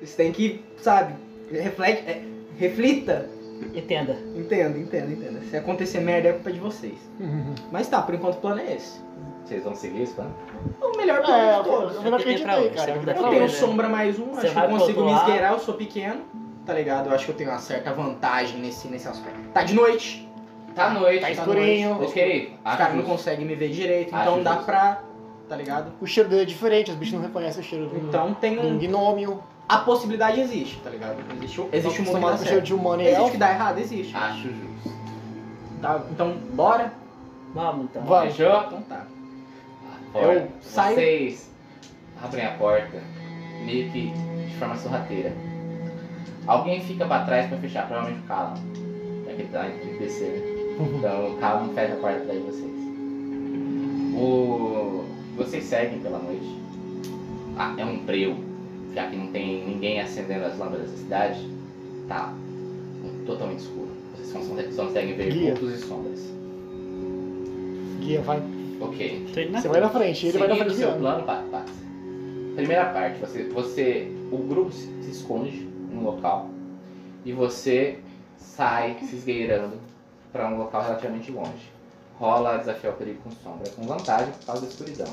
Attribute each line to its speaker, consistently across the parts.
Speaker 1: Você tem que, sabe, reflete, é, reflita.
Speaker 2: Entenda.
Speaker 1: Entenda, entenda, entenda. Se acontecer merda é culpa de vocês. Mas tá, por enquanto o plano é esse.
Speaker 3: Vocês vão seguir esse
Speaker 1: né?
Speaker 3: plano?
Speaker 1: O melhor plano
Speaker 4: É,
Speaker 1: de todos.
Speaker 4: eu não
Speaker 2: tem pra
Speaker 4: acreditei,
Speaker 2: onde,
Speaker 4: cara.
Speaker 2: você não dá
Speaker 4: Eu
Speaker 2: pra
Speaker 1: Eu
Speaker 4: tenho-
Speaker 1: tenho
Speaker 2: né?
Speaker 1: sombra mais um,
Speaker 2: Você
Speaker 1: acho que
Speaker 2: vai
Speaker 1: eu
Speaker 2: pro
Speaker 1: consigo
Speaker 2: outro
Speaker 1: me
Speaker 2: lado.
Speaker 1: esgueirar, eu sou pequeno, tá ligado? Eu acho que eu tenho uma certa vantagem nesse, nesse aspecto. Tá de noite,
Speaker 3: Tá à noite.
Speaker 4: Tá
Speaker 1: Tá
Speaker 4: escurinho,
Speaker 1: os
Speaker 3: Ok. acho
Speaker 1: caras não
Speaker 3: justo.
Speaker 1: conseguem me ver direito,
Speaker 3: Acho
Speaker 1: então dá
Speaker 3: justo.
Speaker 1: pra. tá ligado?
Speaker 4: o cheiro dele é diferente, os bichos não reconhecem o cheiro do,
Speaker 1: Então tem
Speaker 4: do
Speaker 1: um.
Speaker 4: gnômio.
Speaker 1: A possibilidade existe, tá ligado? Existe, o- existe um mundo que dá
Speaker 4: acostumado com o cheiro
Speaker 1: certo.
Speaker 4: de humano e
Speaker 1: Existe o
Speaker 4: elfo.
Speaker 1: que dá errado? Existe.
Speaker 3: Acho justo.
Speaker 1: Tá, então bora?
Speaker 2: Vamos então.
Speaker 4: Vai. Vamos.
Speaker 3: Fechou?
Speaker 1: Então tá.
Speaker 3: Eu
Speaker 1: saio-
Speaker 3: Vocês abrem a porta, meio que de forma sorrateira. Alguém fica pra trás pra fechar, provavelmente o Calum. Já que ele tá em PC, né? Então o Calum fecha a porta atrás de vocês. O... Vocês seguem pela noite. Ah, é um breu. Já que não tem ninguém acendendo as lâmpadas da cidade, tá totalmente escuro. Vocês conseguem- conseguem ver
Speaker 4: Guia.
Speaker 3: vultos e sombras.
Speaker 4: Guia, vai.
Speaker 3: Ok.
Speaker 2: Tô indo na
Speaker 4: Você vai na frente, ele vai na
Speaker 3: Seguindo
Speaker 4: frente
Speaker 3: o seu
Speaker 4: guiando.
Speaker 3: plano, Pa- Pax. Primeira parte, você, você, o grupo se, se esconde num local e você sai se esgueirando para um local relativamente longe. Rola desafiar o perigo com sombra, com vantagem por causa da escuridão.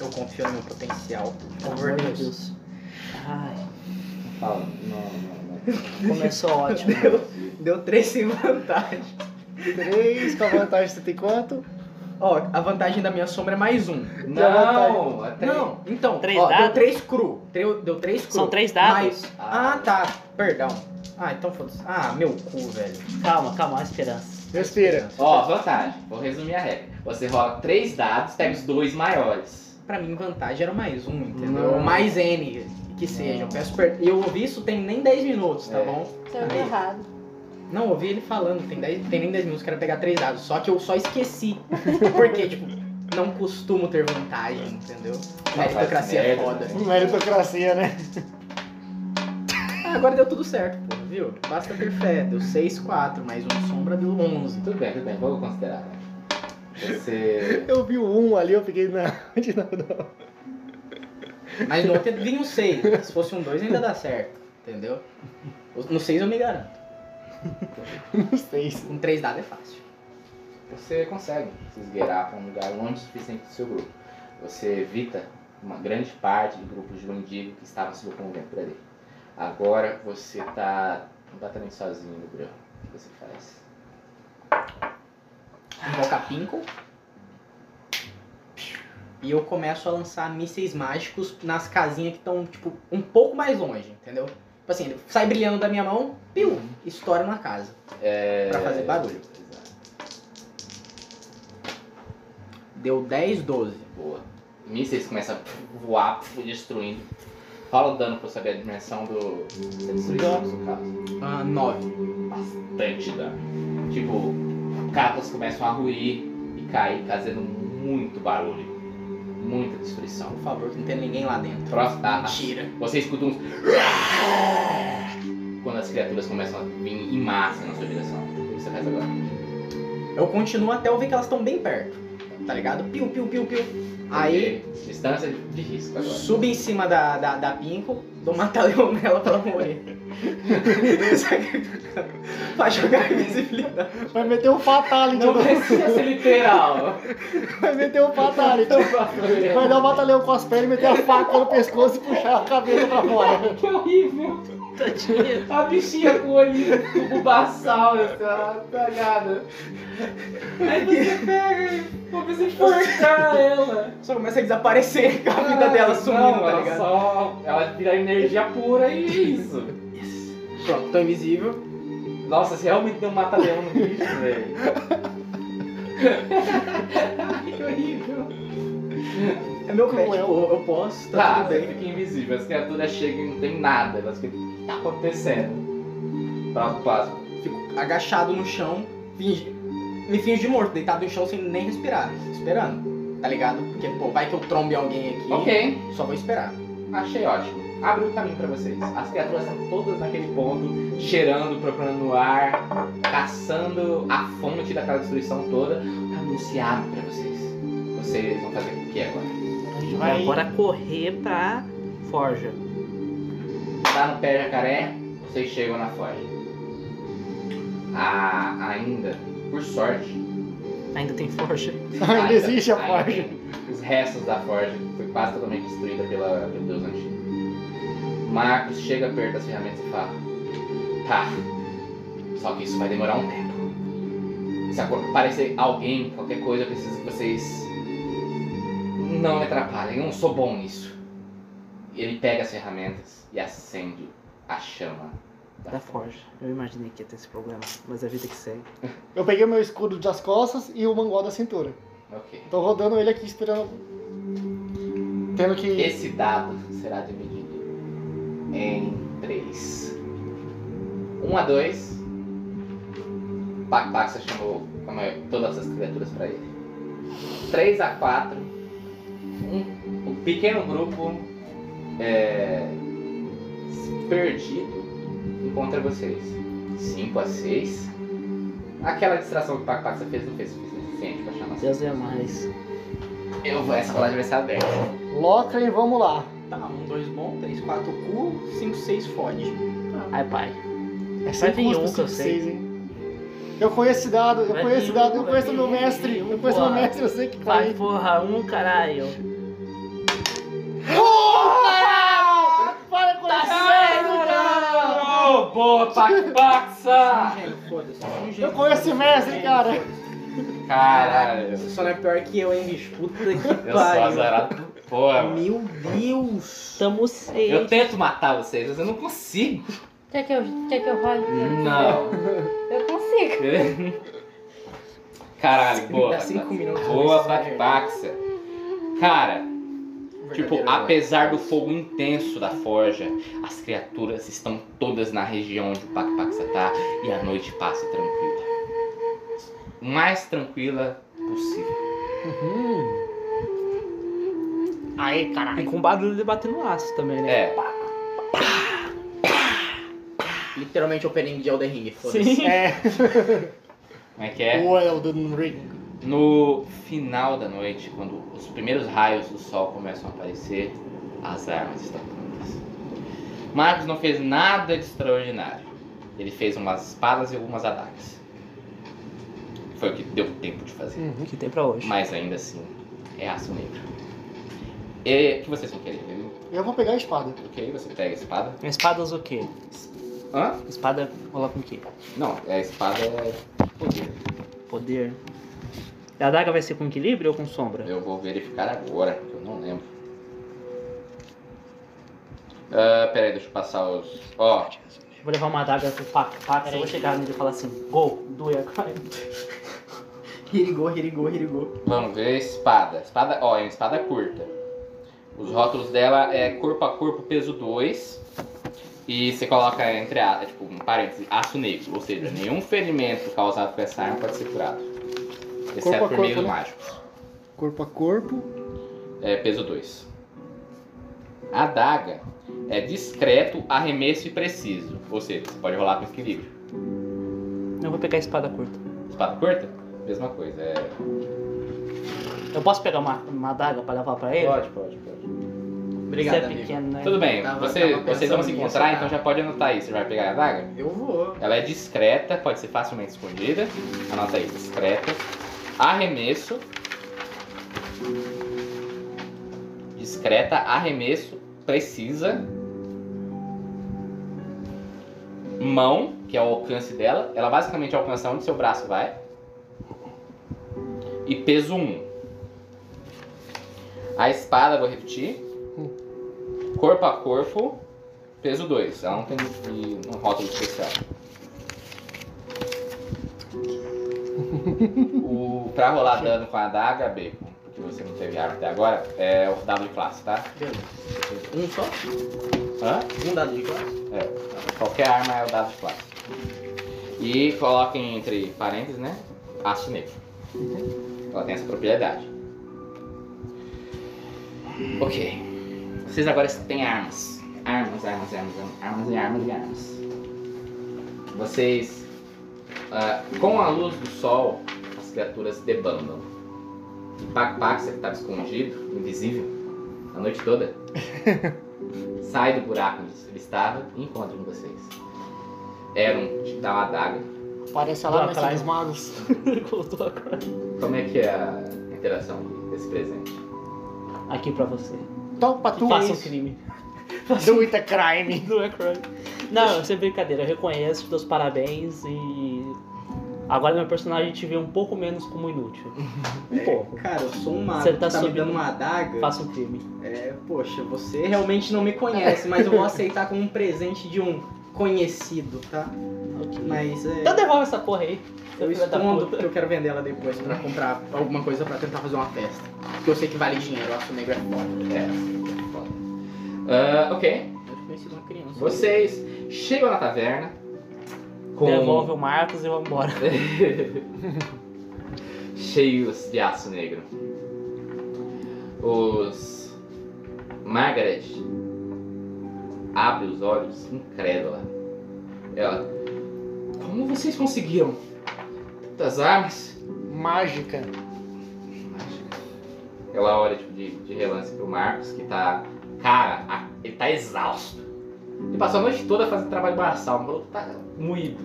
Speaker 1: Eu confio no meu potencial. Por
Speaker 4: Pelo
Speaker 1: favor,
Speaker 4: amor de
Speaker 1: Deus.
Speaker 4: Deus.
Speaker 2: Ai,
Speaker 3: Fala, não,
Speaker 2: começou ótimo.
Speaker 3: não, não.
Speaker 1: Deu três sem vantagem.
Speaker 4: Três, com a vantagem você tem quanto?
Speaker 1: Ó, a vantagem da minha sombra é mais um.
Speaker 3: Não, até
Speaker 1: Não, então,
Speaker 2: Três
Speaker 1: ó, deu
Speaker 2: dados?
Speaker 1: três cru. Deu, deu três cru.
Speaker 2: São três dados.
Speaker 1: Mas- Ah, tá. Perdão. Ah, então foda-se. Ah, meu cu, velho.
Speaker 2: Calma, calma, há esperança.
Speaker 4: Respira.
Speaker 3: Ó, vantagem. Vou resumir a regra. Você rola três dados, pega os dois maiores.
Speaker 1: Pra mim, vantagem era mais um, entendeu?
Speaker 3: Não.
Speaker 1: Mais N, que seja. Eu peço per... Eu ouvi isso tem nem 10 minutos, tá
Speaker 3: É.
Speaker 1: bom?
Speaker 5: Tá
Speaker 1: Aí.
Speaker 5: errado.
Speaker 1: Não, eu ouvi ele falando, tem, 10, tem nem 10 minutos, quero pegar três dados. Só que eu só esqueci. Porque, tipo, não costumo ter vantagem, entendeu? Meritocracia é
Speaker 3: merda,
Speaker 1: foda.
Speaker 3: né?
Speaker 4: Meritocracia, né?
Speaker 1: Ah, agora deu tudo certo, pô, viu? Basta ter fé. Deu 6, 4, mais um sombra deu 11.
Speaker 3: Tudo bem, tudo bem. Vou considerar. né? Você...
Speaker 4: Eu vi o um ali, eu fiquei na. de nada.
Speaker 1: Mas no outro vinha um 6. Se fosse um 2 ainda dá certo, entendeu? No 6 eu me garanto.
Speaker 4: Não sei.
Speaker 1: Com 3 dados é fácil.
Speaker 3: você consegue se esgueirar para um lugar longe o suficiente do seu grupo. Você evita uma grande parte do grupo de mendigo que estavam se locomovendo por ali. Agora você tá completamente sozinho no grão. O que você faz?
Speaker 1: Invoca Pinkle. E eu começo a lançar mísseis mágicos nas casinhas que estão, tipo, um pouco mais longe, entendeu? Tipo assim, ele sai brilhando da minha mão, piu, estoura numa casa.
Speaker 3: É...
Speaker 1: Pra fazer barulho.
Speaker 3: Exato.
Speaker 1: Deu 10, 12.
Speaker 3: Boa. Mísseis começam a voar, destruindo. Rola o dano pra eu saber a dimensão do...
Speaker 1: Hum.
Speaker 3: da destruição do seu caso.
Speaker 1: Ah, 9.
Speaker 3: bastante dano. Tipo, capas começam a ruir e cair, fazendo muito barulho, muita destruição.
Speaker 1: Por favor, que não tem ninguém lá dentro. Ah,
Speaker 3: Próximo, tá?
Speaker 1: Mentira.
Speaker 3: Você escuta uns. Quando as criaturas começam a vir em massa na sua direção. O que você faz agora?
Speaker 1: Eu continuo até eu ver que elas estão bem perto. Tá ligado? Piu, piu, piu, piu. Aí,
Speaker 3: Porque Distância de de risco agora.
Speaker 1: subo em cima da, da, da Pinko, dou uma talhão nela pra ela morrer. pra jogar invisibilidade.
Speaker 4: Vai meter um fatality.
Speaker 3: Não precisa ser literal.
Speaker 4: Vai meter um fatality. Vai dar um batalhão com as pernas, meter a faca no pescoço e puxar a cabeça pra fora.
Speaker 3: que horrível.
Speaker 2: Tadinha.
Speaker 3: A bichinha com o olho do basal, essa talhada. Aí você pega e começa a enforcar ela.
Speaker 1: Só começa a desaparecer com a vida dela sumindo, tá
Speaker 3: ela
Speaker 1: ligado?
Speaker 3: Só, ela vira energia pura e é isso.
Speaker 1: Pronto, tô invisível.
Speaker 3: Nossa, você realmente deu um mata-leão no bicho, velho. que horrível.
Speaker 1: É meu
Speaker 4: Como
Speaker 1: pé, tipo,
Speaker 4: eu.
Speaker 1: eu posso, tá,
Speaker 3: Tá,
Speaker 1: tudo
Speaker 3: você
Speaker 1: bem.
Speaker 3: fica invisível, as criaturas chegam e não tem nada, elas ficam, o que tá acontecendo? Próximo passo.
Speaker 1: Fico agachado no chão, fingi- me finge de morto, deitado no chão sem nem respirar. Esperando, tá ligado? Porque, pô, vai que eu trombe alguém aqui.
Speaker 3: Ok.
Speaker 1: Só vou esperar.
Speaker 3: Achei ótimo. Abre o caminho pra vocês. As criaturas estão todas naquele ponto, cheirando, procurando no ar, caçando a fonte daquela destruição toda. O caminho se abre pra vocês. Vocês vão fazer o que agora?
Speaker 2: A gente vai agora correr pra Forja.
Speaker 3: pisar Tá no pé jacaré, vocês chegam na forja. Ah, ainda, por sorte,
Speaker 2: Ainda tem forja.
Speaker 4: Ainda existe a
Speaker 3: ainda
Speaker 4: forja.
Speaker 3: tem Os restos da forja que foi quase totalmente destruída pela, pelo deus antigo. Marcos chega perto das ferramentas e fala: Tá, só que isso vai demorar um tempo. Se aco- aparecer alguém, qualquer coisa, eu preciso que vocês não me atrapalhem. Eu não sou bom nisso. E ele pega as ferramentas e acende a chama da,
Speaker 2: Da forja. Eu imaginei que ia ter esse problema, mas é a vida que segue.
Speaker 4: Eu peguei meu escudo das costas e o mangual da cintura.
Speaker 3: Ok.
Speaker 4: Tô rodando ele aqui esperando. Tendo que.
Speaker 3: Esse dado será dividido em três. Um a dois. Pac-Pac chamou a maior- todas as criaturas para ele. 3 a 4. Um, um pequeno grupo é, perdido encontra vocês. 5 a 6. Aquela distração que Pac-Pac fez não fez o suficiente para chamar vocês.
Speaker 2: Deus é mais.
Speaker 3: Eu vou, essa rolagem vai ser aberta.
Speaker 4: Locren, vamos lá.
Speaker 1: Tá, um, dois bom, três, quatro cu, cinco, seis fode.
Speaker 2: Ai, pai.
Speaker 4: É
Speaker 2: Vai
Speaker 4: sem
Speaker 2: vir
Speaker 4: custo,
Speaker 2: um que eu
Speaker 4: cinco,
Speaker 2: sei.
Speaker 4: seis, hein? Eu conheço esse dado, eu
Speaker 2: Vai
Speaker 4: conheço
Speaker 2: vir
Speaker 4: esse dado,
Speaker 2: um,
Speaker 4: eu
Speaker 2: vai
Speaker 4: conheço
Speaker 2: vir
Speaker 4: meu
Speaker 2: um,
Speaker 4: mestre,
Speaker 2: vai vir
Speaker 4: eu
Speaker 2: um,
Speaker 4: conheço meu
Speaker 2: porra.
Speaker 4: mestre, eu sei que
Speaker 2: Vai,
Speaker 4: vai.
Speaker 2: porra, um caralho.
Speaker 4: Porra! Para
Speaker 1: Tá
Speaker 4: com isso, cara!
Speaker 3: Ô, boa, Pac-Paxa!
Speaker 1: Gênio, foda-se. Um gênio.
Speaker 4: Eu conheço esse mestre, cara.
Speaker 3: Caralho,
Speaker 1: Você só não é pior que eu, hein, bicho? Puta que
Speaker 3: eu sou
Speaker 1: pariu.
Speaker 3: azarado por porra, mano.
Speaker 1: Meu Deus.
Speaker 2: Tamo seis.
Speaker 3: Eu tento matar vocês, mas eu não consigo.
Speaker 5: Quer que eu, quer que eu role?
Speaker 3: Não.
Speaker 5: Eu consigo.
Speaker 3: Caralho, boa.
Speaker 1: Dá cinco
Speaker 3: Pac-Paxa.
Speaker 1: minutos.
Speaker 3: Boa, Pac-Paxa. Cara, Tipo,
Speaker 1: Verdadeiro,
Speaker 3: apesar do fogo intenso da forja, as criaturas estão todas na região onde o Pac-Paxa tá e a noite passa tranquila. Mais tranquila possível.
Speaker 2: Aí, caralho. E Uhum. com barulho de bater no aço também, né?
Speaker 3: É,
Speaker 1: Literalmente opening de Elden Ring, foda-se.
Speaker 4: É,
Speaker 3: como é que é?
Speaker 4: Elden Ring.
Speaker 3: No final da noite, quando os primeiros raios do sol começam a aparecer, as armas estão prontas. Marcos não fez nada de extraordinário. Ele fez umas espadas e algumas adagas. Foi o que deu tempo de fazer.
Speaker 2: O que tem pra hoje?
Speaker 3: Mas ainda assim, é aço negro. E o que vocês vão querer? viu?
Speaker 4: Eu vou pegar a espada.
Speaker 3: Ok, você pega a espada.
Speaker 2: Espadas o quê?
Speaker 3: Hã?
Speaker 2: Espada rola com o quê?
Speaker 3: Não, é a espada é poder.
Speaker 2: Poder. A adaga vai ser com equilíbrio ou com sombra?
Speaker 3: Eu vou verificar agora, porque eu não lembro. Ah, pera aí, deixa eu passar os. Ó,
Speaker 2: Vou levar uma adaga pro Pac. Pac, eu vou chegar nele e falar assim: Go, do it.
Speaker 1: Hirigô, hirigô, hirigô.
Speaker 3: vamos ver espada. Espada, ó, é uma espada curta. Os rótulos dela é corpo a corpo, peso 2. E você coloca entre a, é tipo, um parêntese, aço negro. Ou seja, nenhum ferimento causado por essa arma pode ser curado. Exceto
Speaker 4: Corpo a
Speaker 3: por
Speaker 4: corpo,
Speaker 3: meios
Speaker 4: né?
Speaker 3: mágicos.
Speaker 4: Corpo a corpo.
Speaker 3: É peso 2. A daga é discreto, arremesso e preciso. Ou seja, você pode rolar com equilíbrio.
Speaker 2: Eu vou pegar a espada curta.
Speaker 3: Espada curta? Mesma coisa. É...
Speaker 2: Eu posso pegar uma, uma adaga pra levar pra ele?
Speaker 3: Pode, pode, pode.
Speaker 1: Obrigado,
Speaker 2: Você é
Speaker 1: amigo.
Speaker 2: pequeno, né?
Speaker 3: Tudo bem,
Speaker 1: Tava-
Speaker 3: você-
Speaker 1: tava
Speaker 3: vocês vão
Speaker 1: pensando
Speaker 3: se
Speaker 1: nisso, né?
Speaker 3: encontrar,
Speaker 1: cara.
Speaker 3: então já pode anotar aí. Você vai pegar a daga?
Speaker 1: Eu vou.
Speaker 3: Ela é discreta, pode ser facilmente escondida. Anota aí, discreta. Arremesso. Discreta, arremesso, precisa. Mão, que é o alcance dela. Ela basicamente alcança onde seu braço vai. E peso 1. A espada, vou repetir. Corpo a corpo, peso 2. Ela não tem e um rótulo especial. o, pra rolar dano com a adaga, Beco, que você não teve arma até agora, é o dado de classe, tá?
Speaker 1: Beleza. Um só?
Speaker 3: Hã?
Speaker 1: Um dado de classe?
Speaker 3: Qualquer arma é o dado de classe. E coloquem entre parênteses, né? Aço negro. Ela tem essa propriedade. Ok. Vocês agora têm armas. Armas, armas, armas, armas, armas e armas e armas. Vocês. ah, com a luz do sol, as criaturas debandam. E Pac Pac, que estava escondido, invisível, a noite toda, sai do buraco onde ele estava e encontra um de vocês. Era um dá uma adaga.
Speaker 4: Parece a
Speaker 2: Lá
Speaker 4: lá, mas
Speaker 2: atrás.
Speaker 4: os magos.
Speaker 2: Voltou agora.
Speaker 3: Como é que é a interação desse presente?
Speaker 2: Aqui pra você.
Speaker 4: Então, pra tu,
Speaker 2: Faça um
Speaker 4: isso.
Speaker 2: crime.
Speaker 4: do it a crime.
Speaker 2: Não é crime. Não, isso é brincadeira. Eu reconheço, te dou os parabéns e. Agora meu personagem te vê um pouco menos como inútil. Um pouco.
Speaker 1: É, Cara, eu sou um mago.
Speaker 2: Você
Speaker 1: Você
Speaker 2: tá
Speaker 1: tá, me
Speaker 2: subindo.
Speaker 1: dando uma adaga?
Speaker 2: Faça um crime.
Speaker 1: É, poxa, você realmente não me conhece, mas eu vou aceitar como um presente de um conhecido, tá? Mas é.
Speaker 2: Então devolve essa porra aí. seu
Speaker 1: Eu
Speaker 2: filho da
Speaker 1: escondo
Speaker 2: puta.
Speaker 1: porque eu quero vender ela depois pra comprar alguma coisa pra tentar fazer uma festa. Porque eu sei que vale dinheiro, eu acho que o negro é foda.
Speaker 3: É, foda. Ah, ok.
Speaker 1: Eu tinha conhecido uma criança.
Speaker 3: Vocês chegam na taverna com
Speaker 2: Devolve o Marcos e vamos embora.
Speaker 3: cheios de aço negro. Os Margaret abre os olhos incrédula. Ela, como vocês conseguiram tantas armas?
Speaker 4: Mágica.
Speaker 3: Ela olha tipo, de, de relance pro Marcos, que tá. Cara, a- ele tá exausto. Ele passou a noite toda fazendo trabalho braçal, o maluco tá moído.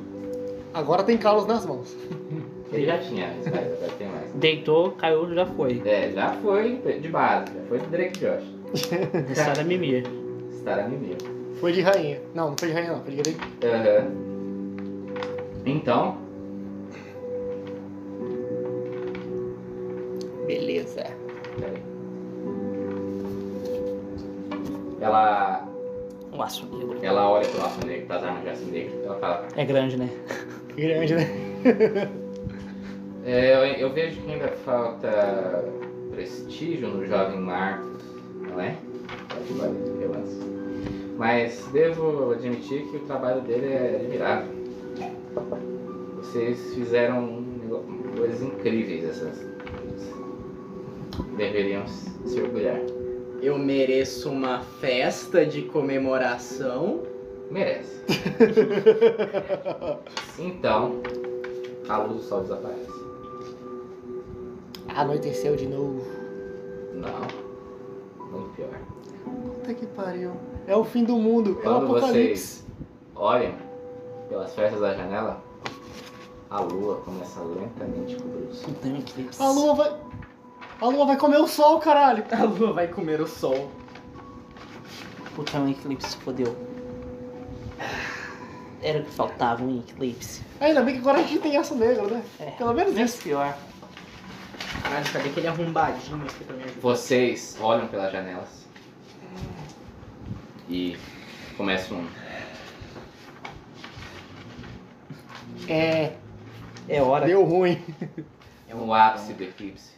Speaker 4: Agora tem calos nas mãos.
Speaker 3: Ele já tinha, mas agora agora tem mais.
Speaker 2: Deitou, caiu, já foi.
Speaker 3: É, já foi de base, já foi do Drake Josh. é
Speaker 2: História mimir.
Speaker 3: Estará mimir.
Speaker 4: Foi de rainha. Não, não foi de rainha, não. Foi de grande.
Speaker 3: Aham. Então,
Speaker 4: Beleza.
Speaker 3: peraí. Ela,
Speaker 2: Um aço negro.
Speaker 3: ela olha pro laço negro, pras armas de laço negro, ela fala,
Speaker 2: É grande, né?
Speaker 4: Grande, né?
Speaker 3: É, eu, eu vejo que ainda falta prestígio no jovem Marcos, não é? Acho que vale de relance. Mas devo admitir que o trabalho dele é admirável. Vocês fizeram um nego- coisas incríveis essas. Deveriam se se orgulhar.
Speaker 1: Eu mereço uma festa de comemoração.
Speaker 3: Merece. então, a luz do sol desaparece.
Speaker 4: Anoiteceu de novo.
Speaker 3: Não. Muito pior.
Speaker 4: Puta que pariu. É o fim do mundo. É o
Speaker 3: Quando
Speaker 4: apocalipse.
Speaker 3: vocês olham pelas frestas da janela, a lua começa lentamente a cobrir o sol.
Speaker 2: Não tem um eclipse.
Speaker 4: A lua vai. A lua vai comer o sol, caralho.
Speaker 1: A lua vai comer o sol.
Speaker 2: Puta, um eclipse, fodeu. Era o que faltava, um eclipse.
Speaker 4: Ainda bem que agora a gente tem aço negro, né?
Speaker 2: É.
Speaker 4: Pelo menos isso.
Speaker 2: Menos pior.
Speaker 1: Caralho, cadê aquele é arrombadinho aqui pra me ajudar?
Speaker 3: Vocês olham pelas janelas e começa um.
Speaker 4: É,
Speaker 2: É hora.
Speaker 4: deu ruim.
Speaker 3: É um ápice do eclipse.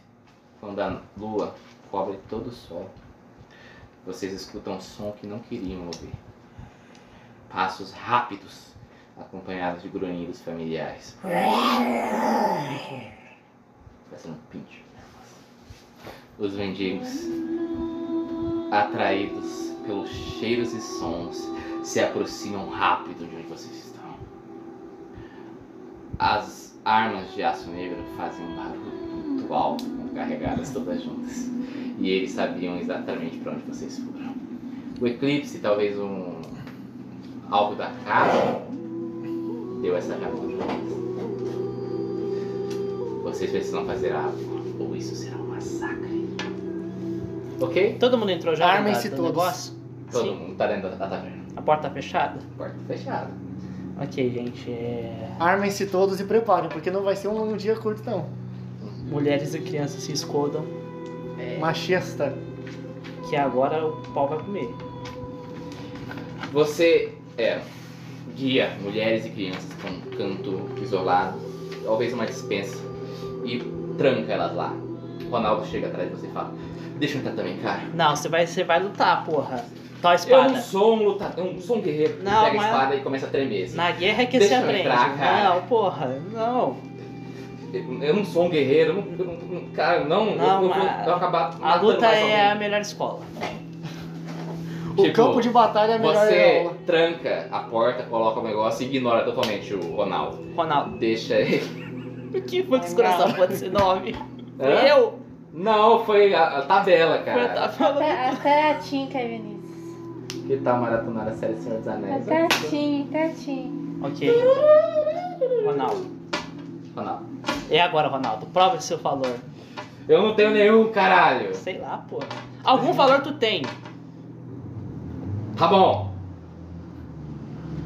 Speaker 3: Quando a lua cobre todo o sol, vocês escutam um som que não queriam ouvir. Passos rápidos, acompanhados de grunhidos familiares. Parece um pincho. Os mendigos, atraídos pelos cheiros e sons, se aproximam rápido de onde vocês estão. As armas de aço negro fazem um barulho muito alto, quando carregadas todas juntas. E eles sabiam exatamente para onde vocês foram. O eclipse, talvez um. algo da casa, deu essa jabulha. Vocês precisam fazer algo, ou isso será um massacre. Ok?
Speaker 2: Todo mundo entrou já?
Speaker 4: Armem-se
Speaker 2: no- no
Speaker 4: todos.
Speaker 2: negócio?
Speaker 3: Todo
Speaker 2: Sim.
Speaker 3: mundo tá dentro da taverna.
Speaker 2: A porta tá fechada?
Speaker 3: Porta fechada.
Speaker 2: Ok, gente. é,
Speaker 4: Armem-se todos e preparem, porque não vai ser um, um dia curto, não.
Speaker 2: Mulheres e crianças se escondam,
Speaker 4: Machista.
Speaker 2: que agora o pau vai comer.
Speaker 3: Você é, guia mulheres e crianças para um canto isolado, talvez uma dispensa, e tranca elas lá. Ronaldo chega atrás de você e fala: Deixa eu entrar também, cara.
Speaker 2: Não, você vai, você vai lutar, porra. Tá a
Speaker 3: Eu não
Speaker 2: espada.
Speaker 3: sou um lutador, eu não sou um guerreiro. Ele
Speaker 2: Não,
Speaker 3: pega
Speaker 2: mas-
Speaker 3: a espada e começa a tremer. assim.
Speaker 2: Na guerra é que
Speaker 3: Deixa
Speaker 2: se
Speaker 3: eu
Speaker 2: aprende.
Speaker 3: entrar, cara.
Speaker 2: não, porra, não.
Speaker 3: Eu não sou um guerreiro, eu não, eu não- eu não- cara, eu não,
Speaker 2: Não,
Speaker 3: eu, eu, vou,
Speaker 2: mas-
Speaker 3: eu vou acabar
Speaker 2: A
Speaker 3: matando
Speaker 2: luta
Speaker 3: mais
Speaker 2: é a
Speaker 3: alguém.
Speaker 2: melhor escola.
Speaker 4: O
Speaker 3: Tipo,
Speaker 4: campo de batalha é melhor
Speaker 3: Você
Speaker 4: aula.
Speaker 3: tranca a porta, coloca o negócio e ignora totalmente o Ronaldo.
Speaker 2: Ronaldo.
Speaker 3: Deixa ele.
Speaker 2: O que foi que escolheu essa porra desse nome?
Speaker 3: Hã?
Speaker 2: Eu?
Speaker 3: Não, foi a, a tabela, cara.
Speaker 2: Eu tava falando.
Speaker 5: Até, até a Tim cai, é Vinícius.
Speaker 3: Que tal maratonar a série Senhor dos Anéis?
Speaker 5: Tatinho, tatinho.
Speaker 2: Ok. Ronaldo.
Speaker 3: Ronaldo.
Speaker 2: É agora, Ronaldo. Prova seu valor.
Speaker 3: Eu não tenho nenhum, caralho.
Speaker 2: Sei lá, pô. Algum valor tu tem.
Speaker 3: Tá bom.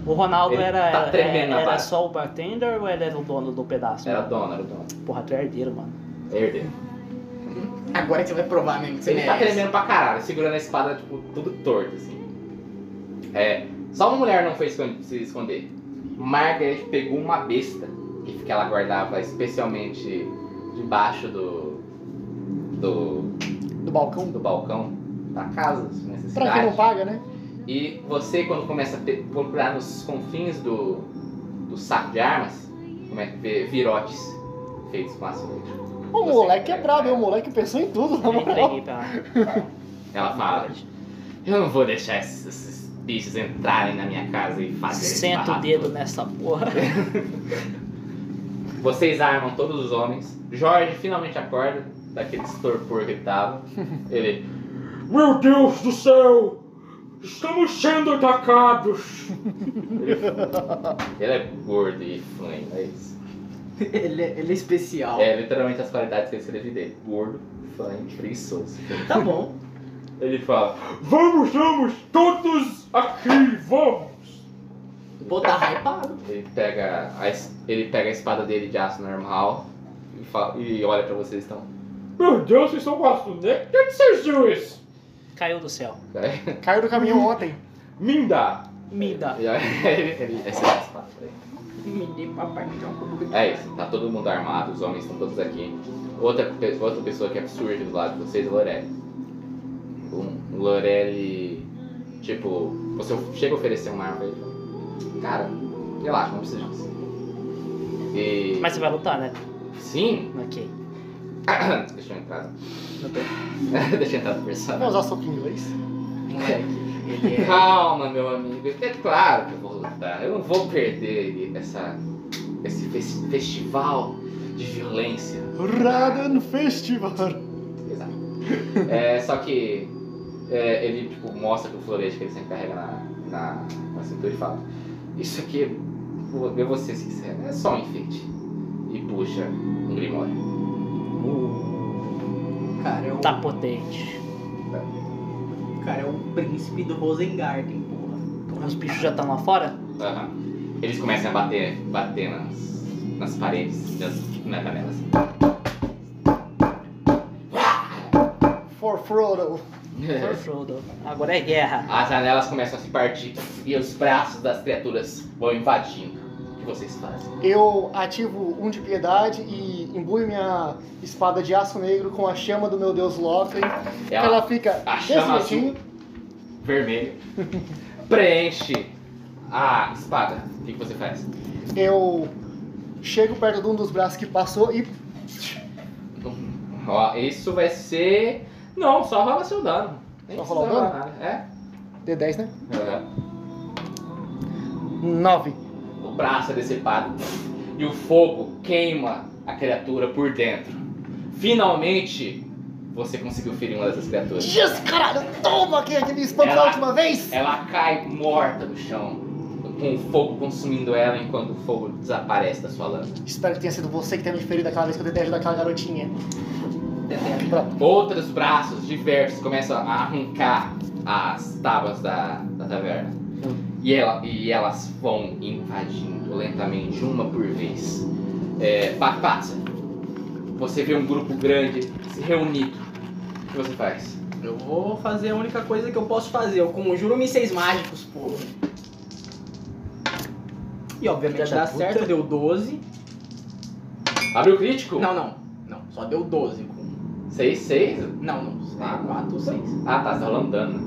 Speaker 2: O Ronaldo
Speaker 3: Ele
Speaker 2: era,
Speaker 3: tá
Speaker 2: era-
Speaker 3: tremendo na
Speaker 2: era,
Speaker 3: base.
Speaker 2: só o bartender ou ele era o dono do pedaço?
Speaker 3: Era dono, era dono.
Speaker 2: Porra, tu é herdeiro, mano.
Speaker 3: Herdeiro.
Speaker 1: Agora que você vai provar mesmo que você
Speaker 3: Ele tá
Speaker 1: merece.
Speaker 3: tremendo pra caralho, segurando a espada, tipo, tudo torto, assim. É. Só uma mulher não foi escon- se esconder. Margaret pegou uma besta que que ela guardava especialmente debaixo do. do.
Speaker 4: Do balcão.
Speaker 3: do balcão da casa, se
Speaker 4: Pra quem não
Speaker 3: necessidade.
Speaker 4: paga, né?
Speaker 3: E você, quando começa a pe- procurar nos confins do, do saco de armas, como é que vê virotes feitos com açoite.
Speaker 4: O
Speaker 3: Você
Speaker 4: moleque é
Speaker 3: quer,
Speaker 4: brabo,
Speaker 3: né?
Speaker 4: hein? o moleque pensou em tudo, na
Speaker 2: Eu
Speaker 4: moral.
Speaker 2: entreguei pra
Speaker 3: Ela fala: Eu não vou deixar esses, esses bichos entrarem na minha casa e fazerem esse
Speaker 2: Senta o
Speaker 3: barraco
Speaker 2: dedo
Speaker 3: todo."
Speaker 2: nessa porra.
Speaker 3: Vocês armam todos os homens. Jorge finalmente acorda daquele torpor que ele tava. Ele. Meu Deus do céu! Estamos sendo atacados! ele, ele é gordo e flanho, é isso.
Speaker 1: ele, é- ele é especial.
Speaker 3: É literalmente as qualidades que eu escrevi dele. Gordo, fã e preguiçoso.
Speaker 1: Tá bom.
Speaker 3: Ele fala, vamos, vamos, todos aqui, vamos!
Speaker 1: Pô, tá hypado.
Speaker 3: Ele pega a, es- ele pega a espada dele de aço normal e, fala, e olha pra vocês então. estão. Meu Deus, vocês estão gostando, né? O que que vocês viram isso?
Speaker 2: Caiu do céu.
Speaker 4: Caiu do caminho ontem.
Speaker 3: Minda!
Speaker 2: Me dá.
Speaker 3: E aí ele, ele essa é a espada dele.
Speaker 1: Menino, papai, me dá um pouco de-
Speaker 3: É isso, tá todo mundo armado, os homens estão todos aqui. Outra, pe- outra pessoa que é absurda do lado de vocês é Lorelli. Um, Lorelli. Tipo, você chega a oferecer uma arma pra ele. Cara, relaxa, não precisa disso. E.
Speaker 2: Mas você vai lutar, né?
Speaker 3: Sim!
Speaker 2: Ok.
Speaker 3: Deixa eu entrar.
Speaker 2: Não tem.
Speaker 3: Deixa eu entrar no
Speaker 4: Vai
Speaker 3: personagem.
Speaker 4: usar soco em inglês?
Speaker 1: Moleque, ele é.
Speaker 3: Calma, meu amigo. É claro que eu vou lutar. Eu não vou perder essa, esse fes- festival de violência.
Speaker 4: Raden Festival.
Speaker 3: Exato. É, só que é, ele tipo, mostra pro florete que ele sempre carrega na, na, na cintura e fala: Isso aqui, vou- eu vou ser sincero, é só um enfeite. E puxa um grimório.
Speaker 1: O cara é o.
Speaker 2: Tá potente.
Speaker 1: O cara é o príncipe do Rosengarten, porra.
Speaker 2: Os bichos já estão lá fora?
Speaker 3: Aham. Eles começam a bater, bater nas, nas paredes, nas, na janela. assim.
Speaker 4: For Frodo.
Speaker 2: Foi o Frodo. Agora é guerra.
Speaker 3: As janelas começam a se partir e os braços das criaturas vão invadindo. O que vocês fazem?
Speaker 4: Eu ativo um de piedade e imbuo minha espada de aço negro com a chama do meu deus Lockley.
Speaker 3: Ela,
Speaker 4: Ela fica
Speaker 3: a
Speaker 4: desse
Speaker 3: chama azul.
Speaker 4: jeitinho.
Speaker 3: vermelho, preenche a espada. O que que você faz?
Speaker 4: Eu chego perto de um dos braços que passou e
Speaker 3: Ó, isso vai ser. Não, só rola seu dano. Nem
Speaker 4: Só
Speaker 3: precisa
Speaker 4: rolar o
Speaker 3: rolar nada. É.
Speaker 4: D10, né?
Speaker 3: É.
Speaker 4: 9.
Speaker 3: O braço é decepado e o fogo queima a criatura por dentro. Finalmente você conseguiu ferir uma dessas criaturas.
Speaker 4: Jesus, caralho, toma quem é que me espantou
Speaker 3: Ela-
Speaker 4: a última vez?
Speaker 3: Ela cai morta no chão, com o fogo consumindo ela enquanto o fogo desaparece da sua lama.
Speaker 4: Espero que tenha sido você que tenha me ferido aquela vez que eu dei 10 daquela garotinha. Pronto.
Speaker 3: Outros braços diversos começam a arrancar as tábuas da, da taverna. E, ela- e elas vão invadindo lentamente, uma por vez. É, pa- passa. Você vê um grupo grande se reunido. O que você faz?
Speaker 1: Eu vou fazer a única coisa que eu posso fazer. Eu conjuro mísseis mágicos, porra. E obviamente
Speaker 2: Filha
Speaker 1: dá
Speaker 2: da puta.
Speaker 1: certo, né? deu 12.
Speaker 3: Abriu crítico?
Speaker 1: Não, não. Não, só deu 12. com-
Speaker 3: 6, 6?
Speaker 1: Não, não.
Speaker 3: Ah.
Speaker 1: É 4 ou 6.
Speaker 3: Ah tá, você tá rolando dano.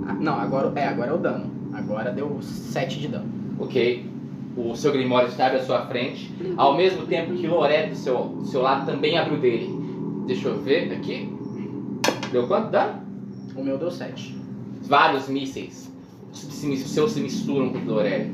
Speaker 3: né?
Speaker 1: Ah, Não, agora é, agora é o dano. Agora deu 7 de dano.
Speaker 3: Ok. O seu Grimório está à sua frente. Ao mesmo tempo que Loré do seu, do seu lado também abriu dele. Deixa eu ver aqui. Deu quanto dano?
Speaker 1: O meu deu 7.
Speaker 3: vários mísseis. Os se- os seus se misturam com o Dorelli.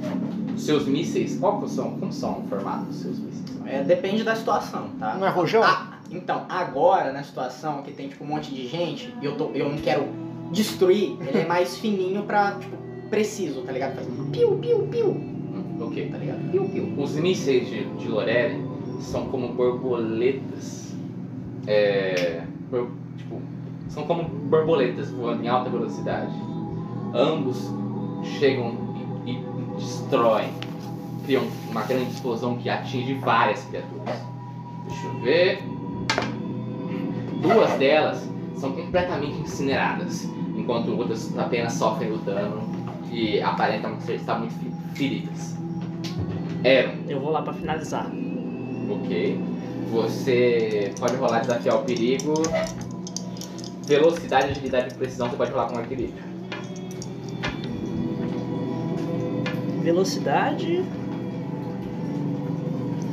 Speaker 3: Os seus mísseis, qual que são? Como são o formato dos seus mísseis?
Speaker 1: É, depende da situação, tá?
Speaker 4: Não é rojão?
Speaker 1: Ah, então, agora na situação que tem tipo um monte de gente, e eu, tô, eu não quero destruir, ele é mais fininho pra, tipo, preciso, tá ligado? Faz piu, piu, piu,
Speaker 3: Ok.
Speaker 1: tá ligado? Piu, piu.
Speaker 3: Os mísseis de, de Lorelli são como borboletas. É, bor- tipo, são como borboletas voando em alta velocidade. Ambos chegam e, e destroem. Criam uma grande explosão que atinge várias criaturas. Deixa eu ver. Duas delas são completamente incineradas, enquanto outras apenas sofrem o dano e aparentam ser- estar muito fe- feridas. Eram
Speaker 2: Eu vou lá pra finalizar.
Speaker 3: Ok. Você pode rolar desafiar o perigo. Velocidade, agilidade e precisão, você pode rolar com equilíbrio.
Speaker 2: Velocidade.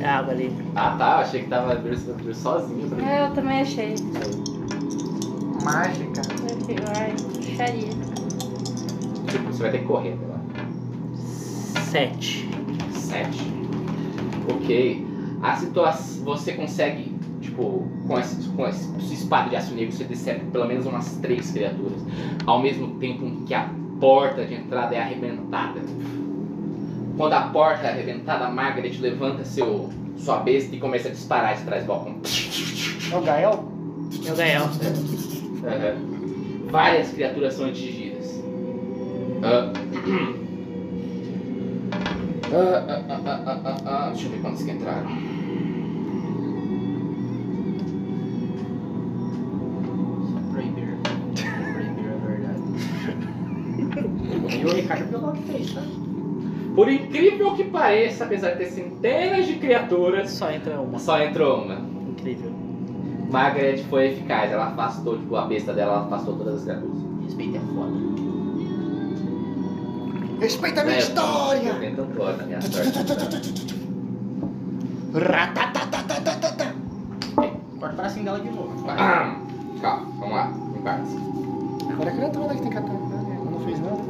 Speaker 2: É água ali.
Speaker 3: Ah tá, eu achei que tava velocidade sozinho. Pra mim.
Speaker 5: Ah, eu também achei.
Speaker 4: Mágica.
Speaker 5: Eu acho Puxaria.
Speaker 3: Tipo, você vai ter que correr agora.
Speaker 2: 7.
Speaker 3: 7. Ok. A situação. Você consegue, tipo, com esse, com esse sua espada de aço negro, você decepe pelo menos umas três criaturas. Ao mesmo tempo em que a porta de entrada é arrebentada. Quando a porta é arrebentada, a Margaret levanta seu, sua besta e começa a disparar de trás do balcão.
Speaker 4: É o Gael?
Speaker 2: Eu ganhei. ó.
Speaker 3: Aham. Várias criaturas são atingidas. Ah. Ah, ah, ah, ah, ah, ah, ah. Deixa eu ver quantos que entraram.
Speaker 1: E o Ricardo Biolog fez, tá?
Speaker 3: Por incrível que pareça, apesar de ter centenas de criaturas,
Speaker 2: É Só entra uma.
Speaker 3: só entrou uma.
Speaker 2: Incrível.
Speaker 3: Margaret foi eficaz, ela afastou, tipo, a besta dela, ela afastou todas as criaturas.
Speaker 1: Respeito é foda.
Speaker 4: Respeita a minha
Speaker 3: É,
Speaker 4: história!
Speaker 3: eu tento agora, minha sorte.
Speaker 4: Ratatatatata.
Speaker 1: Corta o bracinho dela de novo.
Speaker 3: Ah, Calma, vamos lá, embarque.
Speaker 4: Agora é a criatura que tem que atacar. né? Ela não fez nada.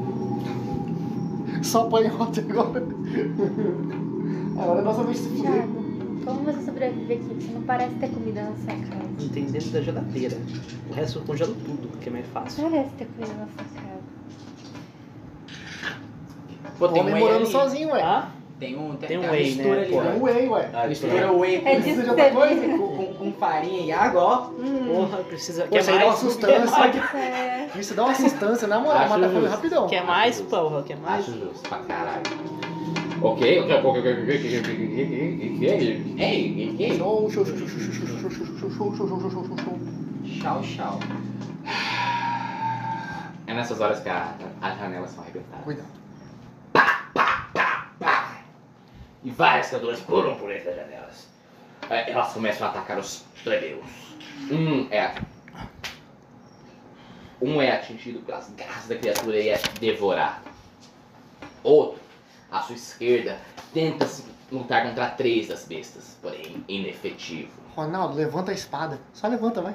Speaker 4: Só apanhou até agora. Agora é nossa vez de se fuder.
Speaker 5: Thiago, como você sobrevive aqui? Você não parece ter comida na sua casa.
Speaker 2: Não tem dentro da geladeira. O resto eu congelo tudo, porque é mais fácil.
Speaker 5: Parece ter comida na sua casa.
Speaker 1: Pô,
Speaker 4: O homem
Speaker 1: um whey
Speaker 4: morando
Speaker 1: ali.
Speaker 4: sozinho, ué.
Speaker 2: Ah,
Speaker 1: Tem um, tem,
Speaker 2: Tem um
Speaker 1: tem uma
Speaker 2: whey,
Speaker 1: mistura
Speaker 2: né,
Speaker 1: ali,
Speaker 2: pô.
Speaker 4: É um whey, um ué. tá
Speaker 3: Ah,
Speaker 1: Mistura o whey
Speaker 5: É
Speaker 1: com,
Speaker 5: disso
Speaker 4: Precisa de
Speaker 5: que
Speaker 4: outra
Speaker 5: você
Speaker 4: coisa?
Speaker 5: vive.
Speaker 1: com, com- com farinha e água, ó. Hum.
Speaker 2: porra, precisa.
Speaker 4: é. Pô,
Speaker 2: Quer
Speaker 4: isso aí dá uma
Speaker 2: mais?
Speaker 4: sustância.
Speaker 5: É.
Speaker 4: Isso dá uma sustância, na moral.
Speaker 3: Acho
Speaker 4: Mata a fome
Speaker 3: justo.
Speaker 4: rapidão.
Speaker 2: Quer mais, porra? Quer mais?
Speaker 3: Acho justo pra caralho. Ok, ok, ok, ok, ok, ok, ok, ok, ok, ok.
Speaker 4: Show, show, show, show, show, show, show, show, show, show, show, show, show, show, show, show.
Speaker 1: Tchau, tchau.
Speaker 3: É nessas horas que a- as janelas são arrebentadas.
Speaker 4: Cuidado.
Speaker 3: E várias criaturas pulam por entre as janelas. É, Elas começam a atacar os plebeus. Um é. Um é atingido pelas garras da criatura e é devorado. Outro, à sua esquerda, tenta se lutar contra três das bestas, porém inefetivo.
Speaker 4: Ronaldo, levanta a espada. Só levanta, vai.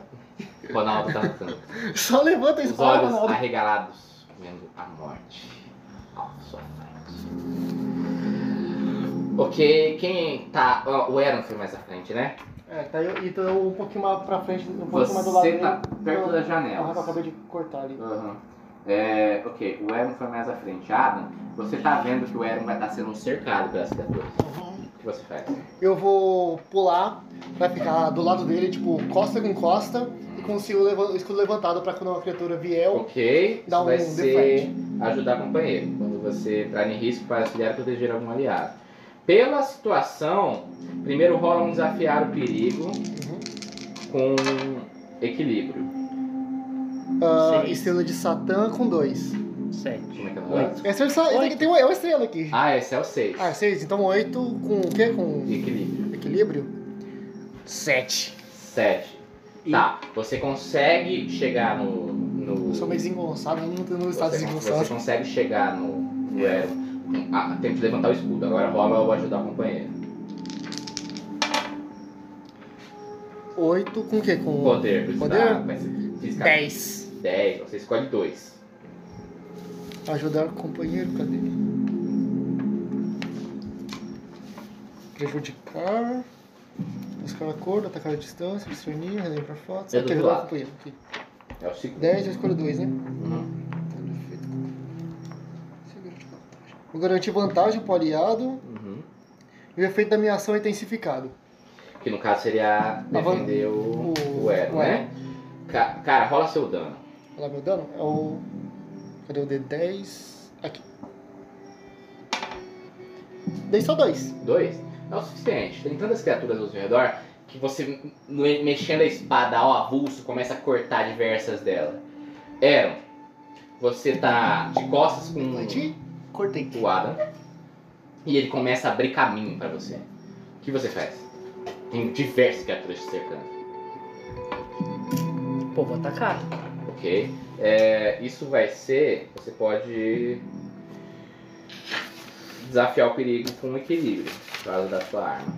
Speaker 3: Ronaldo tá lutando.
Speaker 4: Só levanta a
Speaker 3: Os
Speaker 4: espada,
Speaker 3: olhos
Speaker 4: Ronaldo.
Speaker 3: arregalados, vendo a morte à sua frente. Ok, quem tá. ó, o Eron foi mais à frente, né?
Speaker 4: É, tá eu, e tô um pouquinho mais pra frente, um pouquinho mais do lado.
Speaker 3: Você tá
Speaker 4: dele.
Speaker 3: perto
Speaker 4: Não,
Speaker 3: das
Speaker 4: Ah, eu
Speaker 3: janelas.
Speaker 4: acabei de cortar ali.
Speaker 3: Aham. É, ok, o Eron foi mais à frente. Adam, você tá vendo que o Eron vai estar sendo cercado pelas criaturas.
Speaker 4: Uhum.
Speaker 3: O que você faz?
Speaker 4: Eu vou pular pra ficar do lado dele, tipo, costa com costa, e consigo levan- escudo levantado pra quando uma criatura vier. eu-
Speaker 3: Ok,
Speaker 4: Então, Dá
Speaker 3: isso vai
Speaker 4: um
Speaker 3: ser ajudar o companheiro. Quando você entrar em risco para auxiliar ou proteger algum aliado. Pela situação, primeiro rola um desafiar o perigo com equilíbrio.
Speaker 4: Ah,
Speaker 2: Seis.
Speaker 4: estrela de Satã com dois.
Speaker 2: Sete.
Speaker 3: Como é que é o
Speaker 2: Oito.
Speaker 3: nome?
Speaker 4: É estrela de Satã,
Speaker 2: Oito.
Speaker 4: tem uma, é uma estrela aqui.
Speaker 3: Ah, esse é o 6.
Speaker 4: Ah, seis, então oito com o quê? Com
Speaker 3: Equilíbrio.
Speaker 4: equilíbrio? Sete.
Speaker 3: 7.
Speaker 1: E-
Speaker 3: Tá, você consegue chegar no. no...
Speaker 4: Eu sou meio desengonçado, não tô no estado
Speaker 3: Você, con- você
Speaker 4: desengonçado.
Speaker 3: consegue chegar no, no Ero. Ah, tem que levantar o escudo. Agora rola ou ajudar o companheiro.
Speaker 4: Oito com o quê? Com
Speaker 3: Poder, precisa-
Speaker 4: Poder?
Speaker 3: vai ser fisicamente
Speaker 4: dez.
Speaker 3: 10, você escolhe dois.
Speaker 4: Ajudar o companheiro, cadê? Prejudicar. Buscar acordo, atacar a distância, discernir, relembrar fotos.
Speaker 3: É
Speaker 4: Aqui,
Speaker 3: do
Speaker 4: ajudar o
Speaker 3: lado.
Speaker 4: companheiro. Aqui.
Speaker 3: É o segundo.
Speaker 4: 10, eu escolho 2, né?
Speaker 3: Uhum.
Speaker 4: é Vou garantir vantagem pro aliado
Speaker 3: Uhum.
Speaker 4: e o efeito da minha ação é intensificado.
Speaker 3: Que no caso seria defender o,
Speaker 4: O-
Speaker 3: o Ero,
Speaker 4: o
Speaker 3: né? Ca- cara, rola seu dano.
Speaker 4: Olha lá meu dano. É o. Cadê o D10? Aqui. Dei só dois.
Speaker 3: Dois é o suficiente. Tem tantas criaturas ao seu redor que você, me- mexendo a espada ao avulso, começa a cortar diversas dela. Aaron, você tá de costas com
Speaker 4: Bati, cortei.
Speaker 3: o Adam e ele começa a abrir caminho pra você. O que você faz? Tem diversas criaturas te cercando.
Speaker 2: Pô, vou atacar.
Speaker 3: Ok? É, isso vai ser. Você pode desafiar o perigo com um equilíbrio, por causa da sua arma.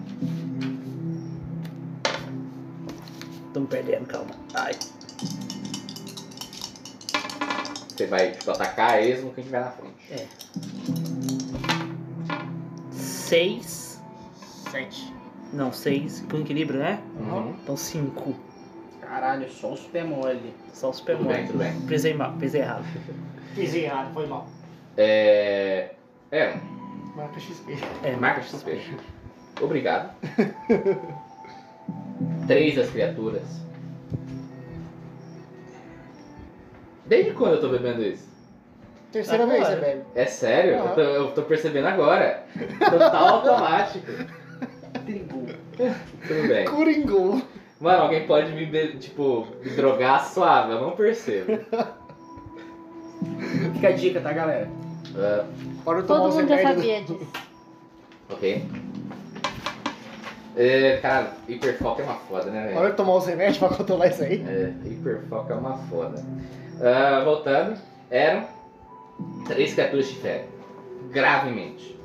Speaker 2: Tamo perdendo, calma. Ai.
Speaker 3: Você vai tipo, atacar mesmo quem tiver na frente.
Speaker 2: Seis. Sete. Não, seis. Com equilíbrio, né?
Speaker 3: Uhum.
Speaker 2: Então cinco.
Speaker 1: Caralho, só o super mole.
Speaker 2: Só o super
Speaker 3: Tudo bem, tudo bem.
Speaker 2: Pisei mal, pisei errado.
Speaker 4: Fiz errado, foi mal.
Speaker 3: É. É,
Speaker 4: Marca XP.
Speaker 2: É,
Speaker 3: marca XP. Obrigado. Três das criaturas. Desde quando eu tô bebendo isso?
Speaker 4: Terceira vez,
Speaker 2: Agora.
Speaker 4: você bebe.
Speaker 3: É sério?
Speaker 4: Aham.
Speaker 3: Eu, tô, eu tô percebendo agora. Total automático.
Speaker 1: Trigo.
Speaker 3: Tudo bem.
Speaker 4: Coringou.
Speaker 3: Mano, alguém pode me, be- tipo, me drogar suave, eu não percebo.
Speaker 1: Fica a dica, tá, galera?
Speaker 3: Ah,
Speaker 4: Para eu tomar
Speaker 5: Todo
Speaker 4: os
Speaker 5: mundo já
Speaker 4: remédios.
Speaker 5: sabia disso.
Speaker 3: ok. É, cara, hiperfoco é uma foda, né, velho?
Speaker 4: Para eu tomar os remédios pra controlar isso aí.
Speaker 3: É, hiperfoco é uma foda. Ah, voltando, eram três criaturas de fé. Gravemente.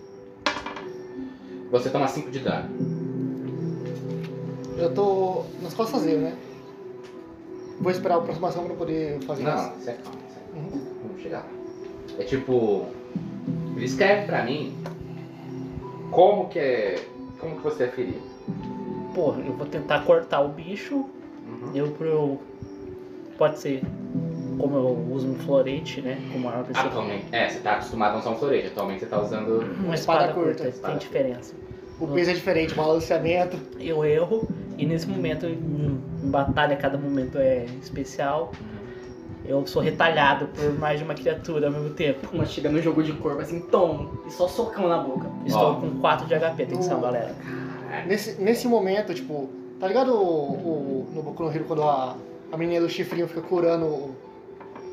Speaker 3: Você toma 5 de dano.
Speaker 4: Eu tô nas costas eu, né? Vou esperar a aproximação pra poder fazer isso. Uhum.
Speaker 3: Não, isso é calma, isso é calma. Vamos chegar lá. É tipo. Descreve pra mim como que é. Como que você é ferido.
Speaker 2: Porra, eu vou tentar cortar o bicho. Eu pro. Pode ser. Como eu uso um florete, né? Como arma principal.
Speaker 3: Atualmente. É, você tá acostumado a usar um florete. Atualmente você tá usando.
Speaker 2: Uma
Speaker 4: espada
Speaker 2: espada
Speaker 4: curta.
Speaker 2: curta,
Speaker 3: Espada
Speaker 2: tem
Speaker 3: curta.
Speaker 2: diferença.
Speaker 4: O peso é diferente, o balanceamento.
Speaker 2: Eu erro, e nesse momento, em um, em batalha, cada momento é especial.
Speaker 3: Uhum.
Speaker 2: Eu sou retalhado por mais de uma criatura ao mesmo tempo.
Speaker 1: Uma chega no jogo de corpo assim, tom, e só socão na boca.
Speaker 2: Estou
Speaker 3: Ó.
Speaker 2: com 4 de HP, atenção, galera.
Speaker 4: Nesse, nesse momento, tipo, tá ligado o, o- no Boku no Hero quando a, a menina do chifrinho fica curando o,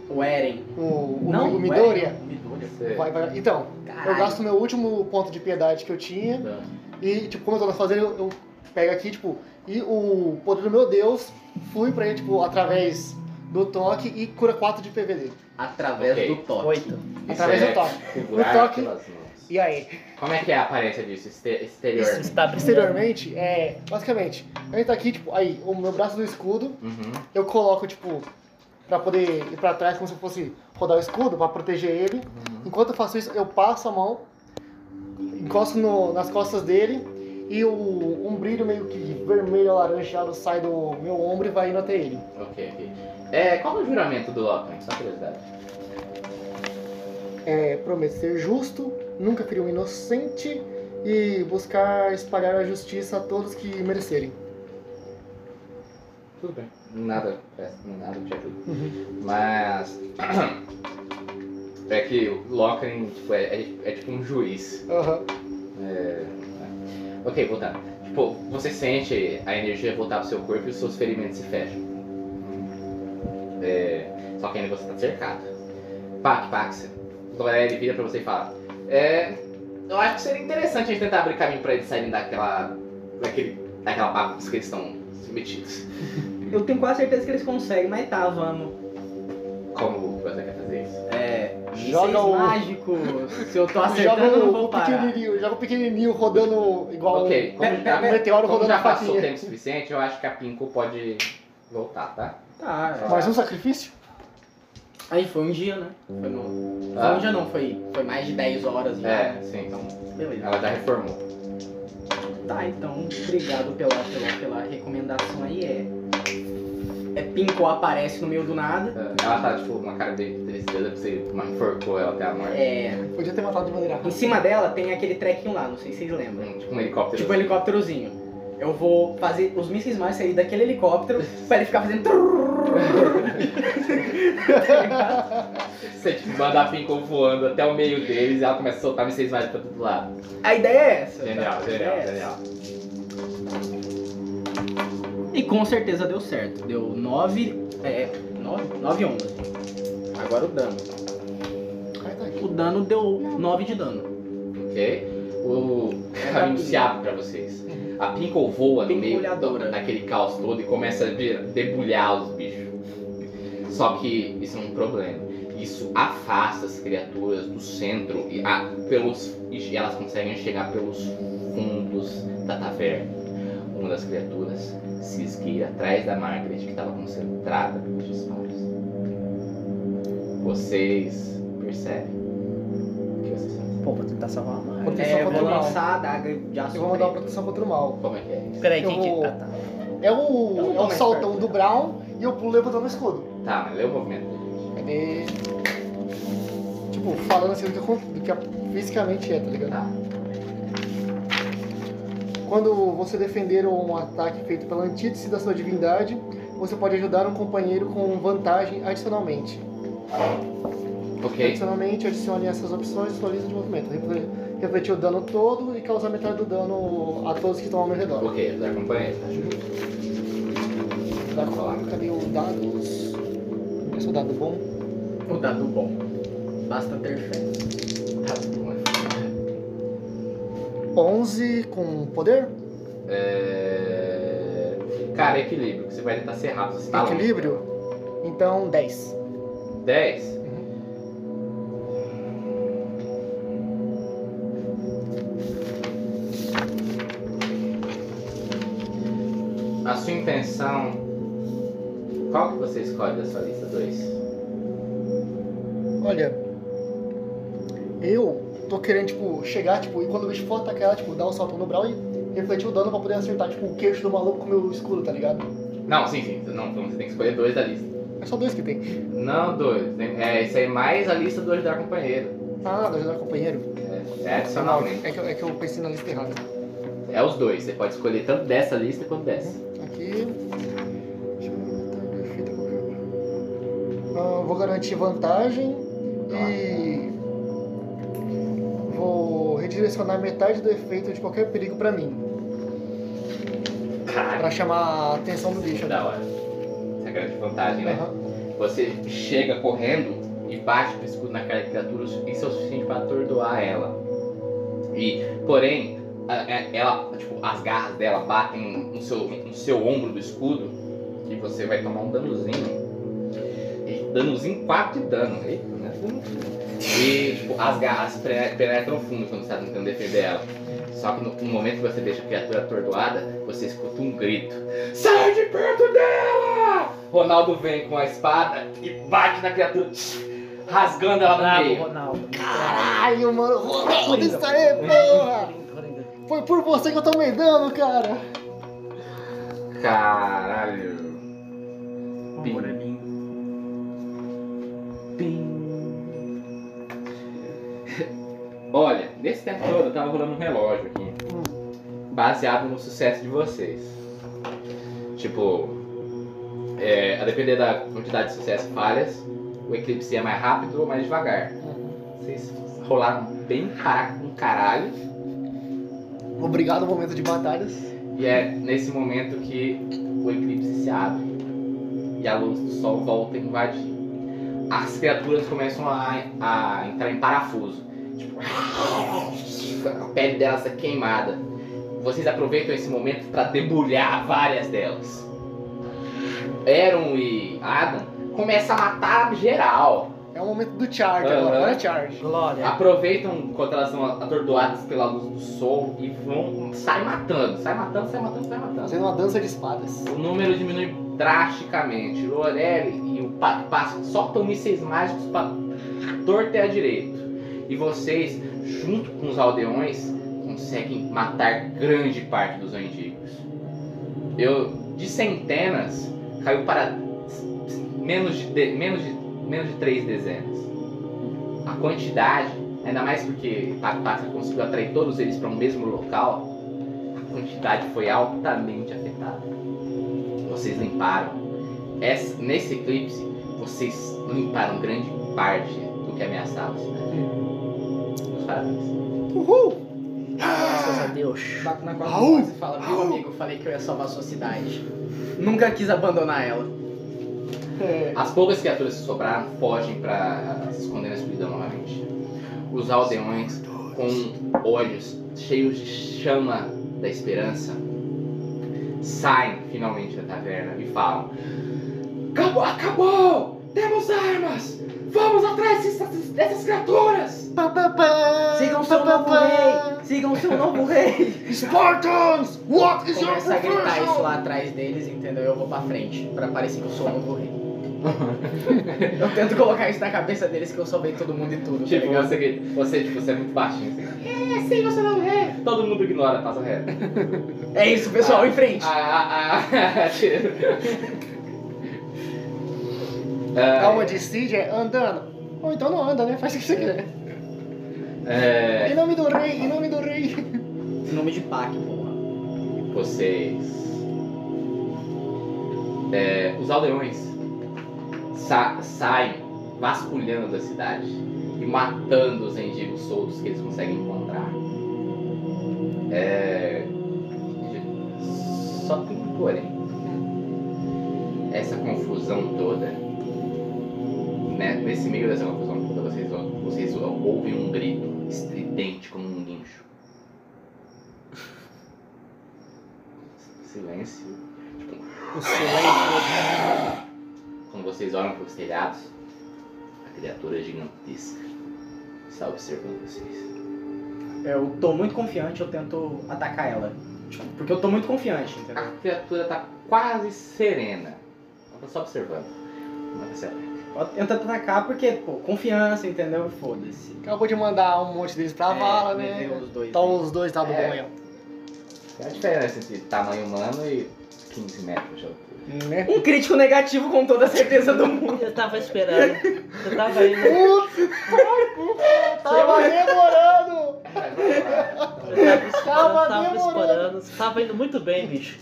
Speaker 1: O Eren.
Speaker 4: o, o,
Speaker 1: não,
Speaker 4: o Midoriya?
Speaker 1: Eren, o Midoriya.
Speaker 3: Você.
Speaker 4: Vai, vai- Então, eu
Speaker 1: Caralho.
Speaker 4: gasto meu último ponto de piedade que eu tinha
Speaker 3: Dano.
Speaker 4: e, tipo, como eu tô na fazenda, eu, eu pego aqui, tipo, e o poder do meu Deus flui pra ele, tipo, através do toque e cura 4 de PVD.
Speaker 1: Através
Speaker 3: Ok.
Speaker 1: do toque.
Speaker 2: 8.
Speaker 4: Através
Speaker 3: Isso
Speaker 4: do
Speaker 3: é
Speaker 4: toque.
Speaker 3: Segurar
Speaker 4: O toque-
Speaker 3: pelas mãos.
Speaker 4: E aí,
Speaker 3: Como é que é a aparência disso exte-
Speaker 2: Isso
Speaker 3: exteriormente?
Speaker 2: está brilhando.
Speaker 4: posteriormente, é, basicamente, ele tá aqui, tipo, aí, o meu braço do escudo,
Speaker 3: Uhum.
Speaker 4: eu coloco, tipo, pra poder ir pra trás como se eu fosse rodar o escudo pra proteger ele. Enquanto eu faço isso, eu passo a mão, encosto no- nas costas dele e o- um brilho meio que vermelho alaranjado sai do meu ombro e vai indo até ele.
Speaker 3: Ok, ok. É, qual é o juramento do Locan? Só curiosidade.
Speaker 4: É, prometo ser justo, nunca ferir um inocente e buscar espalhar a justiça a todos que merecerem.
Speaker 3: Tudo bem. Uhum. Nada, é, nada te ajuda. Mas. É que o Locan tipo, é, é- é tipo um juiz.
Speaker 4: Aham.
Speaker 3: É, Ok, voltando. Tipo, você sente a energia voltar pro seu corpo e os seus ferimentos se fecham. É, só que ainda você tá cercado. Pac, Pax. Agora ele vira pra você e fala: É. Eu acho que seria interessante a gente tentar abrir caminho pra eles saírem daquela. daquele. daquela bagunça que eles estão submetidos.
Speaker 1: Eu tenho quase certeza que eles conseguem, mas tá, vamos.
Speaker 3: Como você quer fazer isso?
Speaker 1: É.
Speaker 4: Joga
Speaker 1: mísseis
Speaker 4: o-
Speaker 1: mágicos. Se eu tô
Speaker 4: Joga
Speaker 1: acertando, eu não
Speaker 4: o,
Speaker 1: vou
Speaker 4: o
Speaker 1: parar.
Speaker 4: pequenininho, joga o pequenininho rodando igual
Speaker 3: Ok, como
Speaker 1: pera,
Speaker 4: um,
Speaker 1: pera,
Speaker 3: já,
Speaker 1: pera.
Speaker 4: meteoro
Speaker 3: como
Speaker 4: rodando
Speaker 3: já
Speaker 4: a
Speaker 3: passou
Speaker 4: faquinha.
Speaker 3: tempo suficiente, eu acho que a Pinko pode voltar, tá?
Speaker 1: Tá, é.
Speaker 4: Mais um sacrifício?
Speaker 1: Aí foi um dia, né? Foi no... Foi um dia não, foi, foi mais de 10 horas já.
Speaker 3: Ah. É, sim, então.
Speaker 1: Beleza.
Speaker 3: Ela já reformou.
Speaker 1: Tá, então, obrigado pela, pela, pela recomendação aí. É. é Pinko aparece no meio do nada.
Speaker 3: Ela tá, tipo, uma cara de tristeza, que você mas enforcou ela até a morte.
Speaker 1: É,
Speaker 4: Podia ter matado de maneira
Speaker 1: em
Speaker 4: rápida.
Speaker 1: cima dela tem aquele trequinho lá, não sei se vocês lembram.
Speaker 3: Um- Tipo um helicóptero.
Speaker 1: Tipo um helicópterozinho. Eu vou fazer os mísseis mais sair daquele helicóptero pra ele ficar fazendo. trrrr.
Speaker 3: Você tipo, manda a Pinko voando até o meio deles e ela começa a soltar mísseis mais pra todo lado.
Speaker 1: A ideia é essa.
Speaker 3: Genial,
Speaker 1: tá?
Speaker 3: genial,
Speaker 1: É essa.
Speaker 3: genial.
Speaker 1: E com certeza deu certo. Deu 9. É. 9? 9 e 11. Agora o dano.
Speaker 4: Aí tá aqui.
Speaker 1: O dano deu
Speaker 5: Não.
Speaker 1: 9 de dano.
Speaker 3: Ok?
Speaker 1: É
Speaker 3: O caminho se abre pra vocês. A Pinko voa no meio
Speaker 1: Pinkulhadora.
Speaker 3: daquele caos todo e começa a vir- debulhar os bichos. Só que isso é um problema. Isso afasta as criaturas do centro e a- pelos, e elas conseguem chegar pelos fundos da taverna. Uma das criaturas se esgueira atrás da Margaret que estava concentrada pelos disparos. Vocês percebem o que vocês fazem.
Speaker 2: Pô, vou tentar salvar a Mari.
Speaker 4: Proteção
Speaker 1: É, eu
Speaker 4: contra
Speaker 1: vou
Speaker 4: o mal.
Speaker 1: lançar a adaga de aço.
Speaker 4: Eu vou mandar uma
Speaker 1: preto.
Speaker 4: proteção contra o mal.
Speaker 3: Como é que é isso?
Speaker 2: Peraí,
Speaker 4: Eu
Speaker 2: quem que.
Speaker 4: vou-
Speaker 2: Ah, tá.
Speaker 4: É
Speaker 1: Eu não
Speaker 4: o,
Speaker 1: tô
Speaker 4: é o
Speaker 1: mais
Speaker 4: saltão
Speaker 1: perto.
Speaker 4: do Brown e eu pulo levantando o escudo.
Speaker 3: Tá, mas lê o movimento dele.
Speaker 4: Cadê? Tipo, falando assim do que, eu, con- do que a- fisicamente é, tá ligado?
Speaker 3: Tá.
Speaker 4: Quando você defender um ataque feito pela antítese da sua divindade, você pode ajudar um companheiro com vantagem adicionalmente.
Speaker 3: Ok.
Speaker 4: Adicionalmente, adicione essas opções à sua lista de movimento. Refle- Refletir o dano todo e causar metade do dano a todos que estão ao meu redor.
Speaker 3: Ok, já acompanhei. tá justo.
Speaker 4: Dá comigo, cadê o dados? Esse é o dado bom.
Speaker 1: O dado bom. Basta ter fé.
Speaker 3: Tá bom.
Speaker 4: 11 com poder?
Speaker 3: É... Cara, equilíbrio. que Você vai tentar ser rápido. Você tá longe.
Speaker 4: Equilíbrio? Então, 10.
Speaker 3: 10. A sua intenção. Qual que você escolhe da sua lista 2?
Speaker 4: Olha, eu tô querendo, tipo, chegar, tipo, e quando o bicho for atacar ela, tipo, dar um salto no Brawl e refletir o dano pra poder acertar, tipo, o queixo do maluco com o meu escudo, tá ligado?
Speaker 3: Não, sim, sim. Não, então você tem que escolher dois da lista.
Speaker 4: É só dois que tem.
Speaker 3: Não, dois. É, isso aí é mais a lista do ajudar companheiro.
Speaker 4: Ah, do ajudar o companheiro.
Speaker 3: É, é adicionalmente.
Speaker 4: É que, eu- é que eu pensei na lista errada.
Speaker 3: É os dois, você pode escolher tanto dessa lista quanto dessa.
Speaker 4: Tá Aqui. Deixa eu tá botar minha fita pra ver. Ah, vou garantir vantagem e. Vou redirecionar metade do efeito de qualquer perigo pra mim.
Speaker 3: Caralho,
Speaker 4: Pra chamar a atenção do bicho.
Speaker 3: da hora. Essa é a grande vantagem, né?
Speaker 4: Aham.
Speaker 3: Você chega correndo e bate o escudo na cara da criatura, isso é o suficiente pra atordoar ela. E, porém, a- a- ela, tipo, as garras dela batem no seu, no seu ombro do escudo e você vai tomar um danozinho. E danozinho 4 de dano. Eita, né? E, tipo, as garras pre- penetram fundo quando você tá tentando defender ela. Só que no, no momento que você deixa a criatura atordoada, você escuta um grito. Sai de perto dela! Ronaldo vem com a espada e bate na criatura, rasgando ela no
Speaker 2: Bravo,
Speaker 3: meio.
Speaker 2: Ronaldo.
Speaker 4: Caralho, mano. Ronaldo,
Speaker 2: Coringa.
Speaker 4: isso aí, porra!
Speaker 2: Coringa, Coringa.
Speaker 4: Foi por você que eu tomei dano, cara!
Speaker 3: Caralho. Pim.
Speaker 2: Amor é lindo. Pim.
Speaker 3: Olha, nesse tempo todo eu tava rolando um relógio aqui. Baseado no sucesso de vocês. Tipo, é, a depender da quantidade de sucesso e falhas, o eclipse é mais rápido ou mais devagar. Vocês rolaram bem caraca com caralho.
Speaker 4: Obrigado, momento de batalhas.
Speaker 3: E é nesse momento que o eclipse se abre e a luz do sol volta a invadir. As criaturas começam a, a entrar em parafuso. Tipo, a pele delas é queimada. Vocês aproveitam esse momento para debulhar várias delas. Eron e Adam começam a matar geral.
Speaker 4: É o momento do charge
Speaker 3: Aham.
Speaker 4: agora, agora é charge.
Speaker 2: Glória.
Speaker 3: Aproveitam enquanto elas são atordoadas pela luz do sol e vão. Sai matando, sai matando, sai matando, sai matando.
Speaker 4: Fazendo uma dança de espadas.
Speaker 3: O número diminui drasticamente. O Orelli e o Pato Passo soltam mísseis mágicos para torta e à direita. E vocês, junto com os aldeões, conseguem matar grande parte dos antigos. Eu, de centenas, caiu para menos de, de- menos de, menos de três dezenas. A quantidade, ainda mais porque a Pátria conseguiu atrair todos eles para o mesmo local, a quantidade foi altamente afetada. Vocês limparam. Essa- nesse eclipse, vocês limparam grande parte do que ameaçava a cidade. Meus parabéns.
Speaker 4: Uhul!
Speaker 2: Graças a Deus.
Speaker 1: Bato na
Speaker 4: Raul!
Speaker 1: costa e fala, meu
Speaker 4: Raul!
Speaker 1: amigo, eu falei que eu ia salvar a sua cidade. Nunca quis abandonar ela.
Speaker 4: É,
Speaker 3: As poucas criaturas que sobraram fogem para se esconder na escuridão novamente. Os aldeões com olhos cheios de chama da esperança, saem finalmente da taverna e falam: Acabou, acabou! Temos armas! Vamos atrás dessas, dessas criaturas!
Speaker 4: pá, pá, pá,
Speaker 1: Sigam seu
Speaker 4: pá,
Speaker 1: novo
Speaker 4: pá,
Speaker 1: rei! Sigam seu novo rei!
Speaker 4: pá. Spartans, what is your
Speaker 1: Começa a gritar
Speaker 4: profession?
Speaker 1: isso lá atrás deles, entendeu? Eu vou pra frente, pra parecer que eu sou o novo rei. eu tento colocar isso na cabeça deles que eu salvei todo mundo e tudo, tá
Speaker 3: Tipo,
Speaker 1: ligado?
Speaker 3: você, que- você, tipo, você é muito baixinho. Assim, é, sim, você não é. Todo mundo ignora, passa reto.
Speaker 1: É isso, pessoal,
Speaker 3: Ah,
Speaker 1: em frente!
Speaker 3: Ah, ah, ah, um
Speaker 4: Alma de Cid é andando. Ou então não anda, né? Faz o que você quiser.
Speaker 3: É,
Speaker 4: Em nome do rei, em nome do rei.
Speaker 1: Em nome de Pac, porra.
Speaker 3: vocês. É, os aldeões sa- saem vasculhando a cidade e matando os mendigos soltos que eles conseguem encontrar. É, só tem um porém. Essa confusão toda, né, nesse meio dessa confusão toda, vocês, vocês ouvem um grito estridente como um guincho. Silêncio.
Speaker 2: O silêncio.
Speaker 3: Quando vocês olham para os telhados, a criatura é gigantesca está observando vocês.
Speaker 1: Eu tô muito confiante, eu tento atacar ela. Tipo, porque eu tô muito confiante, entendeu?
Speaker 3: A criatura está quase serena. Ela está só observando. Como é que você ataca?
Speaker 1: Eu tento atacar porque, pô, confiança, entendeu? Foda-se.
Speaker 4: Acabou de mandar um monte deles pra
Speaker 1: É,
Speaker 4: vala, né?
Speaker 1: meteu Os dois,
Speaker 4: Então os dois tá bom,
Speaker 3: É.
Speaker 4: é.
Speaker 3: Tem é a diferença entre tamanho humano e 15 metros de altura.
Speaker 4: né?
Speaker 1: Um crítico negativo com toda a certeza do mundo.
Speaker 2: Eu tava esperando. Eu tava indo.
Speaker 4: Tava Tá
Speaker 2: É,
Speaker 4: demorando!
Speaker 3: Vai, vai, vai.
Speaker 2: Eu tava,
Speaker 4: Tava
Speaker 2: eu tava
Speaker 4: demorando.
Speaker 2: esperando. Você tava indo muito bem, bicho.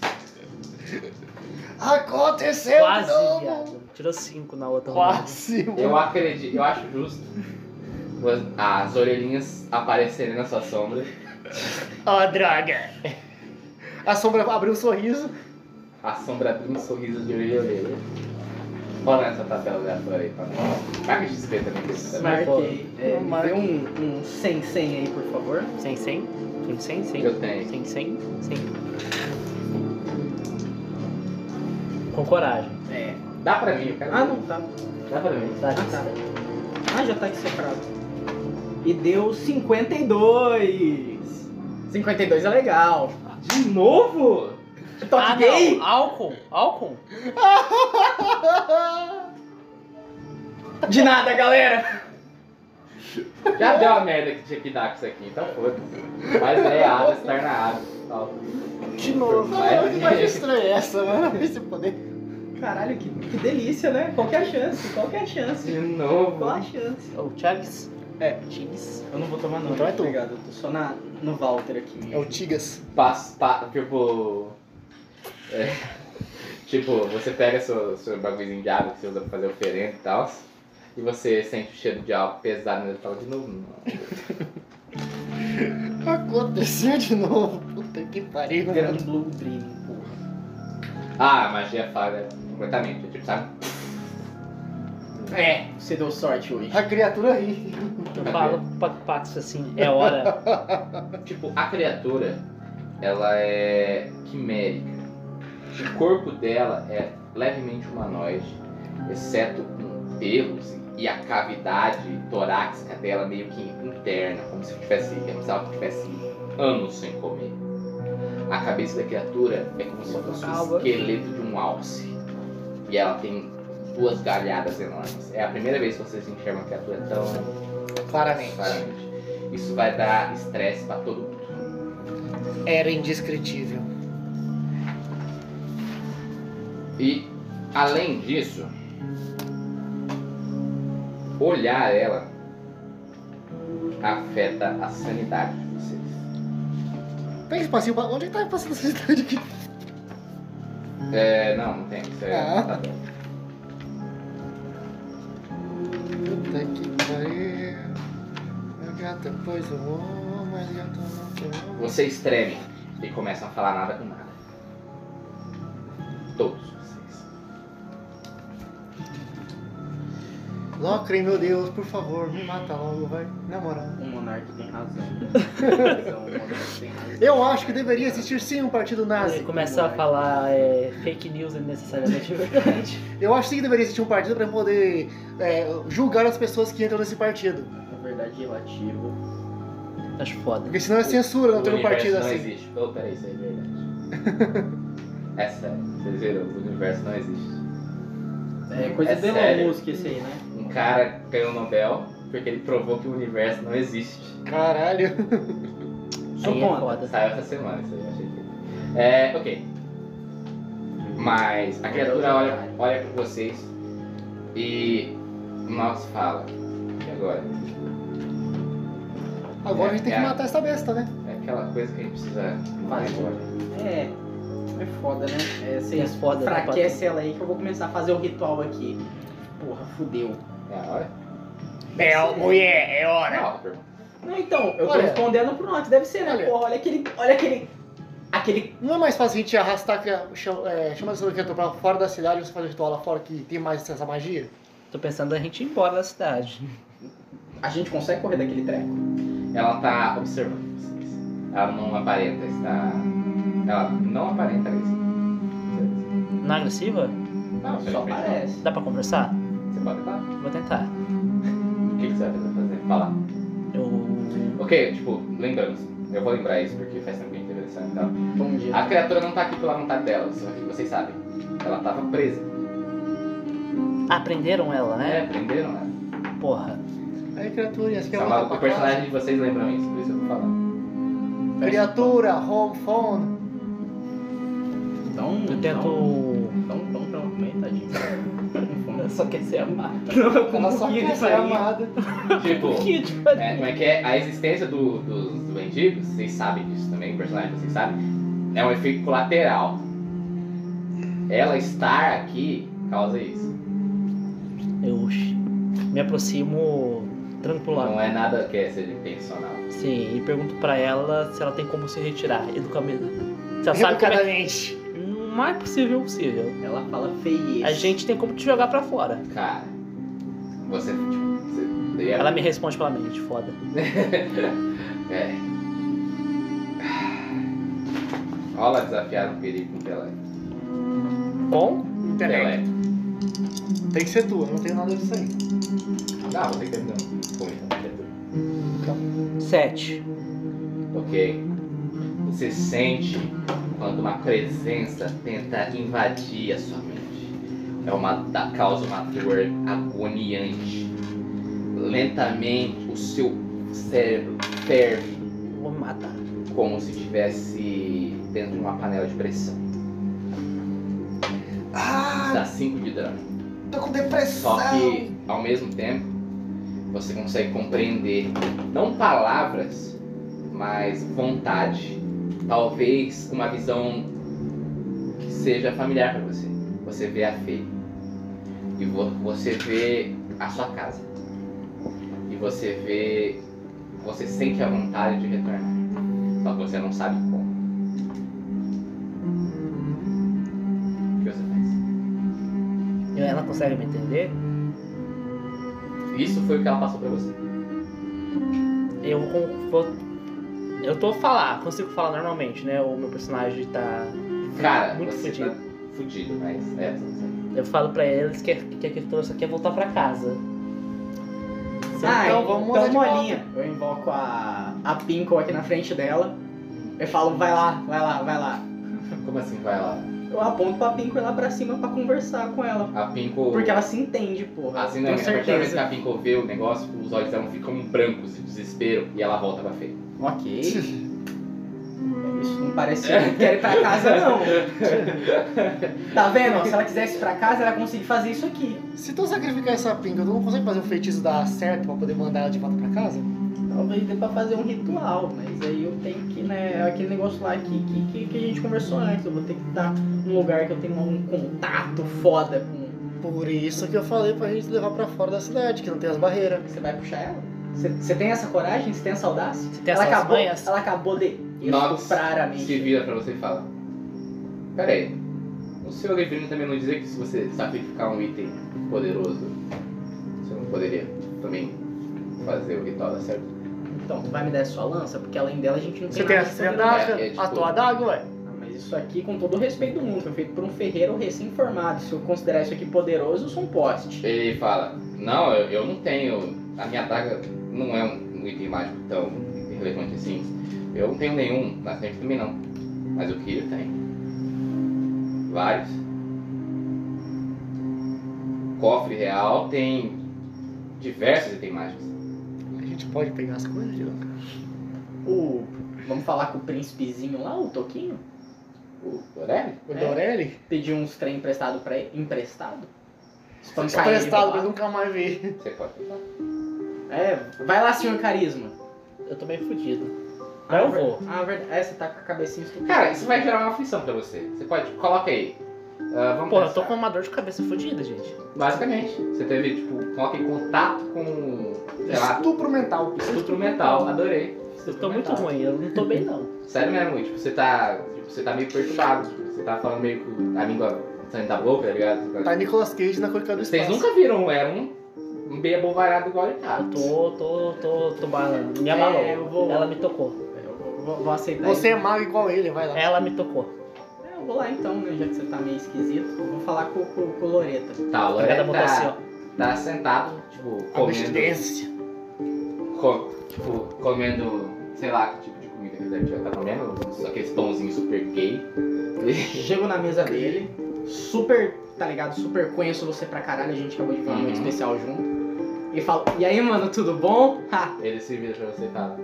Speaker 4: Aconteceu!
Speaker 2: Quase,
Speaker 4: não.
Speaker 2: viado. Tirou cinco na outra.
Speaker 4: Quase!
Speaker 3: Eu acredito, eu acho justo as orelhinhas aparecerem na sua sombra.
Speaker 4: A Ah, droga! A sombra abriu um sorriso.
Speaker 3: A sombra abriu um sorriso de orelha a orelha. Olha essa tabela aleatória aí pra nós. Marca XP também que você sabe.
Speaker 1: Marquei. É,
Speaker 4: Eu
Speaker 1: me
Speaker 4: marco.
Speaker 1: dê um, um 100 100 aí, por favor.
Speaker 2: Sem, sem. Sem, sem, sem.
Speaker 3: Eu tenho.
Speaker 2: Sem, sem, sem. Com coragem.
Speaker 1: É.
Speaker 3: Dá pra mim, eu quero.
Speaker 1: Ah, não, tá.
Speaker 3: Dá pra mim.
Speaker 2: Dá
Speaker 1: Ah,
Speaker 2: licença.
Speaker 1: tá. Ah, já tá aqui separado. E deu 52. 52 é legal.
Speaker 3: De novo?
Speaker 1: Toque
Speaker 2: ah,
Speaker 1: gay?
Speaker 2: não. Álcool. Álcool.
Speaker 1: De nada, galera.
Speaker 3: Já deu a merda que tinha que dar com isso aqui, então foda-se. Mas é água, estar na água. Tal.
Speaker 2: De
Speaker 3: novo.
Speaker 4: Mano, que magia estranha é essa, mano? Esse poder.
Speaker 1: Caralho, que, que delícia, né? Qual que é a chance? Qual que é a chance?
Speaker 3: De
Speaker 1: Qual a
Speaker 3: novo.
Speaker 1: chance?
Speaker 2: O Chaves.
Speaker 1: É.
Speaker 2: Chaves.
Speaker 1: Eu não vou tomar não,
Speaker 4: Então é tu.
Speaker 1: obrigado. Eu tô só na, no Walter aqui mesmo.
Speaker 4: É o Tigas.
Speaker 3: Passa, pa, tipo. é, tipo, você pega seu, seu bagulhozinho de água que você usa pra fazer oferenda e tal. E você sente o cheiro de álcool pesado nele e fala de novo. Não.
Speaker 4: Aconteceu de novo. Puta que pariu,
Speaker 1: Grand
Speaker 4: mano.
Speaker 1: Blue Dream, porra.
Speaker 3: Ah, a magia falha completamente. Tipo, sabe?
Speaker 1: É, você deu sorte hoje.
Speaker 4: A criatura ri.
Speaker 2: Eu falo pra Pax assim, é hora.
Speaker 3: Tipo, a criatura, ela é quimérica. O corpo dela é levemente humanoide, exceto com pelos e a cavidade torácica dela meio que interna, como se tivesse, é como se ela tivesse anos sem comer. A cabeça da criatura é como se fosse o esqueleto de um alce. E ela tem duas galhadas enormes. É a primeira vez que vocês enxergam a criatura tão
Speaker 4: Claramente.
Speaker 3: Claramente. Isso vai dar estresse pra todo mundo.
Speaker 4: Era indescritível.
Speaker 3: E além disso, olhar ela afeta a sanidade de vocês.
Speaker 4: Tem espacinho pra... Onde é que tá passando essa cidade aqui?
Speaker 3: É, não, não tem. Isso é
Speaker 4: Ah.
Speaker 3: tá bom.
Speaker 4: Puta que pariu. Meu gato, pois eu vou, mas gato não tem.
Speaker 3: Vocês tremem e começam a falar nada com nada. Todos vocês.
Speaker 4: Locre, meu Deus, por favor, me mata logo, vai. Na moral.
Speaker 1: O Um monarca tem razão. Então, o monarca tem razão.
Speaker 4: Eu acho que deveria existir sim um partido
Speaker 2: Você
Speaker 4: nazi.
Speaker 2: começa a falar é, fake news é necessariamente verdade.
Speaker 4: Eu acho sim que deveria existir um partido pra poder é, julgar as pessoas que entram nesse partido.
Speaker 1: Na verdade, eu ativo.
Speaker 2: Acho foda.
Speaker 4: Porque senão é censura não ter um
Speaker 3: universo
Speaker 4: partido
Speaker 3: não
Speaker 4: assim.
Speaker 3: existe. Oh, peraí, isso é verdade. é sério, vocês viram? O universo não existe.
Speaker 1: É coisa
Speaker 3: É
Speaker 1: do Elon
Speaker 3: sério?
Speaker 1: Musk esse aí, né?
Speaker 3: Um cara ganhou o Nobel porque ele provou que o universo não existe.
Speaker 4: Caralho.
Speaker 1: Sou
Speaker 2: Aí é
Speaker 1: contra.
Speaker 2: foda.
Speaker 3: Saiu essa semana, isso aí eu achei que. É, ok. Mas a criatura olha, olha pra vocês e Nox fala. E agora?
Speaker 4: Agora a gente tem que
Speaker 3: É.
Speaker 4: matar essa besta, né?
Speaker 3: É aquela coisa que a gente precisa mais agora.
Speaker 1: É. É foda, né? É,
Speaker 2: É
Speaker 1: vocês
Speaker 2: foda, né,
Speaker 1: fraquece ela aí que eu vou começar a fazer o ritual aqui. Porra, fudeu.
Speaker 3: É a hora?
Speaker 1: Bel,
Speaker 4: mulher, é
Speaker 3: Não, a pergunta.
Speaker 1: Não, então, eu tô
Speaker 4: Olha.
Speaker 1: respondendo pro Nox, deve ser, né?
Speaker 4: Olha.
Speaker 1: Porra, olha aquele. Olha aquele. Aquele.
Speaker 4: Não é mais fácil a gente arrastar, cria- cha- é, chamar essa criatura pra fora da cidade e você fazer o ritual lá fora que tem mais essa magia?
Speaker 2: Tô pensando a gente ir embora da cidade.
Speaker 1: A gente consegue correr daquele treco?
Speaker 3: Ela tá observando vocês. Ela não aparenta estar. Ela não aparenta isso.
Speaker 2: Na é agressiva?
Speaker 3: Não,
Speaker 1: Só parece.
Speaker 2: Dá pra conversar?
Speaker 3: Você pode falar.
Speaker 2: Vou tentar.
Speaker 3: O que que você vai fazer? Falar.
Speaker 2: Eu.
Speaker 3: Ok, tipo, lembrando. Eu vou lembrar isso porque faz tempo que a gente teve então. lição e tal.
Speaker 1: Bom dia.
Speaker 3: A criatura não tá aqui pela vontade dela, só que vocês sabem. Ela tava presa.
Speaker 2: Aprenderam ela, né?
Speaker 3: É, prenderam ela.
Speaker 2: Porra.
Speaker 4: Aí, criatura, você quer
Speaker 3: Só
Speaker 4: voltar
Speaker 3: mal-
Speaker 4: pra
Speaker 3: O
Speaker 4: casa?
Speaker 3: é personagem de vocês lembram isso, por isso eu vou falar.
Speaker 4: Criatura, home phone.
Speaker 1: Então,
Speaker 2: Eu tento.
Speaker 1: Então, então, então, também, tadinho.
Speaker 2: Só quer ser amada.
Speaker 4: Ela só quer ser amada.
Speaker 3: Tipo,
Speaker 2: Que
Speaker 3: é,
Speaker 2: diferente.
Speaker 3: como é que é? A existência do, dos mendigos, vocês sabem disso também, o personagem vocês sabem, é um efeito colateral. Ela estar aqui causa isso.
Speaker 2: Eu sh- me aproximo tranquilamente.
Speaker 3: Não é nada que é seja intencional.
Speaker 2: Sim, e pergunto pra ela se ela tem como se retirar. Educamente. Se ela sabe como é
Speaker 4: Educadamente.
Speaker 2: que... Mais possível possível.
Speaker 1: Ela fala feia.
Speaker 2: A gente tem como te jogar pra fora.
Speaker 3: Cara, você, tipo, você, e
Speaker 2: Ela me responde pela mente, foda.
Speaker 3: É. Rola desafiar um perigo com Pelé.
Speaker 2: Bom,
Speaker 3: Pelé.
Speaker 4: Tem que ser tua, não tem nada disso aí.
Speaker 3: Não, você Ah, que não. Comigo.
Speaker 2: sete.
Speaker 3: Ok. Você sente quando uma presença tenta invadir a sua mente. É uma da causa uma dor agoniante. Lentamente o seu cérebro ferve
Speaker 2: Vou me matar.
Speaker 3: como se estivesse dentro de uma panela de pressão.
Speaker 4: Ah,
Speaker 3: Dá 5 de dano.
Speaker 4: tô com depressão.
Speaker 3: Só que, ao mesmo tempo, você consegue compreender não palavras, mas vontade. Talvez uma visão que seja familiar para você. Você vê a Fê. E vo- você vê a sua casa. E você vê. Você sente a vontade de retornar. Só que você não sabe como. O que você faz?
Speaker 2: E Ela consegue me entender?
Speaker 3: Isso foi o que ela passou pra você.
Speaker 2: Eu con- vou. Eu tô falar, consigo falar normalmente, né? O meu personagem tá.
Speaker 3: Cara,
Speaker 2: muito
Speaker 3: você
Speaker 2: fudido.
Speaker 3: tá fudido, mas é, você-
Speaker 2: Eu falo pra eles que, que a criatura só quer voltar pra casa.
Speaker 1: Ah,
Speaker 4: Então
Speaker 1: então
Speaker 4: vamos
Speaker 1: vamos
Speaker 4: mudar de pauta.
Speaker 1: molinha. Eu invoco a, a Pinkle aqui na frente dela. Eu falo, vai lá, vai lá, vai lá.
Speaker 3: Como assim vai lá?
Speaker 1: Eu aponto pra Pinkle lá pra cima pra conversar com ela.
Speaker 3: A Pinko.
Speaker 1: Porque ela se entende, porra.
Speaker 3: Assim, não,
Speaker 1: tenho
Speaker 3: a partir da vez que
Speaker 1: certeza.
Speaker 3: a Pinko vê o negócio, os olhos dela ficam brancos de desespero e ela volta pra feia.
Speaker 1: Ok. Isso não parece que eu quero ir pra casa, não. Tá vendo? ó? Se ela quisesse ir pra casa, ela ia conseguir fazer isso aqui.
Speaker 4: Se tu sacrificar essa pinga, tu não consegue fazer um feitiço dar certo pra poder mandar ela de volta pra casa?
Speaker 1: Talvez dê pra fazer um ritual, mas aí eu tenho que, né, é aquele negócio lá que, que, que, que a gente conversou antes. Eu vou ter que estar num lugar que eu tenho um contato foda com.
Speaker 4: Por isso que eu falei pra gente levar pra fora da cidade, que não tem as barreiras.
Speaker 1: Você vai puxar ela? Você- Você tem essa coragem? Você tem essa audácia?
Speaker 2: Você tem
Speaker 1: ela
Speaker 2: essas
Speaker 1: acabou,
Speaker 2: manhas?
Speaker 1: ela acabou de
Speaker 3: Nox
Speaker 1: estuprar a mente.
Speaker 3: se vira pra você e fala: Pera aí, o seu Alevrino também não dizia que se você sacrificar um item poderoso, você não poderia também fazer o ritual dar certo?
Speaker 1: Então, tu vai me dar sua lança? Porque além dela a gente não
Speaker 4: Você
Speaker 1: tem
Speaker 4: tem a
Speaker 1: nada
Speaker 4: sua
Speaker 1: sobre
Speaker 4: adaga,
Speaker 3: É, é tipo-
Speaker 4: a tua adaga, ué.
Speaker 1: Ah, Mas isso aqui, com todo o respeito do mundo, foi feito por um ferreiro recém-formado. Se eu considerar isso aqui poderoso, eu sou um poste.
Speaker 3: Ele fala: Não, eu, eu não tenho. A minha adaga não é um, um item mágico tão relevante assim. Eu não tenho nenhum, na frente também não. Mas o Kiro tem. Vários. Cofre real tem diversos itens mágicos.
Speaker 4: A gente pode pegar as coisas, Diego?
Speaker 1: O... Vamos falar com o príncipezinho lá, o Toquinho?
Speaker 3: O Dorelli?
Speaker 4: O
Speaker 1: É.
Speaker 4: Dorelli?
Speaker 1: Pedir uns trem emprestado pra ele. Emprestado? Espancar ele,
Speaker 4: Tá Prestado pra
Speaker 1: roubar.
Speaker 4: ele nunca mais ver.
Speaker 3: Você pode tentar.
Speaker 1: É, vai lá, senhor Carisma.
Speaker 2: Eu tô meio fudido. Mas eu
Speaker 1: Ah, ver-
Speaker 2: vou.
Speaker 1: Ah, verdade. É, você tá com a cabecinha É, estupida.
Speaker 3: Cara, isso vai gerar uma aflição pra você. Você pode. Coloca aí. Ah, vamos
Speaker 2: Pô, eu
Speaker 3: pensar.
Speaker 2: tô com uma dor de cabeça fodida, gente.
Speaker 3: Basicamente, você teve, tipo, coloca em contato com. Sei É lá,
Speaker 4: Estupro mental.
Speaker 3: estupro mental. Adorei.
Speaker 2: Eu
Speaker 3: Estupro
Speaker 2: tô muito
Speaker 3: mental.
Speaker 2: ruim, eu não tô bem não.
Speaker 3: Sério mesmo, tipo, você tá. Tipo, você tá meio perturbado. tipo, você tá falando meio com a língua saindo da boca, tá ligado?
Speaker 4: Tá Nicolas Cage na coitada do
Speaker 3: Vocês
Speaker 4: espaço.
Speaker 3: nunca viram, era um, um bem abovarado igual ele tá.
Speaker 2: Eu tô, tô, tô, tô balando. Me abalou.
Speaker 1: É, eu vou-
Speaker 2: Ela me tocou.
Speaker 1: É, Eu vou, vou- vou aceitar
Speaker 4: Você é
Speaker 1: isso.
Speaker 4: mago igual ele, vai lá.
Speaker 2: Ela me tocou.
Speaker 1: É, eu vou lá então, né? Já que você tá meio esquisito. Eu vou falar com, com, com o Loreta.
Speaker 3: Tá, o
Speaker 2: Ela
Speaker 3: Lorena
Speaker 2: botou assim,
Speaker 3: tá,
Speaker 2: ó.
Speaker 3: tá sentado, tipo, comendo.
Speaker 4: Abstinência.
Speaker 3: co- tipo, comendo, sei lá, que tipo de comida que ele deve tá comendo. Aqueles pãozinhos super gay.
Speaker 1: Chego na mesa dele, super, tá ligado? Super conheço você pra caralho, a gente acabou de ver uma noite
Speaker 3: Uhum.
Speaker 1: especial junto. E falo, e aí, mano, tudo bom? Ah, Ha!
Speaker 3: Ele se vira pra você e fala: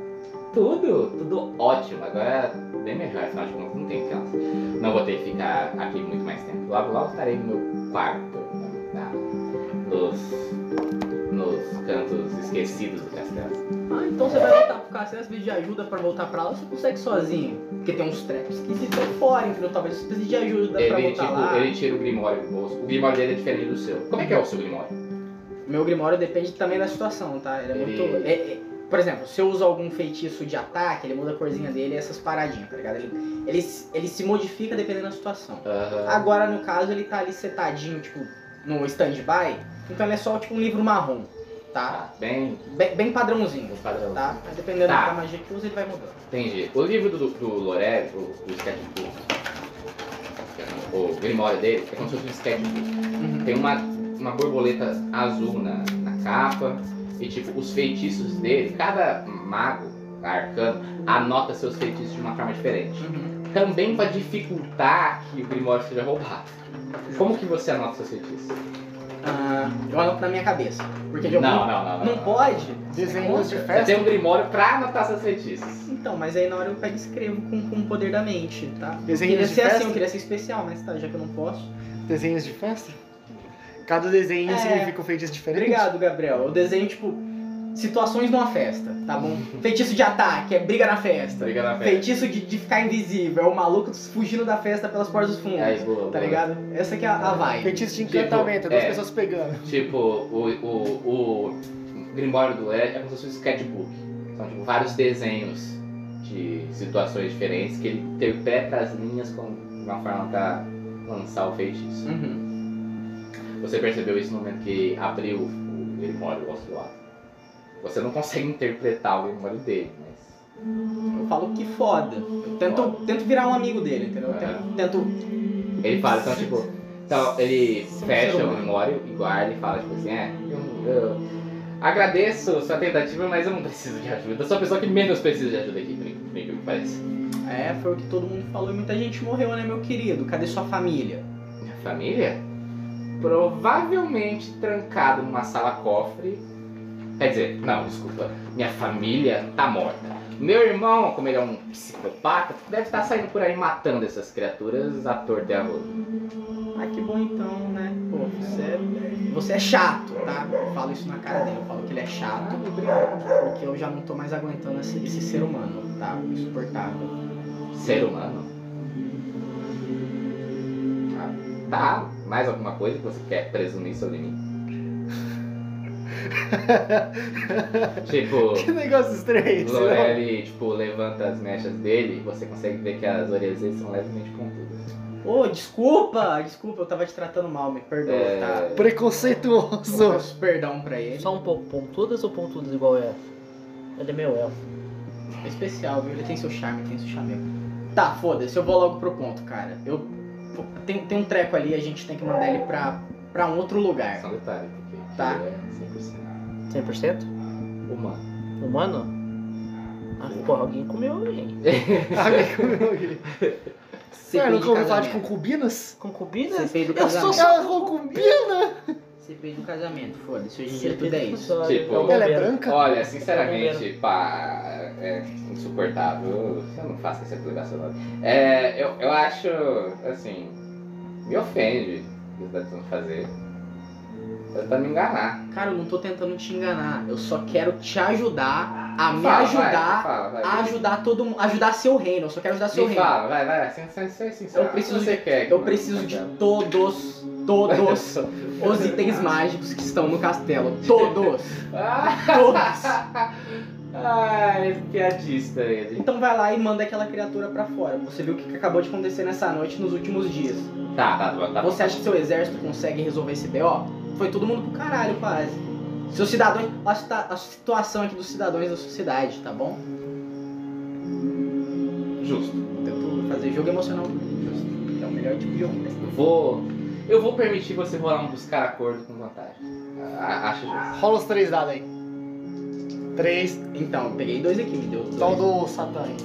Speaker 3: Tudo, tudo ótimo. Agora é bem melhor, afinal de contas, não tem aquelas. Não vou ter que ficar aqui muito mais tempo. Logo, logo estarei no meu quarto, na, nos, nos cantos esquecidos do castelo.
Speaker 1: Ah, então você vai voltar pro castelo, às vezes de ajuda pra voltar pra lá, você consegue sozinho. Porque tem uns traps esquisitos aí fora, entendeu? Talvez você precise de ajuda pra
Speaker 3: Ele,
Speaker 1: voltar
Speaker 3: tipo,
Speaker 1: lá.
Speaker 3: ele tira o grimório do bolso. O grimório dele é diferente do seu. Como é que é o seu grimório?
Speaker 1: Meu grimório depende também da situação, tá? Ele é
Speaker 3: Ele-
Speaker 1: muito. é- é- Por exemplo, se eu uso algum feitiço de ataque, ele muda a corzinha dele e essas paradinhas, tá ligado? Ele, ele, se- ele se modifica dependendo da situação.
Speaker 3: Aham.
Speaker 1: Agora, no caso, ele tá ali setadinho, tipo, no stand-by. Então ele é só, tipo, um livro marrom, tá?
Speaker 3: Tá, bem,
Speaker 1: Bem, bem padrãozinho,
Speaker 3: os padrão.
Speaker 1: tá? Mas dependendo
Speaker 3: Tá.
Speaker 1: da magia que usa, ele vai mudando.
Speaker 3: Entendi. O livro do, do Loré, o, o sketchbook, o grimório dele, é como se fosse um sketchbook.
Speaker 1: Uhum.
Speaker 3: Tem uma, uma borboleta azul na, na capa. E tipo, os feitiços dele, cada mago arcano anota seus feitiços de uma forma diferente.
Speaker 1: Uhum.
Speaker 3: Também pra dificultar que o Grimório seja roubado. Como que você anota seus feitiços?
Speaker 1: Ah, eu anoto na minha cabeça. Porque de
Speaker 3: Não,
Speaker 1: algum...
Speaker 3: não, não. Não,
Speaker 1: Não pode? é
Speaker 4: Desenhos de
Speaker 3: Você
Speaker 4: festa.
Speaker 3: tem um Grimório pra anotar seus feitiços.
Speaker 1: Então, mas aí na hora eu pego e escrevo com, com o poder da mente, tá? Eu queria
Speaker 4: Desenhos de
Speaker 1: ser assim, eu
Speaker 4: festa.
Speaker 1: queria ser especial, mas tá, já que eu não posso.
Speaker 4: Desenhos de festa. Cada desenho
Speaker 1: É.
Speaker 4: significa um feitiço diferente.
Speaker 1: Obrigado, Gabriel. Eu desenho, tipo, situações numa festa, tá bom? Feitiço de ataque, é briga na festa.
Speaker 3: Tá ligado na festa?
Speaker 1: Feitiço de, de ficar invisível, é o maluco fugindo da festa pelas portas dos fundos.
Speaker 3: Aí, boa,
Speaker 1: Tá
Speaker 3: boa.
Speaker 1: ligado? Essa que é a, a vibe.
Speaker 4: Hum, é Feitiço de
Speaker 3: Tipo,
Speaker 4: encantamento, duas
Speaker 3: é.
Speaker 4: pessoas pegando.
Speaker 3: Tipo, o, o, o Grimório do Lé é como se fosse um sketchbook. São tipo, vários desenhos de situações diferentes que ele interpreta as linhas como uma forma pra lançar o feitiço.
Speaker 1: Uhum.
Speaker 3: Você percebeu isso no momento que abriu o Grimório ao seu lado. Você não consegue interpretar o Grimório dele, mas.
Speaker 1: Eu falo que foda. Eu tento, tento virar um amigo dele, entendeu?
Speaker 4: É.
Speaker 1: Eu tento, tento-
Speaker 3: Ele fala, então, tipo. Então, ele
Speaker 1: Sim,
Speaker 3: fecha
Speaker 1: ser
Speaker 3: o
Speaker 1: humano.
Speaker 3: Grimório e guarda e fala, tipo assim, é. Eu, eu agradeço sua tentativa, mas eu não preciso de ajuda. Eu sou a pessoa que menos precisa de ajuda aqui, por incrível que pareça.
Speaker 1: É, foi o que todo mundo falou e muita gente morreu, né, meu querido? Cadê sua família?
Speaker 3: Minha família? Provavelmente trancado numa sala cofre. Quer dizer, não, desculpa. Minha família tá morta. Meu irmão, como ele é um psicopata, deve estar saindo por aí matando essas criaturas à torta e à roda.
Speaker 1: Ah, que bom então, né? Pô, você, você é chato, tá? Eu falo isso na cara dele, eu falo que ele é chato, porque eu já não tô mais aguentando esse, esse ser humano, tá? Insuportável.
Speaker 3: Ser humano. Tá? Tá? Mais alguma coisa que você quer presumir sobre mim? tipo,
Speaker 4: que negócio estranho. isso, né?
Speaker 3: Lorelli, tipo, levanta as mechas dele e você consegue ver que as orelhas dele são levemente pontudas.
Speaker 1: Ô, desculpa, desculpa, eu tava te tratando mal, me perdoa,
Speaker 3: É.
Speaker 1: tá? Eu
Speaker 4: Preconceituoso.
Speaker 1: peço perdão pra ele.
Speaker 2: Só um pouco pontudas ou pontudas igual essa? Ele é meu elfo.
Speaker 1: É especial, viu? Ele tem seu charme, tem seu chamego. Tá, foda-se, eu vou logo pro ponto, cara. Eu. Tem, tem um treco ali, a gente tem que mandar ele pra, pra um outro
Speaker 4: É.
Speaker 1: lugar.
Speaker 3: Só um detalhe, porque
Speaker 1: Tá.
Speaker 3: ele é
Speaker 2: 100%?
Speaker 3: 100% humano.
Speaker 2: Humano? Ah, porra, alguém comeu alguém.
Speaker 4: Alguém comeu alguém. Ué, não comeu falar de concubinas?
Speaker 2: Concubina?
Speaker 1: CPI do
Speaker 2: Eu sou
Speaker 1: casamento.
Speaker 2: só-
Speaker 4: Ela é concubina?
Speaker 1: CPI do casamento, foda-se. Hoje em dia tudo é isso.
Speaker 3: Tipo,
Speaker 4: Ela é branca?
Speaker 3: Olha, sinceramente, pá, é insuportável. Eu não faço essa obrigação. não. É, eu, eu acho, assim, me ofende o que você tá tentando fazer. Você tá me enganar.
Speaker 1: Cara, eu não tô tentando te enganar. Eu só quero te ajudar a Ah, me
Speaker 3: Fala, vai,
Speaker 1: ajudar
Speaker 3: fala, vai.
Speaker 1: a ajudar todo mundo. Ajudar seu reino. Eu só quero ajudar seu
Speaker 3: Me
Speaker 1: reino.
Speaker 3: fala, vai, vai, sem sem- sem- sem- sem-
Speaker 1: Eu preciso
Speaker 3: o que você quer. que
Speaker 1: Eu
Speaker 3: eu
Speaker 1: preciso de
Speaker 3: faça?
Speaker 1: todos, todos os itens mágicos que estão no castelo. Todos! Todos!
Speaker 3: Ai, piadista ele.
Speaker 1: Então vai lá e manda aquela criatura pra fora. Você viu o que acabou de acontecer nessa noite nos últimos dias.
Speaker 3: Tá, tá, tá. tá.
Speaker 1: Você acha que seu exército consegue resolver esse BO? Foi todo mundo pro caralho, quase. Seus cidadãos. A, cita- a situação aqui dos cidadãos da sociedade, tá bom?
Speaker 3: Justo.
Speaker 1: Eu tento fazer jogo emocional. que É o melhor tipo de jogo. né?
Speaker 3: Eu vou. Eu vou permitir você rolar um buscar acordo com vantagem. A- Acho justo.
Speaker 4: Rola os três dados aí. Três.
Speaker 1: Então, eu peguei dois aqui, me deu dois.
Speaker 4: Só o do Satã aí.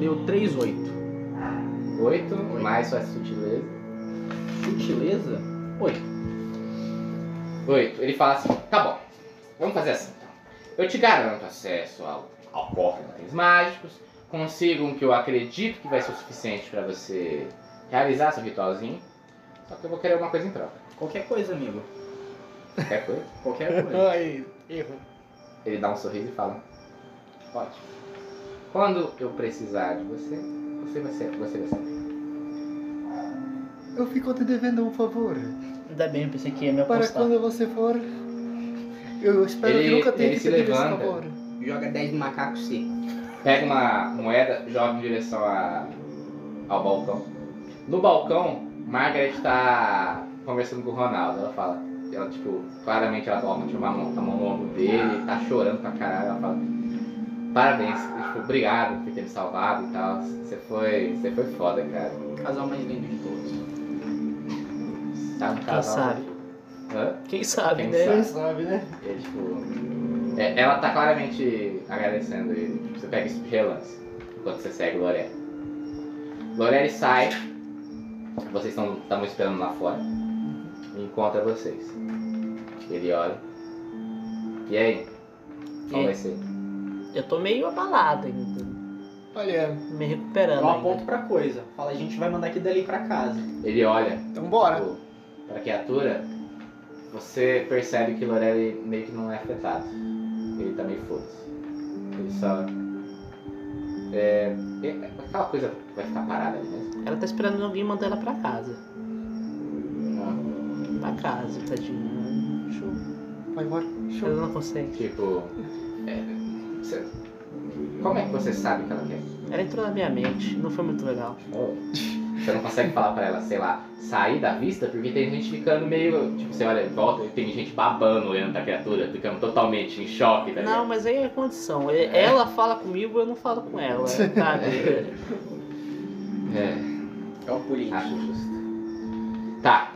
Speaker 1: Deu 3, 8.
Speaker 3: 8, mais sua sutileza.
Speaker 1: Sutileza? 8.
Speaker 3: 8. Ele fala assim: tá bom, vamos fazer assim então. Eu te garanto acesso ao, ao cofre de itens mágicos, consigo um que eu acredito que vai ser o suficiente pra você realizar seu ritualzinho. Só que eu vou querer alguma coisa em troca.
Speaker 1: Qualquer coisa, amigo.
Speaker 3: Qualquer coisa.
Speaker 1: Qualquer coisa.
Speaker 4: Aí, erro.
Speaker 3: Ele dá um sorriso e fala: ótimo. Quando eu precisar de você, você vai ser. Você vai ser.
Speaker 4: Eu fico te devendo um favor.
Speaker 2: Ainda bem, eu pensei que ia me
Speaker 4: Para
Speaker 2: apostar.
Speaker 4: quando você for. Eu espero
Speaker 3: Ele-
Speaker 4: que nunca tenha
Speaker 3: ele
Speaker 4: que
Speaker 3: se
Speaker 4: te pedir esse
Speaker 3: levanta.
Speaker 4: favor.
Speaker 1: Joga 10 de macaco seco.
Speaker 3: Pega uma moeda, joga em direção a- ao balcão. No balcão, Margaret tá conversando com o Ronaldo. Ela fala, ela tipo, claramente ela toma tipo, a mão, a mão no ombro dele, tá chorando pra caralho. Ela fala, parabéns, tipo, obrigado por ter me salvado e tal. Você foi, você foi foda, cara.
Speaker 1: Casal mais lindo de todos.
Speaker 3: Tá um casal.
Speaker 2: sabe?
Speaker 3: Hã?
Speaker 2: Quem sabe,
Speaker 3: Quem
Speaker 2: né?
Speaker 3: sabe?
Speaker 4: Quem sabe, né?
Speaker 3: E, é tipo, é, ela tá claramente agradecendo ele. Você pega isso de relance enquanto você segue o Lorelli. Lorelli sai, vocês estão esperando lá fora, e encontra vocês. Ele olha. E aí? Qual
Speaker 2: E-
Speaker 3: vai ser?
Speaker 2: Eu tô meio abalado ainda.
Speaker 4: Olha,
Speaker 2: Me recuperando.
Speaker 1: Eu
Speaker 2: ainda.
Speaker 1: aponto pra coisa. Fala, a gente vai mandar aqui dali pra casa.
Speaker 3: Ele olha
Speaker 4: então bora.
Speaker 3: tipo, pra criatura, você percebe que Lorelli meio que não é afetado. Ele tá meio foda-se. Ele só. É, é- Aquela coisa vai ficar parada ali mesmo.
Speaker 2: Ela tá esperando alguém mandar ela pra casa. Pra casa, tadinha. Show.
Speaker 4: Vai embora. Show.
Speaker 2: Ela não consegue.
Speaker 3: Tipo. é, você- Como é que você sabe que ela quer?
Speaker 2: Ela entrou na minha mente, não foi muito legal.
Speaker 3: Oh. Você não consegue falar pra ela, sei lá, sair da vista, porque tem gente ficando meio. Tipo, você olha, em volta e tem gente babando olhando pra criatura, ficando totalmente em choque. Tá ligado?
Speaker 2: Não, mas aí é condição. E- Ela fala comigo, eu não falo com ela. Sabe?
Speaker 3: É.
Speaker 1: É o político.
Speaker 3: Acho justo. Tá.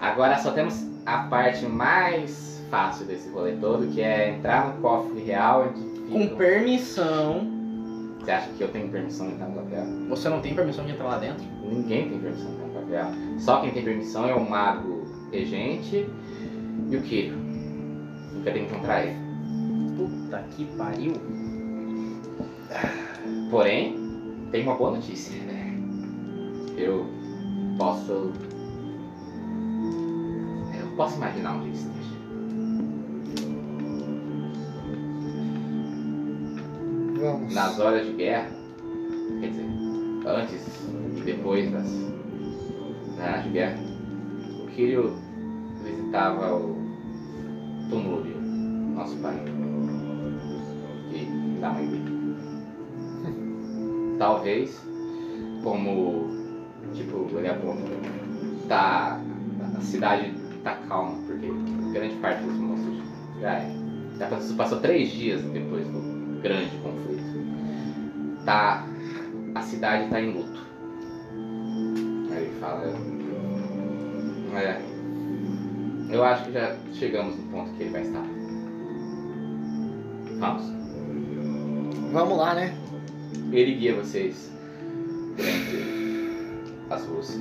Speaker 3: Agora só temos a parte mais fácil desse rolê todo, que é entrar no cofre real onde
Speaker 1: Com
Speaker 3: fica...
Speaker 1: permissão.
Speaker 3: Você acha que eu tenho permissão de entrar no cofre real?
Speaker 1: Você não tem permissão de entrar lá dentro?
Speaker 3: Ninguém tem permissão de entrar no cofre real. Só quem tem permissão é o mago regente e o Kiro. Eu quero encontrar ele.
Speaker 1: Puta puta que pariu.
Speaker 3: Porém, tem uma boa notícia. Eu posso. Eu posso imaginar um onde ele esteja.
Speaker 4: Vamos.
Speaker 3: Nas horas de guerra, quer dizer, antes e depois das nas horas de guerra, o Kirio visitava o Tumúlio, nosso pai. E da mãe dele. Talvez, como tipo, ele aponta, tá. A cidade tá calma, porque grande parte dos monstros já é. Já passou, passou três dias depois do grande conflito. Tá. A cidade tá em luto. Aí ele fala. É. Eu acho que já chegamos no ponto que ele vai estar. Vamos.
Speaker 4: Vamos lá, né?
Speaker 3: Ele guia vocês durante as ruas.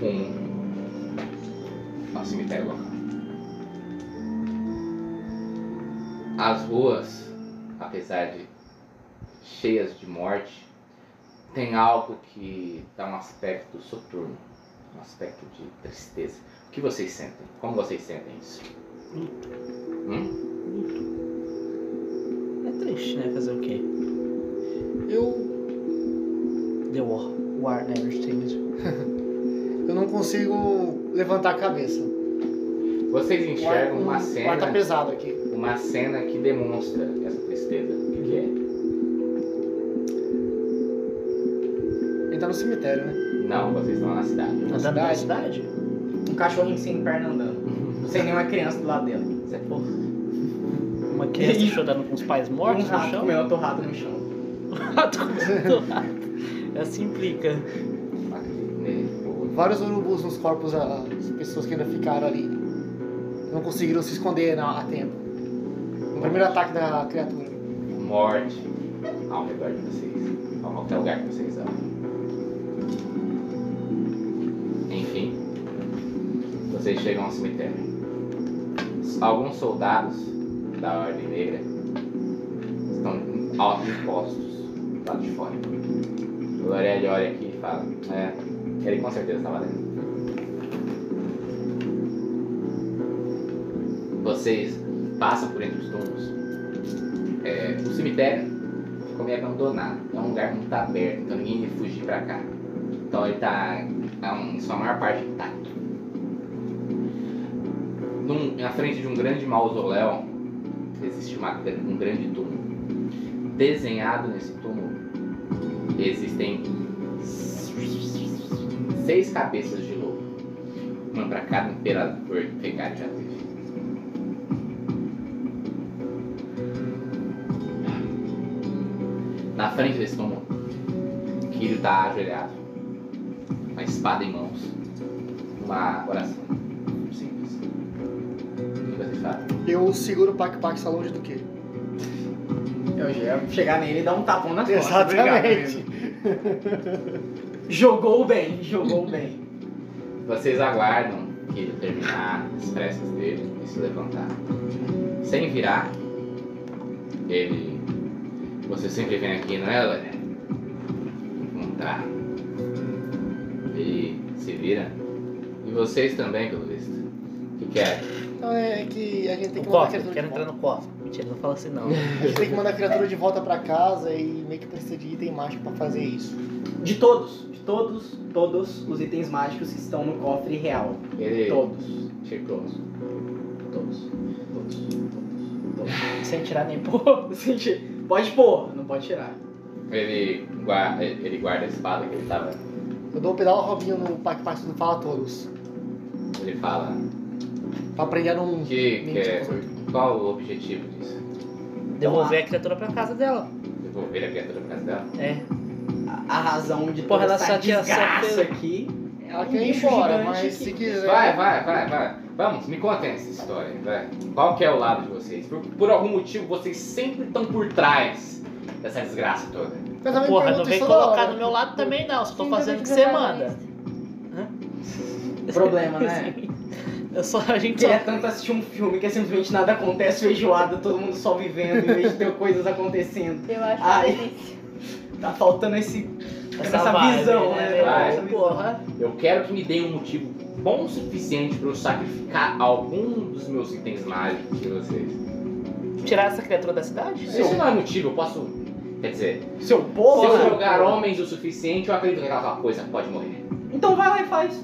Speaker 3: Rumo ao cemitério local. As ruas, apesar de cheias de morte, tem algo que dá um aspecto soturno, um aspecto de tristeza. O que vocês sentem? Como vocês sentem isso? Hum?
Speaker 2: É triste, né? Fazer o quê?
Speaker 4: Eu,
Speaker 2: The War. War
Speaker 1: né?
Speaker 2: never changes.
Speaker 4: eu não consigo levantar a cabeça.
Speaker 3: Vocês
Speaker 4: O ar,
Speaker 3: enxergam
Speaker 4: o
Speaker 3: uma
Speaker 4: ar
Speaker 3: cena.
Speaker 4: tá pesado aqui.
Speaker 3: uma cena que demonstra essa tristeza. O que, que é?
Speaker 4: Ele tá no cemitério, né?
Speaker 3: Não, vocês estão na cidade.
Speaker 2: Andando pela Tá cidade?
Speaker 1: Um cachorrinho sem perna andando. Sem nenhuma criança do lado dele. Isso é fofo.
Speaker 2: Uma criança chorando com os pais mortos
Speaker 1: um
Speaker 2: no
Speaker 1: rato
Speaker 2: chão?
Speaker 1: comeu torrado no chão.
Speaker 2: Rato comendo um rato. Essa implica.
Speaker 4: Vários urubus nos corpos das pessoas que ainda ficaram ali. Não conseguiram se esconder na- a tempo. O primeiro ataque da criatura.
Speaker 3: Morte ao redor de vocês. A qualquer lugar que vocês vão. Enfim, vocês chegam ao cemitério. Alguns soldados da Ordem Negra estão em altos postos lá de fora. O Lorelli olha aqui e fala: É, ele com certeza tá estava dentro. vocês passam por entre os túmulos, é, o cemitério ficou meio abandonado. É um lugar muito aberto, então ninguém ia fugir pra cá. Então ele tá, é um, em sua maior parte, intacto. Num- na frente de um grande mausoléu, existe uma gran- um grande túmulo. Desenhado nesse túmulo, existem seis cabeças de lobo. Uma pra cada imperador que pegar já teve. na frente desse túmulo. Kiro tá ajoelhado, uma espada em mãos, uma oração simples. O que você faz?
Speaker 4: Eu seguro o Pac Pac está longe do que?
Speaker 1: Eu já ia chegar nele e dar um tapão na costas.
Speaker 4: Exatamente.
Speaker 1: Obrigado, amigo. jogou bem, jogou bem.
Speaker 3: Vocês aguardam que ele terminar as preces dele e se levantar. Sem virar, ele. Você sempre vem aqui, não é, Lore? Encontrar. Ele se vira. E vocês também, pelo visto. O que quer?
Speaker 4: Então é que a gente tem
Speaker 2: O
Speaker 4: que mandar a
Speaker 2: cofre,
Speaker 4: criatura de
Speaker 2: quero entrar
Speaker 4: volta.
Speaker 2: no cofre. Mentira, não fala assim não.
Speaker 4: A gente tem que mandar a criatura de volta pra casa e meio que precisa de item mágico pra fazer isso.
Speaker 1: De todos, de todos, todos os itens mágicos que estão no cofre real.
Speaker 3: Ele
Speaker 1: Todos,
Speaker 3: chegou.
Speaker 1: todos, todos, todos, todos.
Speaker 2: Sem tirar nem pôr.
Speaker 1: Assim, ti- Pode pôr, não pode tirar.
Speaker 3: Ele guarda, ele guarda a espada que ele tava.
Speaker 4: Eu dou o pedal Robinho no Pac Pac do Fala Todos.
Speaker 3: Ele fala.
Speaker 4: Pra aprender a não.
Speaker 3: Que, que
Speaker 4: mentir
Speaker 3: é-
Speaker 4: pros outros.
Speaker 3: qual o objetivo disso?
Speaker 1: Então,
Speaker 2: Devolver a criatura pra casa dela.
Speaker 3: Devolver a criatura pra casa dela?
Speaker 2: É.
Speaker 1: A, a razão de
Speaker 2: Porra,
Speaker 1: toda
Speaker 2: ela
Speaker 1: essa
Speaker 2: saqueação
Speaker 1: desgraça
Speaker 2: fez-
Speaker 1: aqui é
Speaker 4: Ela
Speaker 1: um
Speaker 4: quer ir
Speaker 1: bicho
Speaker 4: embora,
Speaker 1: gigante
Speaker 4: mas
Speaker 1: que-
Speaker 4: se quiser.
Speaker 3: Vai, vai, vai, vai. Vamos, me contem essa história, vai. Qual que é o lado de vocês? Por, por algum motivo vocês sempre estão por trás dessa desgraça toda.
Speaker 4: Eu também
Speaker 2: Porra,
Speaker 4: pergunto
Speaker 2: não vem
Speaker 4: isso toda
Speaker 2: colocar
Speaker 4: hora.
Speaker 2: do meu lado também não. Só tô
Speaker 5: Quem
Speaker 2: fazendo o
Speaker 5: duvida
Speaker 2: que você
Speaker 5: vai
Speaker 2: manda.
Speaker 5: nisso?
Speaker 1: Problema, né?
Speaker 2: Eu É só, a gente só.
Speaker 1: Queria tanto assistir um filme que simplesmente nada acontece, feijoada, todo mundo só vivendo, em vez de ter coisas acontecendo.
Speaker 5: Eu acho é
Speaker 1: Ai.
Speaker 5: uma delícia.
Speaker 1: Tá faltando esse, essa,
Speaker 2: vibe,
Speaker 1: visão, né?
Speaker 3: Vai.
Speaker 1: Essa visão.
Speaker 2: Porra.
Speaker 3: Eu quero que me dê um motivo bom o suficiente pra eu sacrificar algum dos meus itens mágicos de vocês.
Speaker 2: Tirar essa criatura da cidade?
Speaker 3: Se isso não é motivo, eu posso. Quer dizer,
Speaker 1: Seu
Speaker 3: se
Speaker 1: povo,
Speaker 3: eu um
Speaker 1: né?
Speaker 3: jogar homens o suficiente, eu acredito que aquela coisa pode morrer.
Speaker 1: Então vai lá e faz.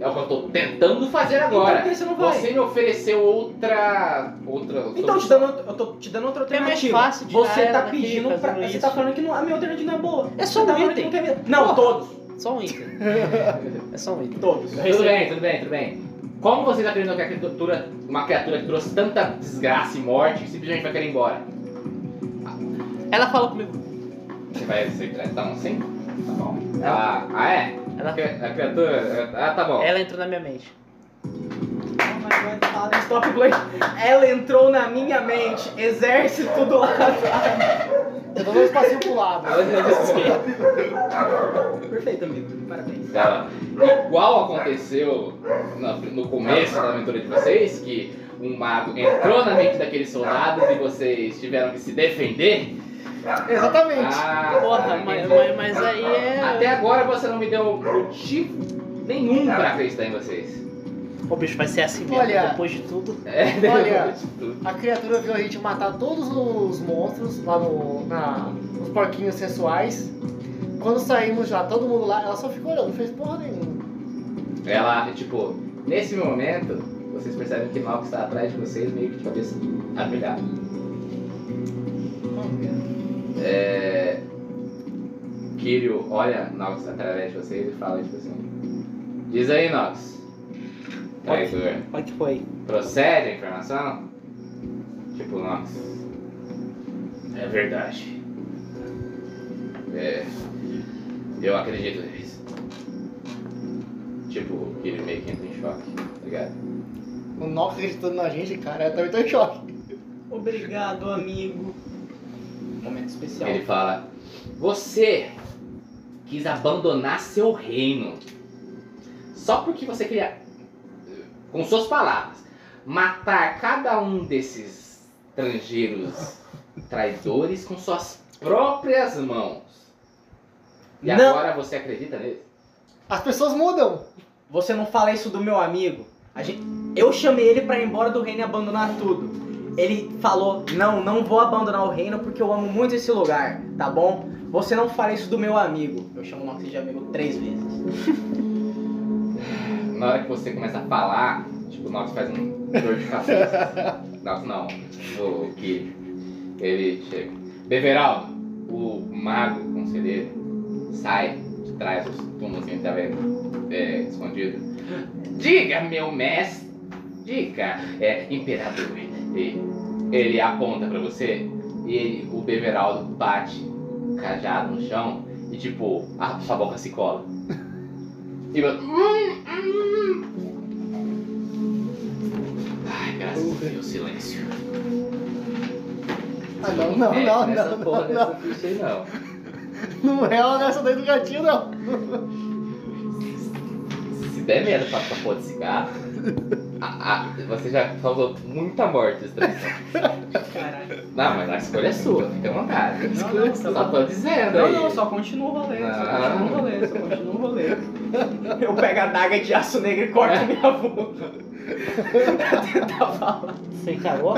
Speaker 3: É o que eu tô tentando fazer
Speaker 1: Então por
Speaker 3: agora.
Speaker 1: que você não vai?
Speaker 3: Você me ofereceu outra. outra.
Speaker 1: Então eu te dando, eu tô te dando outra
Speaker 2: É mais
Speaker 1: alternativa.
Speaker 2: fácil de dar
Speaker 1: você
Speaker 2: ela
Speaker 1: tá
Speaker 2: daqui,
Speaker 1: pedindo pra.
Speaker 2: fazendo
Speaker 1: Você
Speaker 2: isso.
Speaker 1: tá falando que não, a minha alternativa não é boa.
Speaker 2: É só
Speaker 1: Você tá
Speaker 2: um
Speaker 1: falando
Speaker 2: item.
Speaker 1: que não quer- Não,
Speaker 2: Porra.
Speaker 1: todos.
Speaker 2: Só um item. É só um item.
Speaker 1: Todos.
Speaker 3: Tudo bem, tudo bem, tudo bem. Como vocês acreditam que a criatura, uma criatura que trouxe tanta desgraça e morte que simplesmente vai querer ir embora?
Speaker 2: Ela falou comigo.
Speaker 3: Você vai aceitar então sim? Tá bom. Ela. Ah é?
Speaker 2: Ela,
Speaker 3: A criatura. Ah, tá bom.
Speaker 1: É.
Speaker 2: ela entrou na minha mente.
Speaker 1: Stop Blade. Ela entrou na minha mente. Exército do lado.
Speaker 4: Eu tô dando um espacinho pro lado.
Speaker 1: Perfeito, amigo. Parabéns.
Speaker 3: Ela- Igual aconteceu na- no começo da aventura de vocês, que um mago entrou na mente daqueles soldados e vocês tiveram que se defender.
Speaker 4: Exatamente.
Speaker 3: Ah,
Speaker 2: Porra, mas, mas, mas aí
Speaker 3: Até
Speaker 2: é.
Speaker 3: agora você não me deu motivo nenhum pra acreditar em vocês.
Speaker 2: O bicho vai ser assim mesmo.
Speaker 4: Olha.
Speaker 2: Depois de tudo.
Speaker 3: É,
Speaker 4: Olha.
Speaker 3: de tudo.
Speaker 4: A criatura viu a gente matar todos os monstros lá no. Na, os porquinhos sensuais. Quando saímos já, todo mundo lá, ela só ficou olhando, não fez porra nenhuma.
Speaker 3: Ela, tipo, nesse momento, vocês percebem que o mal que está atrás de vocês meio que de cabeça abrigada. É... Kirio olha Nox através de vocês e fala tipo assim: Diz aí, Nox. Traidor,
Speaker 2: Olha é que foi.
Speaker 3: procede a informação? Tipo, Nox. É verdade. É. Eu acredito nisso. Tipo, o Kirio meio que entra em choque, tá ligado?
Speaker 4: O Nox acreditando na gente, cara, eu também tô em choque.
Speaker 1: Obrigado, amigo.
Speaker 3: Momento especial. Então, Ele fala: Você quis abandonar seu reino só porque você queria, com suas palavras, matar cada um desses estrangeiros traidores com suas próprias mãos. E
Speaker 1: Não.
Speaker 3: agora você acredita nisso?
Speaker 4: As pessoas mudam.
Speaker 1: Você não fala isso do meu amigo. A gente- Eu chamei ele pra ir embora do reino e abandonar tudo. Ele falou: Não, não vou abandonar o reino porque eu amo muito esse lugar, tá bom? Você não fala isso do meu amigo. Eu chamo o Nox de amigo três vezes.
Speaker 3: Na hora que você começa a falar, tipo, o Nox faz um dor de cabeça. Nox não, o que ele chega. Beveraldo, o mago conselheiro, sai de trás dos túmulos que ele estava é, escondido. Diga, meu mestre, diga, é, imperador. E ele aponta pra você e ele- o Beveraldo bate o cajado no chão e, tipo, a sua boca se cola. E "Hum, você. hum, Ai, graças a Deus, silêncio.
Speaker 4: Ah, não, não,
Speaker 3: É,
Speaker 4: não,
Speaker 3: nessa
Speaker 4: não,
Speaker 3: porra,
Speaker 4: não,
Speaker 3: dessa
Speaker 4: não.
Speaker 3: ficha aí, não.
Speaker 4: Não é ela nessa daí do gatinho, não.
Speaker 3: Se der merda pra essa porra de cigarro, a- a- você já causou muita morte essa traição.
Speaker 1: Caralho.
Speaker 3: Não, mas a escolha é sua, fica à vontade.
Speaker 1: Não, não, tá
Speaker 3: Só
Speaker 1: bom.
Speaker 3: tô dizendo
Speaker 1: Não,
Speaker 3: aí.
Speaker 1: não, só continua o rolê, só
Speaker 3: Ah.
Speaker 1: continua o rolê, só continua o rolê. É. Eu pego a daga de aço negro e corto minha boca. Tentar falar.
Speaker 2: Sem caô?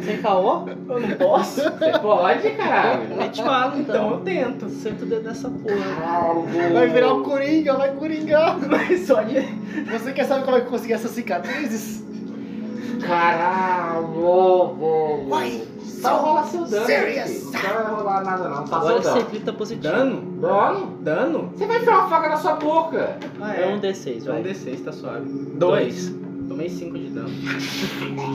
Speaker 2: Sem caô?
Speaker 1: Eu não posso?
Speaker 3: Você pode, caralho.
Speaker 2: Eu te falo
Speaker 1: Então
Speaker 2: então.
Speaker 1: eu tento.
Speaker 2: Senta o dedo nessa porra.
Speaker 4: Vai virar o Coringa, vai coringar.
Speaker 1: Mas só de.
Speaker 4: Você quer saber como é que eu consegui essas cicatrizes?
Speaker 3: Caralho.
Speaker 4: um Vai,
Speaker 3: Só rola seu dano.
Speaker 4: Serious.
Speaker 3: filho. Não vai rolar nada, não. Tá Só
Speaker 2: Agora
Speaker 3: seu
Speaker 2: você
Speaker 3: dano.
Speaker 2: grita positivo.
Speaker 1: Dano?
Speaker 3: Dano?
Speaker 1: Dano?
Speaker 3: Você vai enfiar uma faca na sua boca.
Speaker 1: Ah,
Speaker 2: É um D6,
Speaker 1: Só um
Speaker 2: vai.
Speaker 1: D6, tá suave. Dois. Tomei cinco de dano.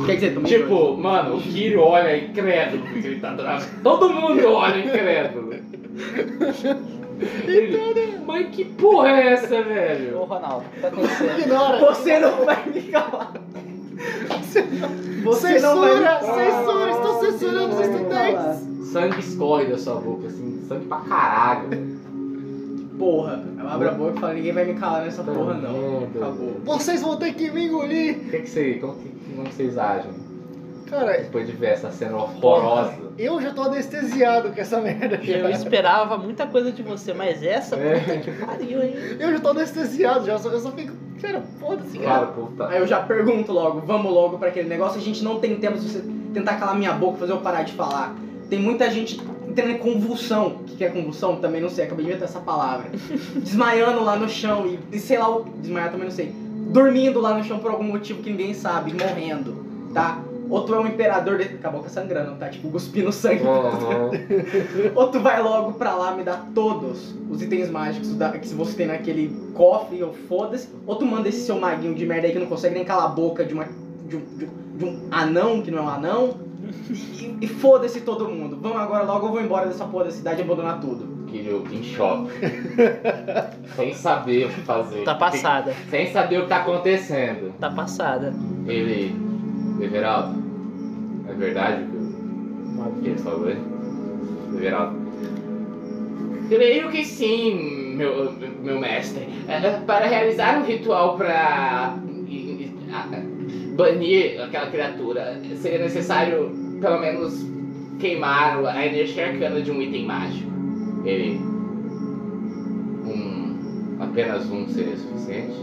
Speaker 1: Quer dizer, tomei dois.
Speaker 3: Tipo, mano, o Kiro olha incrédulo porque ele tá atrás. Todo mundo olha incrédulo. Ele, mas que porra é essa, velho?
Speaker 2: Ô, Ronaldo, o que tá acontecendo?
Speaker 4: Ignora.
Speaker 1: Você não vai me calar. Você não vai me
Speaker 4: Censura,
Speaker 1: calar.
Speaker 4: censura, estou censurando os
Speaker 1: Você não vai me
Speaker 4: estudantes.
Speaker 1: calar.
Speaker 3: Sangue escorre da sua boca, assim, sangue pra caralho.
Speaker 1: porra. Eu abro a boca e falo, ninguém vai me calar nessa porra não. Acabou.
Speaker 4: Vocês vão ter que me engolir!
Speaker 3: O que que você, como, que, como vocês agem
Speaker 4: Cara,
Speaker 3: depois de ver essa cena horrorosa?
Speaker 4: eu já tô anestesiado com essa merda.
Speaker 2: Eu
Speaker 4: Já.
Speaker 2: esperava muita coisa de você, mas essa,
Speaker 3: É.
Speaker 2: puta que pariu, hein?
Speaker 4: Eu já tô anestesiado, já, eu só- eu só fico. Cara, foda-se, cara.
Speaker 3: Claro, puta.
Speaker 1: Aí eu já pergunto logo, vamos logo pra aquele negócio. A gente não tem tempo se você tentar calar minha boca, fazer eu parar de falar. Tem muita gente tendo convulsão. O que que é convulsão? Também não sei, acabei de inventar essa palavra. Desmaiando lá no chão e, e sei lá o. Desmaiar também não sei. Dormindo lá no chão por algum motivo que ninguém sabe, morrendo, tá? Ou tu é um imperador de. Acabou com sangrando, tá? Tipo, cuspindo sangue.
Speaker 3: Uhum.
Speaker 1: Ou tu vai logo pra lá me dá todos os itens mágicos da- que você tem naquele cofre, ou foda-se. Ou tu manda esse seu maguinho de merda aí que não consegue nem calar a boca de, uma, de, um, de um- de um anão que não é um anão. E, e foda-se todo mundo. Vamos agora logo, eu vou embora dessa porra da cidade e abandonar tudo.
Speaker 3: Querido, em choque. Sem saber o que fazer.
Speaker 2: Tá passada,
Speaker 3: Sem saber o que tá acontecendo.
Speaker 2: tá passada.
Speaker 3: Ele. Everaldo, é verdade o que eu- o que ele falou? hein? Everaldo. Creio que sim, meu, meu mestre. É, Para realizar um ritual para banir aquela criatura, seria necessário, pelo menos, queimar o- a energia arcana de um item mágico. Ele. Um, apenas um seria suficiente?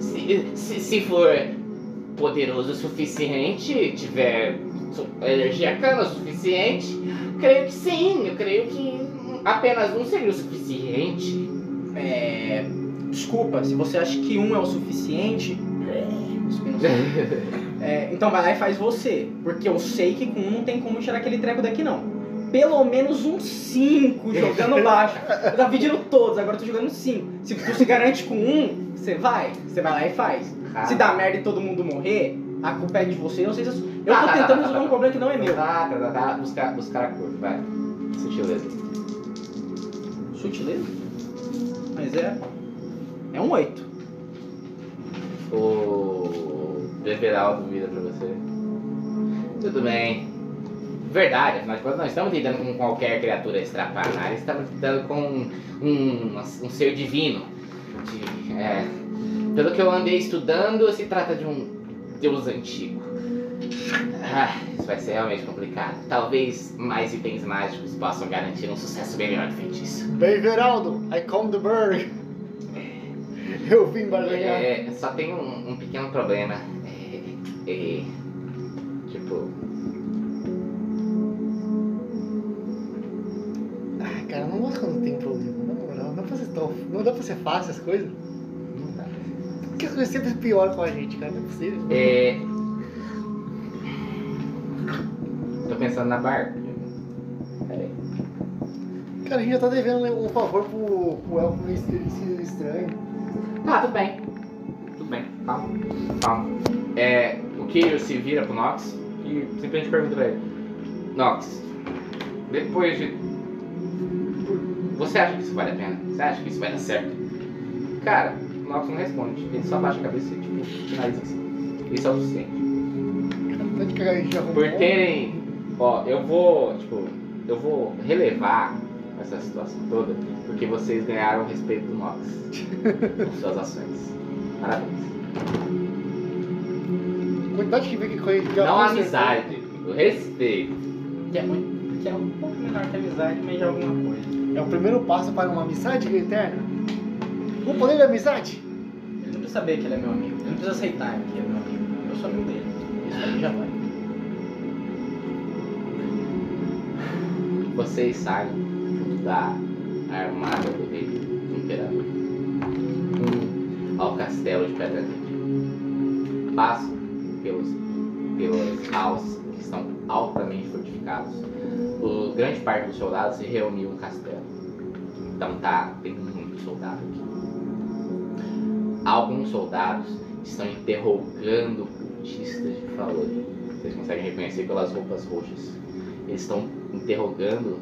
Speaker 3: Se, se, se for poderoso o suficiente, tiver su- energia arcana o suficiente, creio que sim, eu creio que apenas um seria o suficiente.
Speaker 1: É. Desculpa, se você acha que um é o suficiente. É, então vai lá e faz você. Porque eu sei que com um não tem como tirar aquele treco daqui, não. Pelo menos um 5 jogando baixo. Eu tava pedindo todos, agora eu tô jogando 5. Se tu se garante com um, você vai. Você vai lá e faz. Se dá merda e todo mundo morrer, a culpa é de você. Eu, sei se eu, eu
Speaker 3: Tá, tá,
Speaker 1: tô
Speaker 3: tá, tá,
Speaker 1: tentando resolver
Speaker 3: tá,
Speaker 1: um problema que não é meu.
Speaker 3: Tá, tá, tá, tá. Buscar, buscar a cor, vai. Sutileza.
Speaker 1: Sutileza? Mas é. É um 8.
Speaker 3: O Everaldo vira pra você. Tudo bem. Verdade, afinal de contas, não estamos lidando com qualquer criatura extraplanária, estamos lidando com um, um, um ser divino. De- é, pelo que eu andei estudando, se trata de um deus antigo. Ah, isso vai ser realmente complicado. Talvez mais itens mágicos possam garantir um sucesso melhor do feitiço.
Speaker 4: Bem, Veraldo, I come the bird. Eu vim barganhar.
Speaker 3: É, só tem um, um pequeno problema. É, é, tipo,
Speaker 4: Ah, cara, não gosto quando tem problema, na moral. Não dá pra ser tão. Não dá pra ser fácil as coisas.
Speaker 3: não dá.
Speaker 4: Porque as coisas sempre pioram com a gente, cara. Não é possível.
Speaker 3: É. Tô pensando na barca. Peraí.
Speaker 4: Cara, a gente já tá devendo um favor pro, pro elfo meio estra- estranho.
Speaker 3: Tá, tudo bem. Tudo bem. Calma. Calma. É, o Kirio se vira pro Nox e simplesmente pergunta pra ele. Nox, depois de. Você acha que isso vale a pena? Você acha que isso vai dar certo? Cara, o Nox não responde. Ele só baixa a cabeça e tipo, finaliza assim. Isso é o suficiente.
Speaker 4: Tanto que a gente arrumou.
Speaker 3: Por terem. Ó, eu vou. Tipo, eu vou relevar essa situação toda, porque vocês ganharam o respeito do Nox. com suas ações. Parabéns.
Speaker 4: Quantidade de que coisa que
Speaker 3: Não a amizade, o respeito.
Speaker 1: Que é muito. Que é um pouco menor que amizade, mas já é alguma coisa.
Speaker 4: É o primeiro passo para uma amizade eterna. O poder da amizade.
Speaker 1: Ele não precisa saber que ele é meu amigo. Ele não precisa aceitar que ele é meu amigo. Eu sou amigo dele. Isso aí já vai.
Speaker 3: Vocês saem junto da armada do rei do imperador. Rumo ao castelo de Pedra Negra. Passam pelos, pelas alças que estão altamente fortificados. O, grande parte dos soldados se reuniu no castelo. Então tá, tem muito soldado aqui. Alguns soldados estão interrogando cultistas de valor. Vocês conseguem reconhecer pelas roupas roxas. Eles estão interrogando.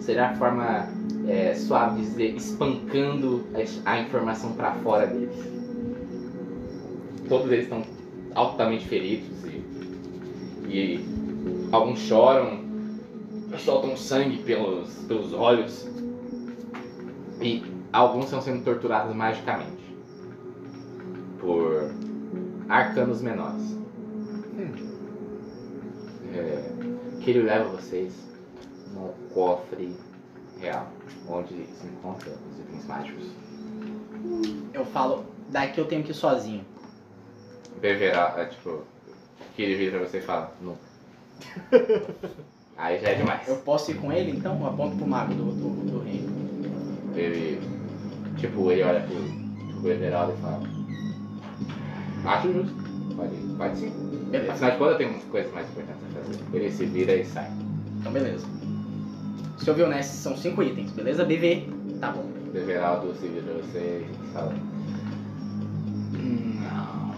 Speaker 3: Será a forma é, suave de dizer espancando a, a informação pra fora deles? Todos eles estão altamente feridos e, e alguns choram, soltam sangue pelos, pelos olhos. E Alguns estão sendo torturados magicamente. Por arcanos menores. É, que ele leva vocês no cofre real, onde se encontram os itens mágicos.
Speaker 1: Eu falo, daqui eu tenho que ir sozinho.
Speaker 3: Beverá, é tipo, que ele vira pra você e fala, nunca. Aí já é demais.
Speaker 1: Eu posso ir com ele então? Eu aponto pro mago do, do, do reino.
Speaker 3: Ele, tipo, ele olha pro, pro Everaldo e fala: Acho justo, pode, pode sim.
Speaker 1: Beleza.
Speaker 3: Afinal de contas, eu tenho umas coisas mais importantes a fazer. Ele se vira e sai.
Speaker 1: Então beleza. Você ouviu, né? São cinco itens, beleza? BV. Tá bom.
Speaker 3: O Everaldo se vira pra você e fala: "Hum, Não.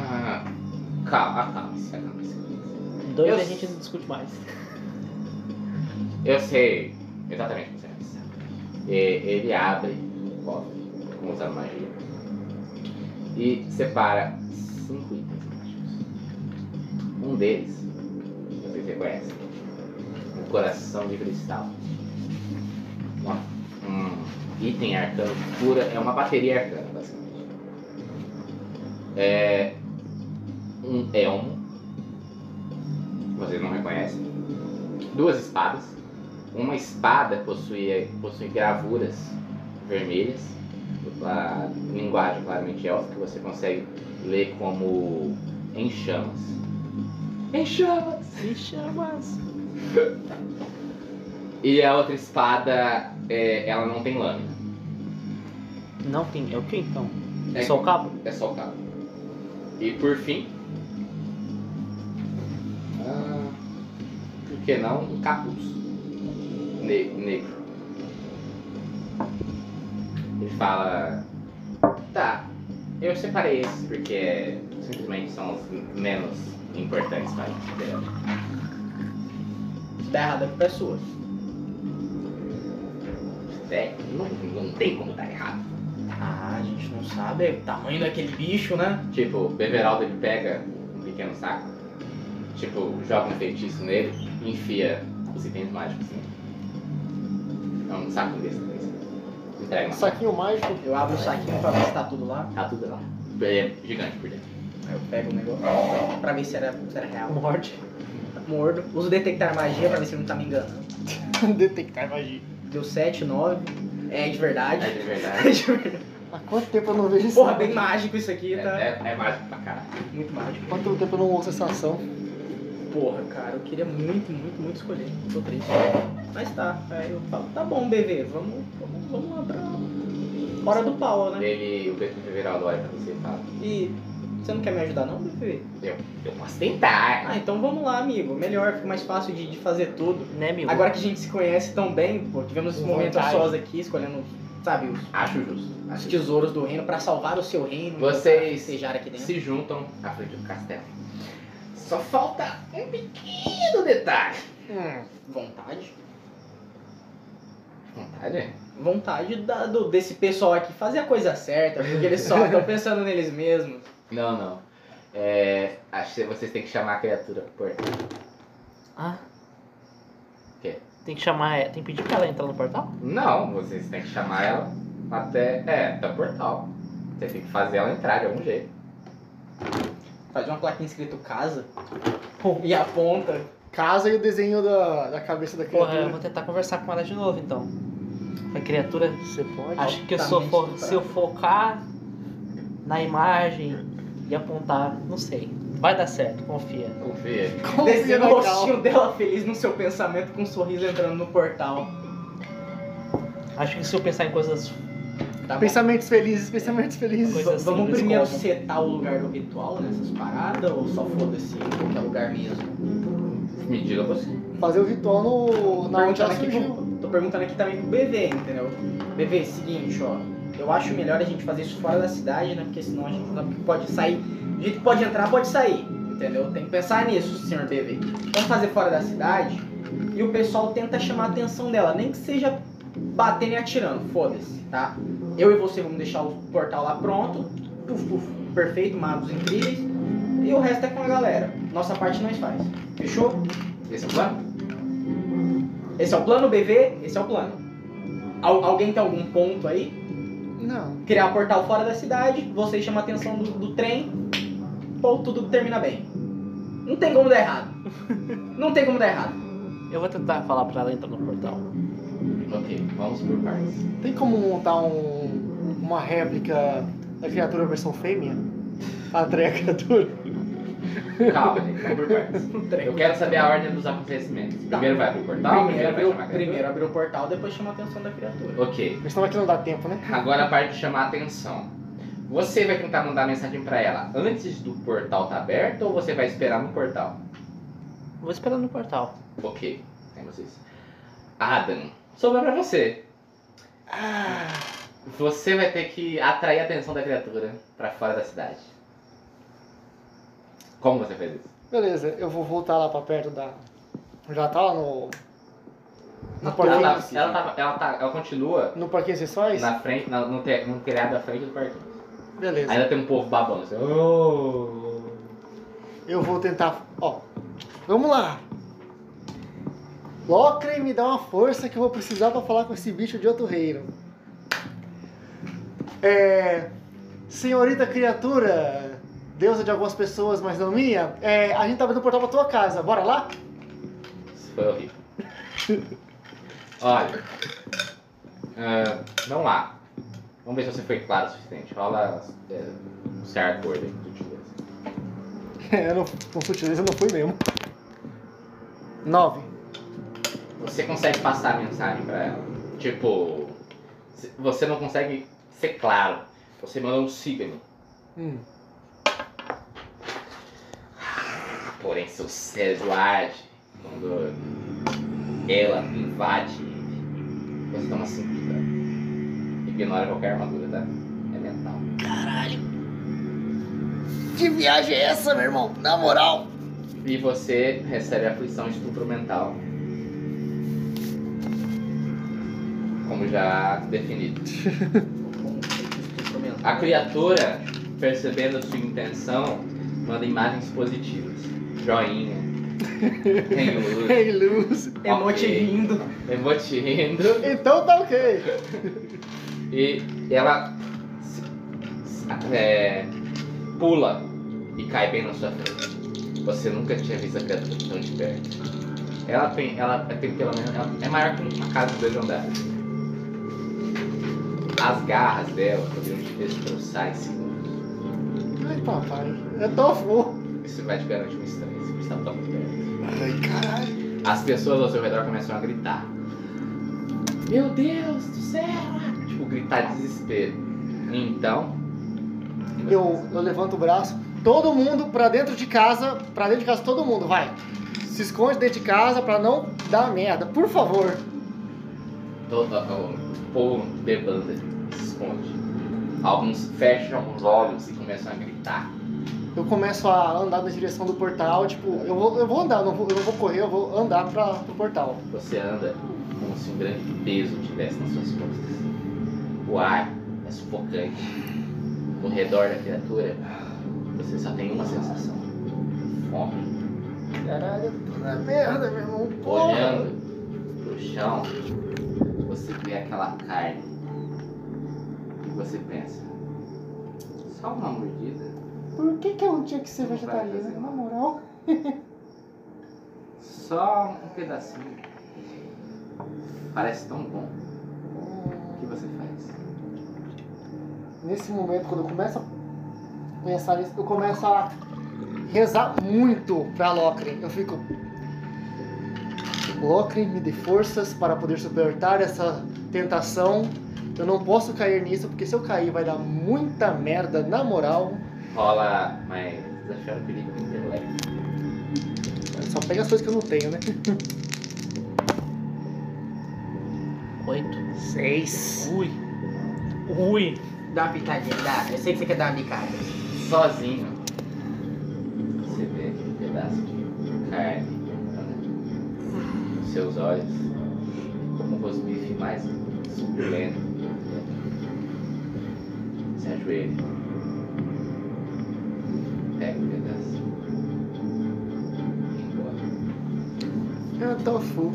Speaker 3: Ah, calma, é acalme-se, acalme-se.
Speaker 2: Dois
Speaker 3: Eu-
Speaker 2: a gente não discute mais.
Speaker 3: Eu sei exatamente o que você vai precisar. E ele abre o cofre com usar magia e separa cinco itens mágicos. Um deles, vocês reconhecem, um coração de cristal. Uma- um item arcano que cura, é uma bateria arcana, basicamente. É um elmo, vocês não reconhecem. Duas espadas. Uma espada possui, eh, possui gravuras vermelhas, a linguagem claramente élfica, que você consegue ler como em chamas. Em chamas!
Speaker 2: Me chamas.
Speaker 3: E a outra espada, é, ela não tem lâmina,
Speaker 2: Não tem. É o que então? É
Speaker 3: É.
Speaker 2: só o cabo?
Speaker 3: é só o cabo. E por fim, ah, por que não um capuz ne- negro? Ele fala: Tá, eu separei esses porque é, simplesmente são os menos importantes para considerar.
Speaker 1: Se der errado, a culpa é sua.
Speaker 3: É, não, não tem como dar errado.
Speaker 1: Ah, a gente não sabe o tamanho daquele bicho, né?
Speaker 3: Tipo, o Beveraldo ele pega um pequeno saco, tipo, joga um feitiço nele e enfia os itens mágicos nele. É um saco desse, desse. Entrega uma
Speaker 4: Saquinho mágico.
Speaker 1: Eu abro o saquinho pra ver se tá tudo lá.
Speaker 3: Tá tudo lá. Ele é gigante por dentro.
Speaker 1: Aí eu pego o negócio pra ver se era, se era real.
Speaker 2: Morde.
Speaker 1: Mordo. Uso detectar magia pra ver se ele não tá me enganando.
Speaker 4: Detectar magia.
Speaker 1: Deu 7, 9. É de verdade.
Speaker 3: É de
Speaker 1: É
Speaker 3: verdade.
Speaker 1: de verdade.
Speaker 4: Há quanto tempo eu não vejo isso?
Speaker 1: Porra, bem mágico isso aqui,
Speaker 3: É,
Speaker 1: tá?
Speaker 3: é, é mágico pra caralho.
Speaker 1: Muito mágico.
Speaker 4: Quanto tempo eu não ouço essa ação?
Speaker 1: Porra, cara, eu queria muito, muito, muito escolher. Tô triste. Mas tá. Aí eu falo, tá bom, bebê, vamos, vamos, vamos lá pra. Hora do pau, né?
Speaker 3: Ele, o Be- o Beveraldo olha pra você e fala,
Speaker 1: E você não quer me ajudar, não, bebê?
Speaker 3: eu posso tentar.
Speaker 1: Ah, então vamos lá, amigo. Melhor, fica mais fácil de, de fazer tudo.
Speaker 2: Né, amigo?
Speaker 1: Agora que a gente se conhece tão bem, pô, tivemos esse
Speaker 4: Com
Speaker 1: momento
Speaker 4: vontade.
Speaker 1: sós aqui, escolhendo, sabe, os,
Speaker 3: Acho justo.
Speaker 1: os
Speaker 3: Acho justo.
Speaker 1: tesouros do reino pra salvar o seu reino. né,
Speaker 3: Vocês-
Speaker 1: sejar aqui dentro.
Speaker 3: se juntam à frente do castelo. Só falta um pequeno detalhe.
Speaker 1: Vontade?
Speaker 3: Vontade?
Speaker 1: Vontade da- do, desse pessoal aqui fazer a coisa certa, porque eles só estão pensando neles mesmos.
Speaker 3: Não, não. É, acho que vocês têm que chamar a criatura por
Speaker 2: Ah.
Speaker 3: Quê?
Speaker 2: Tem que chamar. é, Tem que pedir pra ela entrar no portal?
Speaker 3: Não, vocês têm que chamar ela até. É, até o portal. Você tem que fazer ela entrar de algum jeito.
Speaker 1: Faz Tá uma plaquinha escrito casa e aponta.
Speaker 4: Casa e o desenho da, da cabeça da
Speaker 2: Porra, é, eu
Speaker 4: criatura.
Speaker 2: vou tentar conversar com ela de novo então. A criatura.
Speaker 4: Você pode?
Speaker 2: Acho que eu só
Speaker 1: Altamente
Speaker 2: fo- se eu focar na imagem e apontar, não sei. Vai dar certo, confia.
Speaker 3: Confia.
Speaker 1: Desenha o
Speaker 4: legal.
Speaker 1: rostinho dela feliz no seu pensamento com um sorriso entrando no portal.
Speaker 2: Acho que se eu pensar em coisas.
Speaker 1: Tá bom?
Speaker 4: Pensamentos felizes, pensamentos felizes.
Speaker 2: Coisa-
Speaker 1: Vamos
Speaker 2: simples
Speaker 1: primeiro
Speaker 2: como.
Speaker 1: setar o lugar do ritual nessas paradas ou só foda-se em qualquer lugar mesmo?
Speaker 3: Me diga você.
Speaker 4: Fazer o ritual no, na onde ela
Speaker 1: aqui
Speaker 4: surgiu.
Speaker 1: pro- tô perguntando aqui também pro BV, entendeu? BV, seguinte, ó. Eu acho melhor a gente fazer isso fora da cidade, né? Porque senão a gente não sabe o que pode sair. Do jeito que pode entrar, pode sair. Entendeu? Tem que pensar nisso, senhor BV. Vamos fazer fora da cidade e o pessoal tenta chamar a atenção dela, nem que seja batendo e atirando, foda-se, tá? Eu e você vamos deixar o portal lá pronto. Puf, puf, perfeito, magos incríveis. E o resto é com a galera. Nossa parte nós faz. Fechou?
Speaker 3: Esse é o plano?
Speaker 1: Esse é o plano, BV? Esse é o plano. Al- alguém tem algum ponto aí?
Speaker 4: Não.
Speaker 1: criar um portal fora da cidade, vocês chamam a atenção do, do trem, ou tudo termina bem. Não tem como dar errado. Não tem como dar errado.
Speaker 2: Eu vou tentar falar pra ela entrar no portal.
Speaker 3: Ok, vamos por partes.
Speaker 4: Tem como montar um, uma réplica da criatura versão fêmea? A treia criatura?
Speaker 3: Calma, gente, vamos por partes.
Speaker 1: No trem.
Speaker 3: Eu quero saber a ordem dos acontecimentos.
Speaker 1: Tá.
Speaker 3: Primeiro vai pro portal,
Speaker 1: Primeiro
Speaker 3: vai
Speaker 1: abriu,
Speaker 3: chamar a criatura?
Speaker 1: primeiro abriu o portal, depois chama a atenção da criatura.
Speaker 3: Ok,
Speaker 4: Mas senão aqui não dá tempo, né?
Speaker 3: agora a parte de chamar a atenção. Você vai tentar mandar mensagem pra ela antes do portal tá aberto ou você vai esperar no portal?
Speaker 2: Vou esperar no portal.
Speaker 3: Ok, tem vocês. Adam, sobrou pra você.
Speaker 4: Ah,
Speaker 3: Você vai ter que atrair a atenção da criatura pra fora da cidade. Como você fez isso?
Speaker 4: beleza, eu vou voltar lá pra perto da. Já tá lá no. No
Speaker 3: Ela,
Speaker 4: parquinho,
Speaker 3: tá- ela, tá- ela tá- ela continua
Speaker 4: no parquinho de sessões?
Speaker 3: na frente, na- no, te- no telhado da frente do parquinho.
Speaker 4: Beleza.
Speaker 3: Ainda tem um povo babando assim. "Oh".
Speaker 4: Eu vou tentar. Ó, vamos lá! Locre, me dá uma força que eu vou precisar pra falar com esse bicho de outro reino. É. Senhorita criatura, deusa de algumas pessoas, mas não minha, é, a gente tá abrindo o portal pra tua casa, bora lá?
Speaker 3: Isso foi horrível. Olha. ah, vamos lá. Vamos ver se você foi claro o suficiente. Rola é, ser acordo aí, sutileza.
Speaker 4: É, eu não, com sutileza eu não fui mesmo. Nove.
Speaker 3: Você consegue passar a mensagem pra ela. Tipo, se- você não consegue ser claro. Você mandou um signo.
Speaker 4: Hum.
Speaker 3: Porém, seu cérebro age quando ela invade ele. Você toma 5 de dano. Ignora qualquer armadura, tá? É mental.
Speaker 4: Que viagem é essa, meu irmão? Na moral.
Speaker 3: E você recebe a aflição de estupro mental. Como já definido. A criatura, percebendo a sua intenção, manda imagens positivas. Joinha. Tem
Speaker 4: Hey, Luz.
Speaker 1: É mote lindo.
Speaker 3: Emotindo.
Speaker 4: Então tá ok.
Speaker 3: E ela se- se- é, pula e cai bem na sua frente. Você nunca tinha visto a criatura tão de perto. Ela tem, ela tem pelo menos, ela é maior que uma casa de dois andares. As garras dela poderiam te destroçar em segundos.
Speaker 4: Ai, papai. Eu tô full.
Speaker 3: Isso vai te garantir um instante, você está tão perto.
Speaker 4: Ai, caralho.
Speaker 3: As pessoas ao seu redor começam a gritar. Meu Deus do céu! Tipo, gritar de desespero. Então.
Speaker 4: Eu, eu levanto o braço. Todo mundo pra dentro de casa. Pra dentro de casa, todo mundo, vai. Se esconde dentro de casa pra não dar merda. Por favor.
Speaker 3: Todo, o povo debanda, se esconde. Alguns fecham os olhos e começam a gritar.
Speaker 4: Eu começo a andar na direção do portal. Tipo, eu vou, eu vou andar. eu Não vou, eu não vou correr, eu vou andar pra, pro portal.
Speaker 3: Você anda como se um grande peso tivesse nas suas costas. O ar é sufocante. No redor da criatura, você só tem uma sensação: fome.
Speaker 4: Caralho, eu tô na merda, meu irmão. Porra.
Speaker 3: Olhando pro chão, você vê aquela carne. E você pensa: só uma mordida.
Speaker 4: Por que, que eu não tinha que ser vegetariano? Na moral.
Speaker 3: Só um pedacinho. Parece tão bom. O que você faz?
Speaker 4: Nesse momento, quando eu começo a pensar nisso, eu começo a rezar muito pra Locre. Eu fico. Locre, me dê forças para poder suportar essa tentação. Eu não posso cair nisso, porque se eu cair vai dar muita merda na moral.
Speaker 3: Rola, mas desafiar o perigo no intelecto.
Speaker 4: Só pega as coisas que eu não tenho, né?
Speaker 2: Oito.
Speaker 4: Seis.
Speaker 2: Ui. Ui.
Speaker 1: Dá uma pitadinha, dá. Eu sei que você quer dar uma bicada.
Speaker 3: Sozinho, você vê um pedaço de carne nos seus olhos, como um rosbife mais suculento. Se ajoelha. Pega o pedaço. E engole.
Speaker 4: Eu tô full.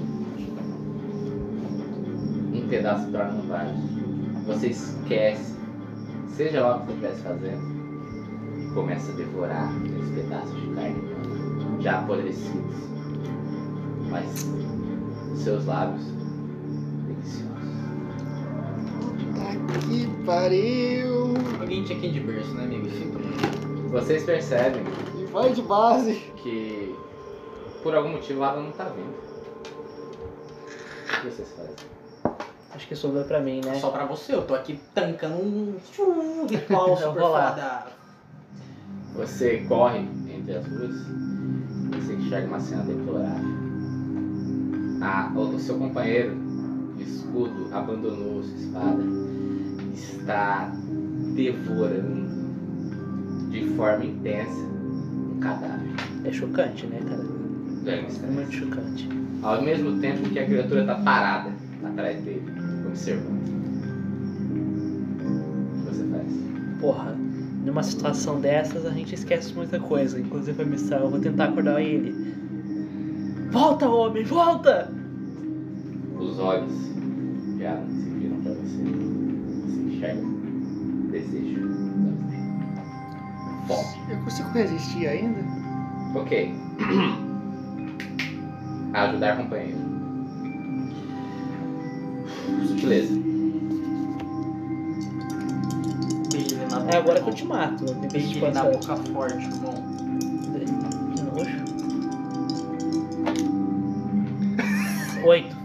Speaker 3: um pedaço torna vários. Você esquece Seja lá o que você estivesse fazendo. E começa a devorar aqueles pedaços de carne humana, já apodrecidos. Mas seus lábios deliciosos.
Speaker 4: Tá que pariu.
Speaker 1: Alguém tinha aqui de berço, né, amigo? Sinto muito.
Speaker 3: Vocês percebem
Speaker 4: Vai de base.
Speaker 3: que por algum motivo o Adam não tá vindo. O que vocês fazem?
Speaker 2: Acho que sobrou pra mim, né?
Speaker 1: Só pra você, eu tô aqui tancando um, um ritual
Speaker 2: Eu
Speaker 1: super
Speaker 2: vou lá.
Speaker 1: foda.
Speaker 3: Você corre entre as ruas, você enxerga uma cena deplorável. A- o, o seu companheiro de escudo abandonou sua espada e está devorando de forma intensa um cadáver.
Speaker 2: É chocante, né, cara?
Speaker 3: Ganha
Speaker 2: É
Speaker 3: estresse.
Speaker 2: muito chocante.
Speaker 3: Ao mesmo tempo que a criatura está parada atrás dele, observando. O que você faz?
Speaker 2: Porra, numa situação dessas a gente esquece muita coisa. Inclusive a missão, eu vou tentar acordar ele. Volta, homem, volta!
Speaker 3: Os olhos de Adam se viram pra você. Você enxerga desejo. Fome.
Speaker 4: Eu consigo resistir ainda?
Speaker 3: Ok. Ajudar companheiro. Sutileza.
Speaker 1: Beijo ele na boca.
Speaker 2: É agora que
Speaker 1: irmão.
Speaker 2: eu te mato. Depois
Speaker 1: Beijo
Speaker 2: de
Speaker 1: ele na
Speaker 2: passar.
Speaker 1: boca forte, irmão.
Speaker 2: Que nojo. Oito.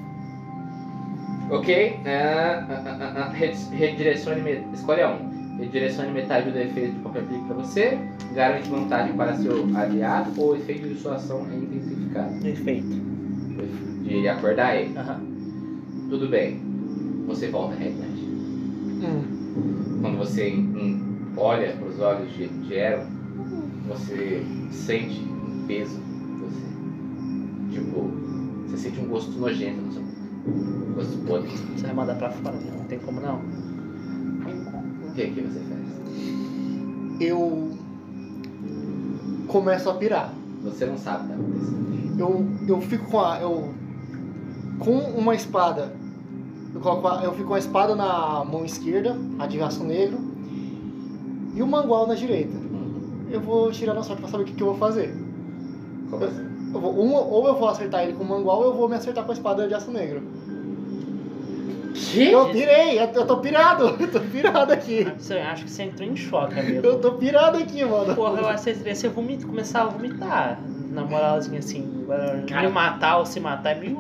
Speaker 3: Ok. ah, ah, ah, ah, re- redirecione. me- Escolha um. Redirecione metade do defeito de qualquer clique pra você. Garante vantagem para seu aliado ou o efeito de sua ação é intensificado.
Speaker 2: Perfeito.
Speaker 3: De acordar ele.
Speaker 2: Aham.
Speaker 3: Tudo bem. Você volta à realidade.
Speaker 4: Hum.
Speaker 3: quando você hum, olha para os olhos de, de Aaron, você sente um peso em você. Tipo, você sente um gosto nojento no seu um gosto podre.
Speaker 2: Você vai mandar pra fora, né? não tem como não.
Speaker 3: O que é que você faz?
Speaker 4: Eu começo a pirar.
Speaker 3: Você não sabe o que tá acontecendo.
Speaker 4: Eu, eu fico com a. Eu, com uma espada. Eu, coloco a- eu fico com a espada na mão esquerda, a de aço negro, e o mangual na direita. Eu vou tirar na sorte pra saber o que, que eu vou fazer.
Speaker 3: Como assim?
Speaker 4: Eu vou- um- ou eu vou acertar ele com o mangual ou eu vou me acertar com a espada de aço negro.
Speaker 2: Que?
Speaker 4: Eu pirei, eu, eu tô pirado, eu tô pirado aqui.
Speaker 2: Você acha que você entrou em choque, amigo.
Speaker 4: Eu tô pirado aqui, mano.
Speaker 2: Porra, eu acertaria se eu vomito, começar a vomitar. Na moralzinha assim, agora, me matar ou se matar é meio.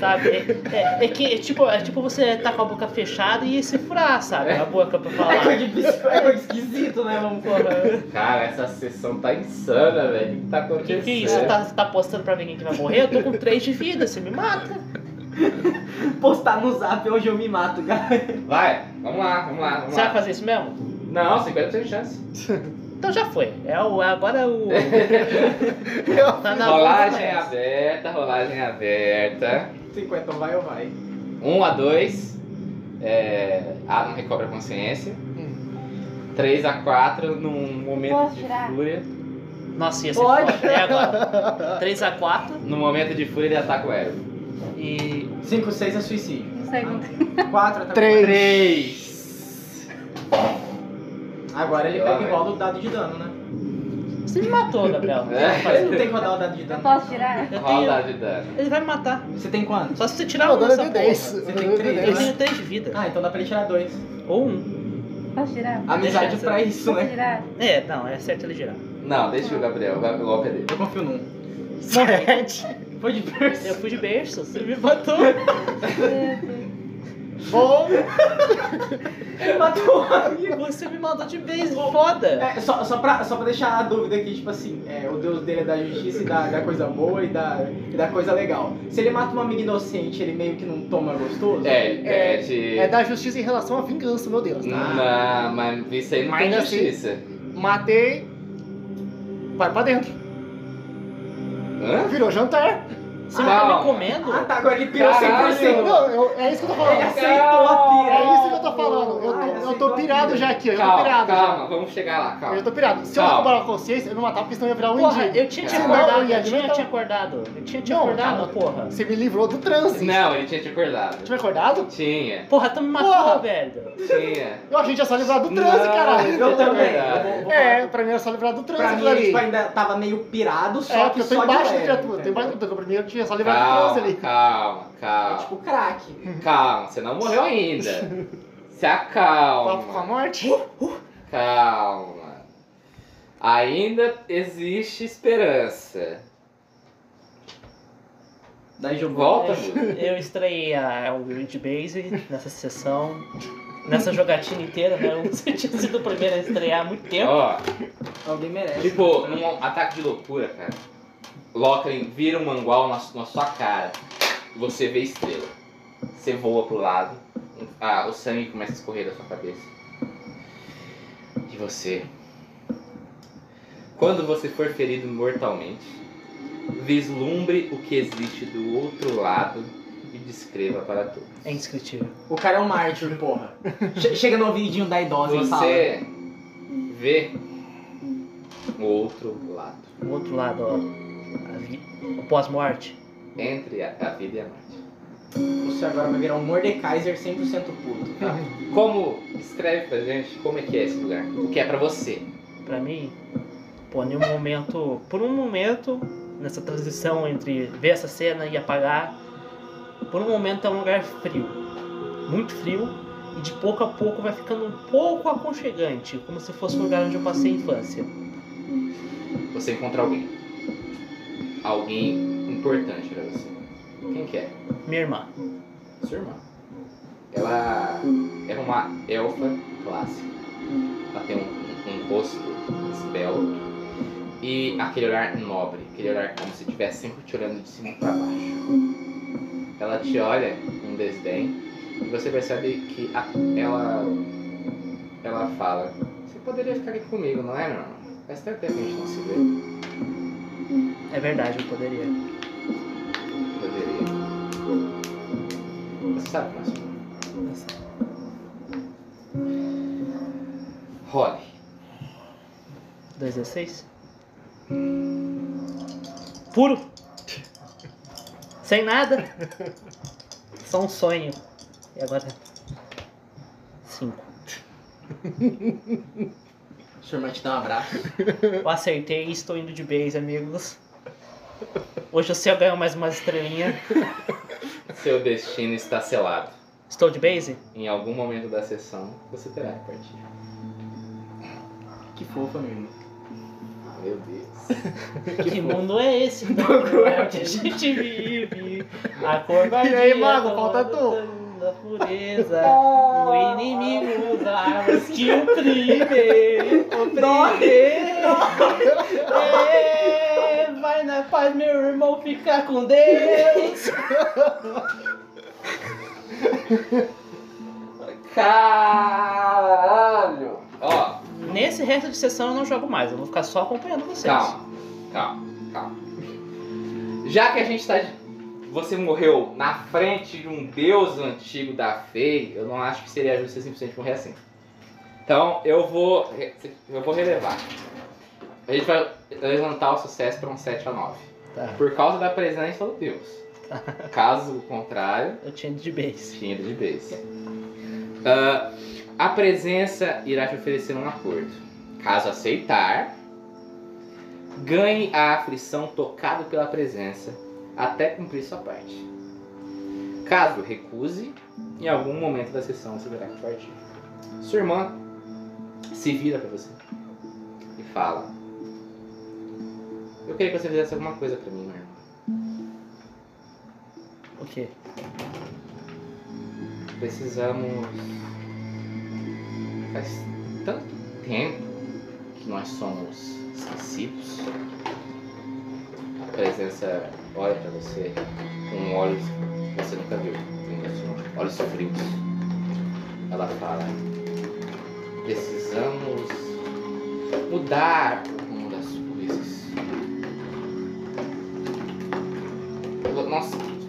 Speaker 2: sabe? É, é- é que é tipo, é tipo você tá com a boca fechada e se furar, sabe? A boca pra
Speaker 1: É
Speaker 2: falar.
Speaker 1: coisa de psico- é coisa esquisito, né, vamos
Speaker 2: Porra,
Speaker 3: Cara, essa sessão tá insana, velho. O que que tá
Speaker 2: o
Speaker 3: acontecendo?
Speaker 2: que, que é isso? Você tá, você tá apostando pra ver quem que vai morrer? Eu tô com 3 de vida, você me mata.
Speaker 1: postar no zap hoje eu me mato, galera.
Speaker 3: Vai, vamos lá, vamos lá, vamos
Speaker 2: Você vai
Speaker 3: lá.
Speaker 2: fazer isso mesmo?
Speaker 3: Não, 50% de chance.
Speaker 2: Então já foi. É o, é agora o. Tá na
Speaker 3: rolagem é
Speaker 2: mão,
Speaker 3: aberta, rolagem aberta.
Speaker 1: 50 vai ou vai?
Speaker 3: 1 a 2, é, Adam recobra a consciência. 3 a 4, num momento
Speaker 5: Posso
Speaker 3: de
Speaker 5: tirar?
Speaker 3: fúria.
Speaker 2: Nossa, ia ser
Speaker 1: Pode.
Speaker 2: foda. É agora. 3x4
Speaker 3: No momento de fúria, ele ataca o Ero.
Speaker 2: e.
Speaker 1: 5, 6 é suicídio.
Speaker 5: Não sei como.
Speaker 1: 4 tá
Speaker 4: Três.
Speaker 3: 3!
Speaker 1: Agora ele pega e roda o dado de dano, né?
Speaker 2: Você me matou, Gabriel. Não tem o que
Speaker 1: Você
Speaker 2: fazer.
Speaker 1: não tem que rodar o dado de
Speaker 5: É. Eu
Speaker 1: dano.
Speaker 5: posso tirar?
Speaker 2: Eu
Speaker 3: Rola o
Speaker 2: tenho-
Speaker 3: dado de dano.
Speaker 2: Ele vai me matar.
Speaker 1: Você tem quantos?
Speaker 2: Só se você tirar
Speaker 4: Não,
Speaker 2: um
Speaker 4: agora
Speaker 2: dessa
Speaker 4: eu dei
Speaker 2: porra.
Speaker 4: 10.
Speaker 1: Você
Speaker 4: Eu
Speaker 1: tem
Speaker 4: dei
Speaker 1: três,
Speaker 2: Eu
Speaker 4: 10.
Speaker 1: né?
Speaker 2: tenho 3 de vida.
Speaker 1: Ah, então dá pra ele tirar dois.
Speaker 2: Ou um.
Speaker 5: Posso tirar?
Speaker 1: Amizade
Speaker 2: Deixa
Speaker 1: pra isso,
Speaker 5: Posso
Speaker 1: né?
Speaker 5: tirar?
Speaker 2: É, não, é certo ele girar.
Speaker 3: Não, deixa o Gabriel, o Gabriel- o golpe é dele.
Speaker 1: Eu confio num.
Speaker 4: Sete.
Speaker 1: Foi de berço.
Speaker 2: Eu fui de berço, você me matou.
Speaker 5: Meu
Speaker 4: Bom,
Speaker 1: Ele matou um amigo.
Speaker 2: Você me mandou de vez, foda.
Speaker 1: É, só, só, pra, só pra deixar a dúvida aqui, tipo assim, é, o deus dele é da justiça e da, da coisa boa e da, e da coisa legal. Se ele mata uma amiga inocente, ele meio que não toma gostoso?
Speaker 3: É, ele
Speaker 4: É,
Speaker 3: pede.
Speaker 4: é da justiça em relação à vingança, meu Deus. tá?
Speaker 3: Não, mas isso aí não tem
Speaker 4: Mas assim-
Speaker 3: justiça.
Speaker 4: Matei. Vai pra dentro.
Speaker 3: Hã?
Speaker 4: Virou jantar.
Speaker 2: Você não tá
Speaker 3: Calma.
Speaker 2: me comendo?
Speaker 1: Ah, tá, agora ele pirou 100%.
Speaker 4: Não, eu- é isso que eu tô
Speaker 1: Ele
Speaker 4: falando.
Speaker 1: aceitou a pira.
Speaker 4: É isso que eu tô falando. Eu
Speaker 1: Ah,
Speaker 4: tô, eu
Speaker 1: aceitou
Speaker 4: tô
Speaker 1: a
Speaker 4: pirado
Speaker 1: pira.
Speaker 4: já aqui, eu já tô
Speaker 3: Calma,
Speaker 4: pirado já.
Speaker 3: calma, vamos chegar lá, calma.
Speaker 4: Eu tô pirado. Se eu
Speaker 3: Calma.
Speaker 4: não cobrar consciência, eu não matava porque senão eu ia virar um
Speaker 2: Porra,
Speaker 4: indígena.
Speaker 2: eu tinha te
Speaker 3: Não,
Speaker 2: acordado,
Speaker 4: eu
Speaker 2: eu
Speaker 4: ia
Speaker 2: tinha te
Speaker 4: alimentar.
Speaker 2: acordado. Eu tinha te
Speaker 4: Não,
Speaker 2: acordado,
Speaker 4: calma.
Speaker 2: porra.
Speaker 4: Você me livrou do transe.
Speaker 1: Né?
Speaker 3: Não, ele tinha te acordado.
Speaker 4: Tinha me acordado?
Speaker 3: Tinha,
Speaker 2: Porra, tu me matou,
Speaker 4: Porra.
Speaker 2: velho.
Speaker 3: tinha.
Speaker 4: Eu achei que ia só livrar do transe,
Speaker 3: Não,
Speaker 4: caralho.
Speaker 1: Eu também.
Speaker 3: É
Speaker 1: Eu vou- vou
Speaker 4: É, pra mim era só livrar do transe
Speaker 1: Pra mim,
Speaker 4: aquilo
Speaker 1: ele
Speaker 4: ali.
Speaker 1: tipo, ainda tava meio pirado, só
Speaker 4: É,
Speaker 1: que
Speaker 4: porque eu tô
Speaker 1: só de
Speaker 4: embaixo da
Speaker 1: leve,
Speaker 4: criatura. Tô
Speaker 1: entendeu?
Speaker 4: embaixo do transe. Primeiro eu tinha só livrado do transe
Speaker 3: Calma,
Speaker 4: ali. É
Speaker 3: calma,
Speaker 1: É
Speaker 3: calma.
Speaker 1: tipo crack.
Speaker 3: Calma, você não morreu ainda. Se
Speaker 4: Papo com a
Speaker 3: acalma. Uh,
Speaker 4: morte.
Speaker 3: Calma. Ainda existe esperança.
Speaker 1: Daí jogou.
Speaker 3: Volta,
Speaker 2: É.
Speaker 3: Buda.
Speaker 2: Eu estreiei a, o Wild Base nessa sessão. Nessa jogatina inteira, né? Eu tinha sido o primeiro a estrear há muito tempo.
Speaker 3: Ó,
Speaker 1: Alguém merece.
Speaker 3: tipo, num ataque de loucura, cara. Locklin vira um mangual na, su- na sua cara. Você vê estrela. Você voa pro lado. Ah, o sangue começa a escorrer da sua cabeça. E você. Quando você for ferido mortalmente, vislumbre o que existe do outro lado e descreva para todos.
Speaker 2: É indescritível.
Speaker 1: O cara é um mártir, porra. Che- Chega no ouvidinho da idosa e fala.
Speaker 3: Você é- vê o outro lado.
Speaker 2: O outro lado, ó. a vi- O pós-morte.
Speaker 3: Entre a, a vida e a morte.
Speaker 1: Você agora vai virar um Mordekaiser 100% puto, tá?
Speaker 3: Como escreve pra gente como é que é esse lugar? O que é pra você?
Speaker 2: Pra mim, pô, em um momento. Por um momento, nessa transição entre ver essa cena e apagar, por um momento é um lugar frio. Muito frio. E de pouco a pouco vai ficando um pouco aconchegante, como se fosse um lugar onde eu passei a infância.
Speaker 3: Você encontra alguém. Alguém importante pra você. Quem que é?
Speaker 2: Minha irmã.
Speaker 3: Sua irmã. Ela é uma elfa clássica. Ela tem um, um- um rosto esbelto e aquele olhar nobre, aquele olhar como se estivesse sempre te olhando de cima para baixo. Ela te olha com desdém e você percebe que a- ela ela fala: Você poderia ficar aqui comigo, não é, meu irmão? Faz tanto tempo que a gente não se vê.
Speaker 2: É verdade, eu poderia.
Speaker 3: Poderia. Você sabe como é isso? Role.
Speaker 2: 216? Puro! Sem nada! Só um sonho. E agora. 5.
Speaker 1: Sua irmã te dá um abraço.
Speaker 2: Eu acertei e estou indo de base, amigos. Hoje eu sei eu ganho mais uma estrelinha.
Speaker 3: Seu destino está selado.
Speaker 2: Estou de base?
Speaker 3: Em algum momento da sessão, você terá que partir.
Speaker 1: Que fofa, meu irmão.
Speaker 3: Meu Deus.
Speaker 2: Que mundo é esse? que a gente vive. A cor
Speaker 4: aí, mago, falta
Speaker 2: tu. Da pureza, o inimigo das armas que oprime, oprime. É, vai na paz, meu irmão, ficar com Deus.
Speaker 3: Caralho! Ó,
Speaker 2: Nesse resto de sessão eu não jogo mais, eu vou ficar só acompanhando vocês.
Speaker 3: calma, calma, calma. Já que a gente tá. de- Você morreu na frente de um deus antigo da fei, eu não acho que seria justo você simplesmente morrer assim. Então eu vou. re- Eu vou relevar. A gente vai levantar o sucesso para um 7 a 9.
Speaker 2: Tá.
Speaker 3: Por causa da presença do deus. Caso contrário,
Speaker 2: Eu tinha ido de base.
Speaker 3: Tinha de vez. Ah, a presença irá te oferecer um acordo. Caso aceitar, ganhe a aflição tocado pela presença até cumprir sua parte. Caso recuse, em algum momento da sessão você terá que partir. Sua irmã se vira pra você e fala: Eu queria que você fizesse alguma coisa pra mim, minha irmã.
Speaker 2: O quê?
Speaker 3: Precisamos. Faz tanto tempo que nós somos esquecidos. A presença olha pra você com olhos que você nunca viu. com Olhos frios. Ela fala. Precisamos mudar o rumo das coisas.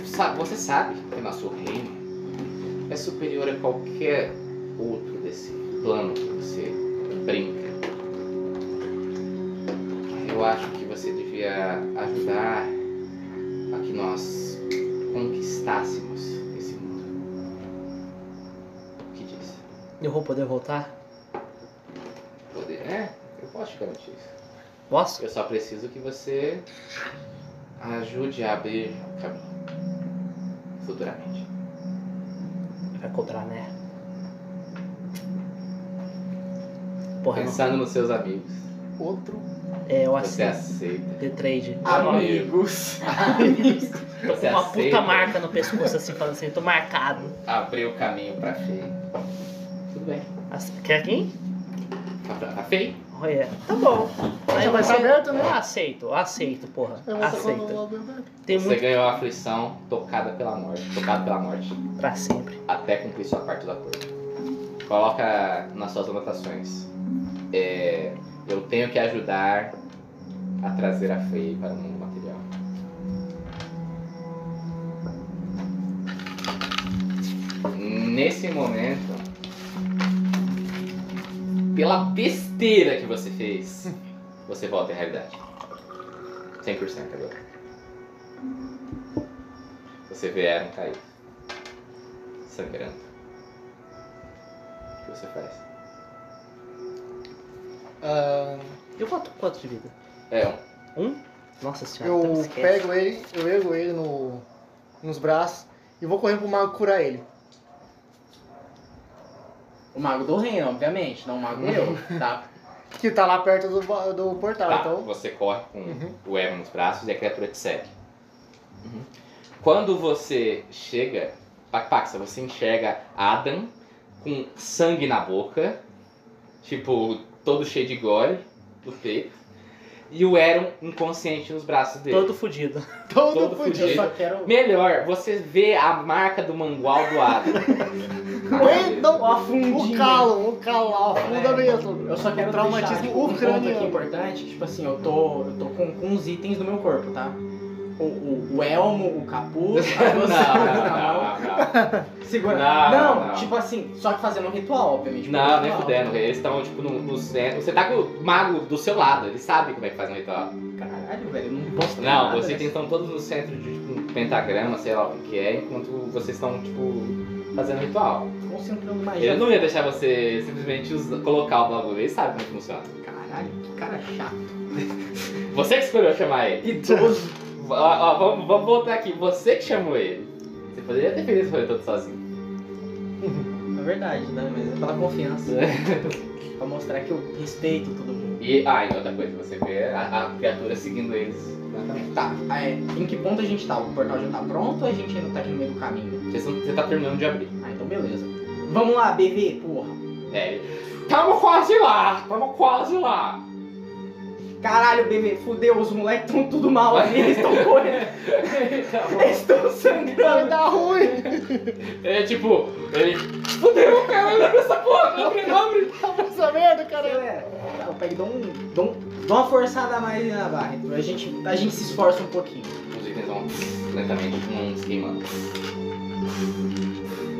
Speaker 3: sa- você sabe que nosso reino é superior a qualquer outro desse plano que você brinca. Eu acho que você devia ajudar a que nós conquistássemos esse mundo. O que diz?
Speaker 2: Eu vou poder voltar?
Speaker 3: Poder? É, eu posso te garantir isso.
Speaker 2: Posso?
Speaker 3: Eu só preciso que você ajude a abrir o caminho. Futuramente.
Speaker 2: Vai cobrar, né? Porra, não.
Speaker 3: Pensando nos seus amigos.
Speaker 4: Outro.
Speaker 2: É, eu
Speaker 3: Você
Speaker 2: aceito.
Speaker 3: aceita.
Speaker 2: The Trade.
Speaker 1: Amigos.
Speaker 2: Tô com
Speaker 3: Você
Speaker 2: uma
Speaker 3: aceita
Speaker 2: puta marca no pescoço, assim, falando assim, tô marcado.
Speaker 3: abrir o caminho pra Fei. Tudo bem.
Speaker 2: As- Quer quem?
Speaker 3: Tá pra pra Fei?
Speaker 2: Olha, tá bom. Aí
Speaker 4: Já
Speaker 2: vai
Speaker 4: tá
Speaker 2: ser...
Speaker 4: aberto, né?
Speaker 2: Eu aceito, eu aceito, porra.
Speaker 4: Eu vou sacar
Speaker 2: aceito.
Speaker 4: no Alberto.
Speaker 2: Tem
Speaker 3: Você
Speaker 2: muito
Speaker 3: ganhou a aflição tocada pela morte. Tocado pela morte.
Speaker 2: pra sempre.
Speaker 3: Até cumprir sua parte do acordo. Coloca nas suas anotações. É, eu tenho que ajudar a trazer a Fei para o mundo material. Nesse momento, pela besteira que você fez, você volta à realidade. 100% agora. Você vê Aaron cair. Sangrando. O que você faz?
Speaker 4: Ah,
Speaker 2: Eu boto quanto de vida?
Speaker 3: É, um.
Speaker 2: Um? Nossa senhora,
Speaker 4: eu
Speaker 2: então esquece.
Speaker 4: pego ele, eu ergo ele no, nos braços e vou correr pro mago curar ele.
Speaker 1: O mago do reino, obviamente, não o mago meu, tá?
Speaker 4: Que tá lá perto do, ba- do portal,
Speaker 3: Tá,
Speaker 4: então.
Speaker 3: você corre com
Speaker 4: Uhum.
Speaker 3: o Aaron nos braços e a criatura te segue. Quando você chega, Paxa, você enxerga Adam com sangue na boca, tipo, todo cheio de gore do peito, e o Aaron inconsciente nos braços dele.
Speaker 2: Todo fudido.
Speaker 3: todo
Speaker 4: fudido.
Speaker 3: fudido.
Speaker 4: Eu só quero.
Speaker 3: Melhor, você vê a marca do mangual do Adam. Na cabeça.
Speaker 4: Então,
Speaker 1: Afundinho.
Speaker 4: o calo, o calo lá, afunda
Speaker 1: É.
Speaker 4: mesmo.
Speaker 1: Eu só quero
Speaker 4: Traumatismo
Speaker 1: deixar, tipo, um ponto aqui
Speaker 4: ucraniano.
Speaker 1: importante, tipo assim, eu tô, eu tô com, com os itens do meu corpo, tá? O, o, o elmo, o capuz, a
Speaker 3: Não,
Speaker 1: doce
Speaker 3: não, não, não.
Speaker 1: Segura.
Speaker 3: Não,
Speaker 1: Não,
Speaker 3: não.
Speaker 1: tipo assim, só que fazendo um ritual, obviamente.
Speaker 3: Tipo, Não, nem
Speaker 1: Ritual.
Speaker 3: fudendo, eles estão tipo no, no centro. Você tá com o mago do seu lado, ele sabe como é que faz um ritual.
Speaker 1: Caralho, velho, eu não posso
Speaker 3: Não,
Speaker 1: nada
Speaker 3: vocês
Speaker 1: dessa.
Speaker 3: estão todos no centro de tipo, um pentagrama, sei lá o que que é, enquanto vocês estão tipo fazendo ritual.
Speaker 1: Concentrando
Speaker 3: Ele
Speaker 1: magia.
Speaker 3: não ia deixar você simplesmente usa- colocar o bagulho, ele sabe como é funciona.
Speaker 1: Caralho, que cara chato.
Speaker 3: Você que escolheu chamar ele.
Speaker 1: Idoso.
Speaker 3: Ó, ó, vamos, vamos voltar aqui, você que chamou ele. Você poderia ter feito esse rolê todo sozinho.
Speaker 1: É verdade, né? Mas é pela confiança. pra mostrar que eu respeito todo mundo.
Speaker 3: E, ah, e outra coisa, você vê a, a criatura seguindo eles. completamente.
Speaker 1: Tá, é, em que ponto a gente tá? O portal já tá pronto ou a gente ainda tá aqui no meio do caminho?
Speaker 3: Vocês não- Você tá terminando de abrir.
Speaker 1: Ah, então beleza. Vamos lá, BV, porra.
Speaker 3: É. Tamo quase lá, tamo quase lá.
Speaker 1: Caralho, BV, fudeu, os moleques tão tudo mal ali, eles tão correndo, eles tão
Speaker 4: Vai
Speaker 1: sangrando.
Speaker 4: dar ruim.
Speaker 3: é tipo, ele. Fudeu, cara, abre essa porra, abre, abre.
Speaker 4: Abre essa merda, cara.
Speaker 1: Galera, eu pego e dou, um, dou, um- dou uma forçada a mais ali na barra. então A gente, a gente se esforça um pouquinho.
Speaker 3: Os itens vão lentamente, um se queimando.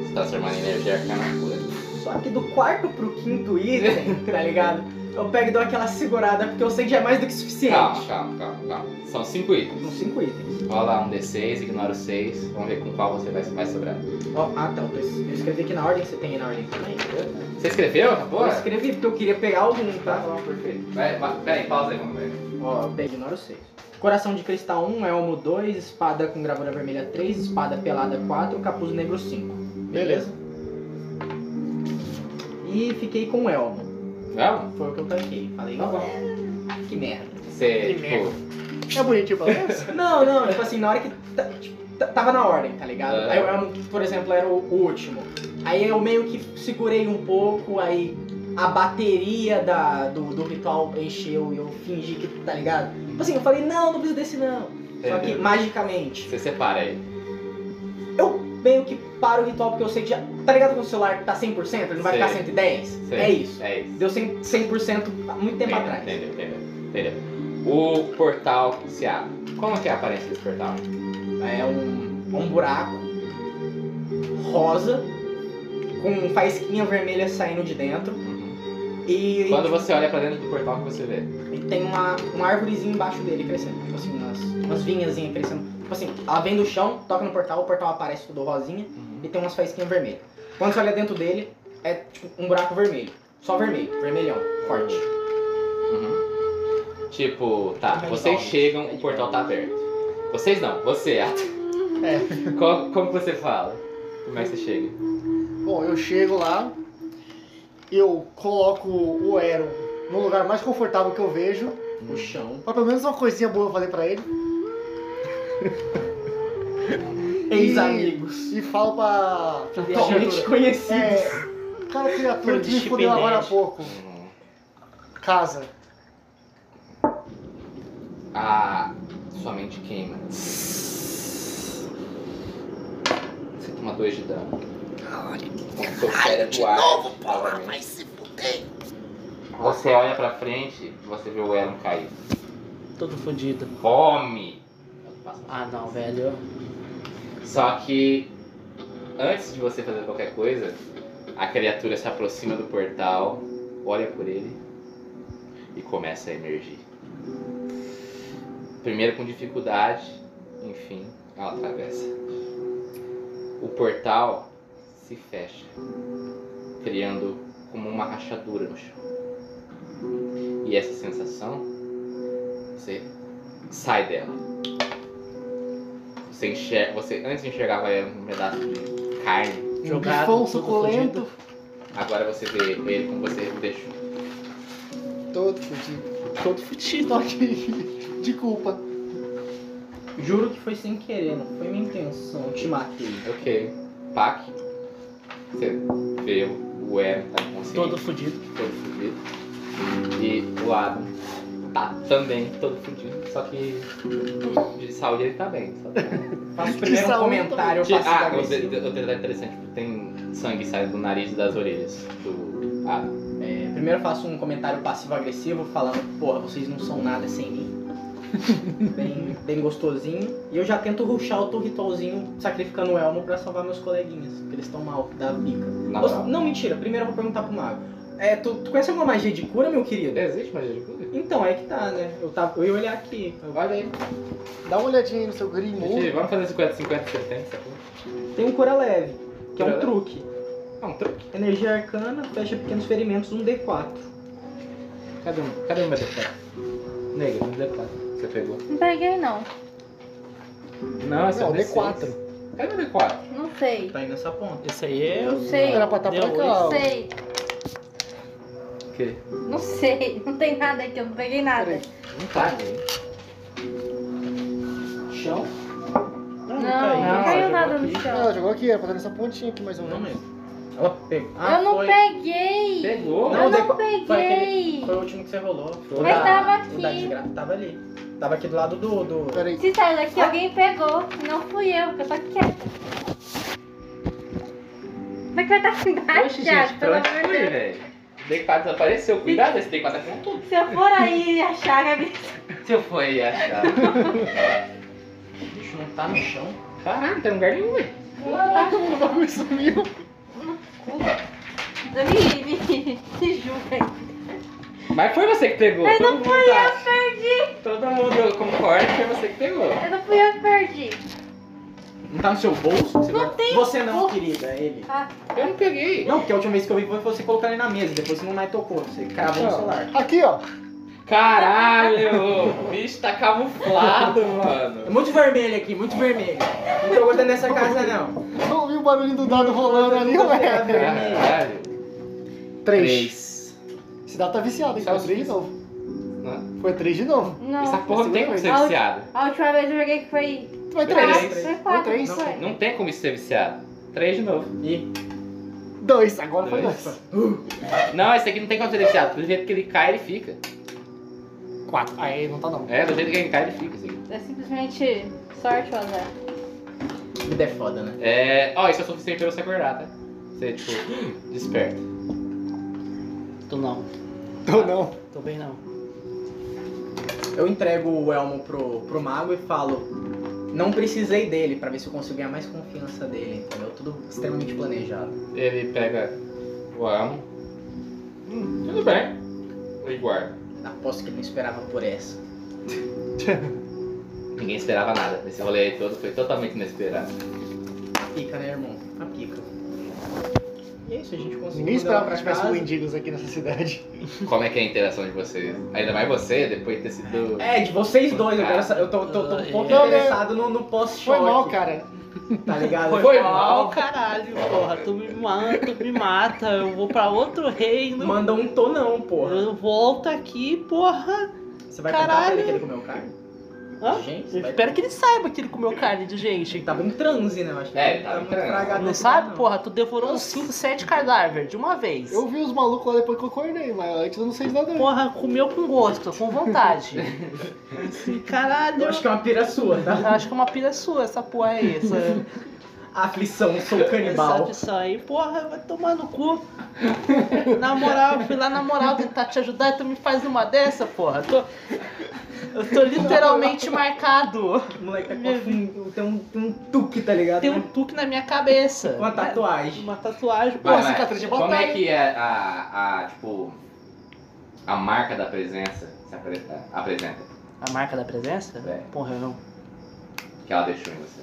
Speaker 3: Se transformando em energia arcana pura.
Speaker 1: Só que do quarto pro quinto item, tá ligado? Eu pego e dou aquela segurada, porque eu sei que já é mais do que suficiente.
Speaker 3: Calma, calma, calma, calma. São cinco
Speaker 1: São
Speaker 3: itens.
Speaker 1: cinco itens.
Speaker 3: Rola um D6, ignora os seis. Vamos ver com qual você vai, vai sobrar.
Speaker 1: Ó, ah, tá, eu escrevi aqui na ordem, você tem aí na ordem também.
Speaker 3: Você escreveu?
Speaker 1: Eu
Speaker 3: Acabou?
Speaker 1: escrevi porque eu queria pegar um, tá?
Speaker 3: bom, perfeito. Vai, vai, peraí, pausa aí, vamos ver.
Speaker 1: Ó, bem, ignora os 6. Coração de cristal 1, elmo 2, espada com gravura vermelha 3, espada pelada 4, capuz negro 5.
Speaker 4: Beleza.
Speaker 1: E fiquei com o elmo.
Speaker 3: Não?
Speaker 1: Foi o que eu tanquei. Falei,
Speaker 3: Tá
Speaker 1: ó, que merda.
Speaker 3: Você,
Speaker 4: Que
Speaker 3: tipo.
Speaker 4: É bonitinho, pelo menos.
Speaker 1: Não, não, tipo assim, na hora que. ta- tipo, ta- Tava na ordem, tá ligado?
Speaker 3: É.
Speaker 1: Aí o elmo, por exemplo, era o último. Aí eu meio que segurei um pouco, aí a bateria da, do, do ritual encheu e eu fingi que, tá ligado? Tipo assim, eu falei, não, não preciso desse não. Só que
Speaker 3: Entendeu.
Speaker 1: magicamente.
Speaker 3: Você separa ele.
Speaker 1: Eu meio que paro o ritual porque eu sei que já. Tá ligado quando o celular tá 100%, ele não vai
Speaker 3: Sei.
Speaker 1: ficar 110?
Speaker 3: Sei.
Speaker 1: É isso.
Speaker 3: É isso.
Speaker 1: Deu 100%, 100% há muito tempo
Speaker 3: Entendeu,
Speaker 1: atrás.
Speaker 3: Entendeu, entendeu, entendeu. O portal se abre. Como que é a aparência desse portal?
Speaker 1: É um. a um buraco rosa com faísquinha vermelha saindo de dentro
Speaker 3: Uhum.
Speaker 1: e,
Speaker 3: Quando você olha pra dentro do portal, o que você vê?
Speaker 1: e tem uma, uma árvorezinha embaixo dele crescendo, tipo assim, umas, umas vinhazinhas crescendo. Tipo assim, ela vem do chão, toca no portal, o portal aparece tudo rosinha e tem umas faísquinhas vermelhas. Quando você olha dentro dele, é tipo um buraco vermelho. Só vermelho, vermelhão, forte.
Speaker 3: Uhum. Tipo, tá, vocês
Speaker 1: Uhum.
Speaker 3: chegam, o portal tá aberto. Vocês não, você, Ato.
Speaker 1: É.
Speaker 3: Como, como que você fala? Como é que você chega?
Speaker 4: Bom, eu chego lá, eu coloco o Ero no lugar mais confortável que eu vejo,
Speaker 1: No chão.
Speaker 4: pra pelo menos uma coisinha boa eu falei pra ele,
Speaker 1: Ex-amigos.
Speaker 4: e falo pra.
Speaker 1: Totalmente conhecidos.
Speaker 4: É, cara, criatura que me fudeu agora há pouco.
Speaker 1: Uhum.
Speaker 4: Casa.
Speaker 3: A sua mente queima. Você toma dois de dano. Com seu cérebro arde novamente.
Speaker 4: se fuder!
Speaker 3: Você olha pra frente e você vê o Elon cair.
Speaker 2: Todo fudido.
Speaker 3: Fome!
Speaker 2: Ah não, velho.
Speaker 3: Só que antes de você fazer qualquer coisa, a criatura se aproxima do portal, olha por ele e começa a emergir. Primeiro com dificuldade, enfim, ela atravessa. O portal se fecha, criando como uma rachadura no chão. E essa sensação, você sai dela. Você enxerga, você antes enxergava ela um pedaço de carne,
Speaker 4: Um
Speaker 2: Jogado,
Speaker 4: bifão
Speaker 2: todo
Speaker 4: suculento,
Speaker 3: agora você vê ele como você deixou.
Speaker 4: todo fudido.
Speaker 2: Todo fudido.
Speaker 4: Tô aqui de culpa.
Speaker 1: Juro que foi sem querer, não foi minha intenção. Te matei.
Speaker 3: Ok, Pac, você vê o Eren tá consciente,
Speaker 2: Todo fudido.
Speaker 3: todo fudido. E o Adam tá também todo fudido, só que de saúde ele tá bem. Só tá-
Speaker 1: Faço o primeiro um
Speaker 4: saúde,
Speaker 1: comentário
Speaker 3: Ti- Ah,
Speaker 1: passivo
Speaker 3: o de-
Speaker 1: agressivo.
Speaker 3: de- outro detalhe interessante, tipo, tem sangue saindo do nariz e das orelhas do Adam.
Speaker 1: É, primeiro eu faço um comentário passivo-agressivo falando, porra, vocês não são nada sem mim. bem, bem gostosinho. E eu já tento ruxar outro ritualzinho sacrificando o Elmo pra salvar meus coleguinhas, porque eles estão mal da bica.
Speaker 3: Na
Speaker 1: Ou- não, mentira, primeiro eu vou perguntar pro mago. É, tu, tu conhece alguma magia de cura, meu querido?
Speaker 3: Existe magia de cura?
Speaker 1: Então, é que tá, né? Eu, tava, eu ia olhar aqui.
Speaker 3: Olha aí.
Speaker 4: Dá uma olhadinha aí no seu
Speaker 3: Gente,
Speaker 4: grimundo.
Speaker 3: vamos fazer 50, 50, 70, sacou?
Speaker 1: Tem um cura leve, que é um
Speaker 3: Cura leve?
Speaker 1: truque.
Speaker 3: Ah, um truque.
Speaker 1: Energia arcana, fecha pequenos ferimentos, um D4.
Speaker 3: Cadê um? Cadê o meu D4? Nega, um D4. Você pegou?
Speaker 5: Não peguei, não.
Speaker 3: Não, é
Speaker 4: Não, D4.
Speaker 3: Cadê o D4?
Speaker 5: Não sei.
Speaker 1: Tá aí nessa ponta.
Speaker 2: Esse aí é.
Speaker 5: Não sei.
Speaker 4: Era pra tá
Speaker 2: Deu
Speaker 4: pra cá.
Speaker 5: Não
Speaker 4: ó.
Speaker 5: sei.
Speaker 3: O quê?
Speaker 5: Não sei. Não tem nada aqui. Eu não peguei nada.
Speaker 3: Não tá, gente.
Speaker 1: Chão?
Speaker 5: Não,
Speaker 2: caiu.
Speaker 5: não
Speaker 3: Não,
Speaker 5: caiu
Speaker 3: jogou
Speaker 5: nada no
Speaker 3: aqui.
Speaker 4: Ah, Ela
Speaker 5: chão.
Speaker 4: jogou aqui, era pra dar nessa pontinha aqui mais ou
Speaker 1: Não
Speaker 4: menos.
Speaker 1: mesmo. Ela pegou. Ah,
Speaker 5: eu não
Speaker 1: foi,
Speaker 5: peguei.
Speaker 3: Pegou?
Speaker 1: Não,
Speaker 5: eu não
Speaker 1: depois- foi
Speaker 5: peguei.
Speaker 1: aquele- foi o último que você rolou. Foi
Speaker 5: Mas
Speaker 1: o da-
Speaker 5: tava
Speaker 1: O da
Speaker 5: aqui.
Speaker 1: desgraça tava ali. Tava aqui do lado do. do...
Speaker 4: Peraí.
Speaker 5: Se saiu daqui, alguém pegou. Não fui eu, porque eu tô quieta. Como é que vai estar assim
Speaker 3: Oxe, gente,
Speaker 5: embaixo,
Speaker 3: pra
Speaker 5: pelo
Speaker 3: onde
Speaker 5: amor de
Speaker 3: foi,
Speaker 5: Deus?
Speaker 3: velho? D4 desapareceu. Cuidado, esse D4 tá com tudo.
Speaker 5: Se eu for aí e achar, Gabi.
Speaker 3: Se eu for aí achar.
Speaker 1: Bicho, não tá no chão.
Speaker 3: Caralho, não tem lugar nenhum, velho.
Speaker 4: O bagulho sumiu.
Speaker 5: Me, me, se julguem.
Speaker 3: Mas foi você que pegou.
Speaker 5: Mas
Speaker 3: Todo
Speaker 5: não
Speaker 3: mundo
Speaker 5: fui
Speaker 3: tá-
Speaker 5: eu, perdi.
Speaker 3: Todo mundo concorda que foi você que pegou.
Speaker 5: Eu não fui eu que perdi.
Speaker 1: Não tá no seu bolso? Você
Speaker 5: Não
Speaker 1: guarda-
Speaker 5: tem
Speaker 1: Você não,
Speaker 5: bolso.
Speaker 1: querida, ele.
Speaker 5: Ah,
Speaker 3: Eu não peguei.
Speaker 1: Não, porque a última vez que eu vi foi você colocar ele na mesa, depois você não mais tocou, você cravou Tá no celular.
Speaker 4: Aqui, ó.
Speaker 3: Caralho, o bicho tá camuflado, mano.
Speaker 1: É muito vermelho aqui, muito vermelho. Não tô gostando dessa casa, não.
Speaker 4: Eu ouvi o barulhinho do dado rolando ali, ué.
Speaker 3: Caralho.
Speaker 4: Três. Esse dado tá viciado, hein?
Speaker 3: Só
Speaker 4: Foi
Speaker 3: os
Speaker 4: três de
Speaker 3: três.
Speaker 4: novo.
Speaker 3: Não.
Speaker 4: Foi três de novo.
Speaker 3: Essa
Speaker 5: não.
Speaker 3: porra não tem como ser
Speaker 5: Ah, o-
Speaker 3: viciado.
Speaker 5: A última vez eu joguei que foi
Speaker 4: Foi
Speaker 5: quatro.
Speaker 4: três.
Speaker 1: Três.
Speaker 5: Foi quatro.
Speaker 4: Três.
Speaker 5: não foi?
Speaker 3: Não tem como ser viciado. Três de novo.
Speaker 1: E
Speaker 4: Dois. Agora foi
Speaker 3: Dois.
Speaker 4: dois.
Speaker 3: Não, esse aqui não tem como ser viciado. Do jeito que ele cai, ele fica.
Speaker 4: Quatro. Aí, não tá não.
Speaker 3: É, do jeito que ele cai, ele fica. assim. esse aqui.
Speaker 5: É simplesmente sorte ou azar.
Speaker 1: vida é foda, né?
Speaker 3: É. Ó, isso é o suficiente pra você acordar, tá? Você, tipo, desperta.
Speaker 2: Tô não.
Speaker 4: Tô não.
Speaker 2: Tô bem não.
Speaker 1: Eu entrego o elmo pro, pro mago e falo: Não precisei dele pra ver se eu consigo ganhar mais confiança dele, entendeu? Tudo extremamente planejado.
Speaker 3: Ele pega o amo. Hum, tudo bem. E guarda.
Speaker 1: Aposto que ele não esperava por essa.
Speaker 3: Ninguém esperava nada. Esse rolê aí todo foi totalmente inesperado.
Speaker 1: A pica, né, irmão? A pica. E é isso, a gente conseguiu.
Speaker 4: Ninguém esperava
Speaker 1: mandar
Speaker 4: que
Speaker 1: pra
Speaker 4: tivesse
Speaker 1: casa.
Speaker 4: mendigos aqui nessa cidade.
Speaker 3: Como é que é a interação de vocês? Ainda mais você, depois de ter sido.
Speaker 1: É, de vocês dois, eu, quero sa- eu tô, tô, tô um pouco
Speaker 4: Não, né?
Speaker 1: interessado no, no pós-choque.
Speaker 4: Foi mal, cara.
Speaker 1: Tá ligado?
Speaker 3: Foi mal.
Speaker 2: caralho, porra. Tu me mata, tu me mata. Eu vou pra outro reino.
Speaker 1: Manda um tonão, porra.
Speaker 2: Eu volto aqui, porra.
Speaker 1: Você vai
Speaker 2: Hum, Caralho.
Speaker 1: contar pra ele que ele comeu carne?
Speaker 2: Hã?
Speaker 1: Gente, você
Speaker 2: Eu
Speaker 1: vai-
Speaker 2: espero que ele saiba que ele comeu carne de gente.
Speaker 1: Ele tava em transe, né? Eu acho que
Speaker 3: É,
Speaker 1: ele
Speaker 3: tava em
Speaker 1: muito
Speaker 3: transe.
Speaker 1: tragado
Speaker 2: tá Não
Speaker 1: desse
Speaker 2: sabe,
Speaker 1: tonão.
Speaker 2: porra? Tu devorou uns 5, 7 cadáveres de uma vez.
Speaker 4: Eu vi os malucos lá depois que eu acordei, mas antes eu não sei de nada.
Speaker 2: Porra, comeu com gosto, com vontade. Assim, Caralho.
Speaker 1: Eu acho que é uma pira sua, tá?
Speaker 2: Eu acho que é uma pilha sua essa porra aí. Essa,
Speaker 1: Aflição, sou um
Speaker 2: essa
Speaker 1: canibal.
Speaker 2: opção aí. Porra, vai tomar no cu. Na moral, eu fui lá na moral tentar te ajudar e tu me faz uma dessa, porra. Eu tô, eu tô literalmente marcado.
Speaker 1: O moleque tá com um, tem um, tem um tuque, tá ligado?
Speaker 2: Tem um tuque na minha cabeça.
Speaker 1: Com a tatuagem.
Speaker 2: Uma tatuagem.
Speaker 3: Vai,
Speaker 2: Porra,
Speaker 3: vai.
Speaker 2: cicatriz de
Speaker 3: Como é
Speaker 2: botão.
Speaker 3: que é a, a, tipo. A marca da presença se apre- é, apresenta?
Speaker 2: A marca da presença?
Speaker 3: É.
Speaker 2: Porra, eu não.
Speaker 3: Que ela deixou em você.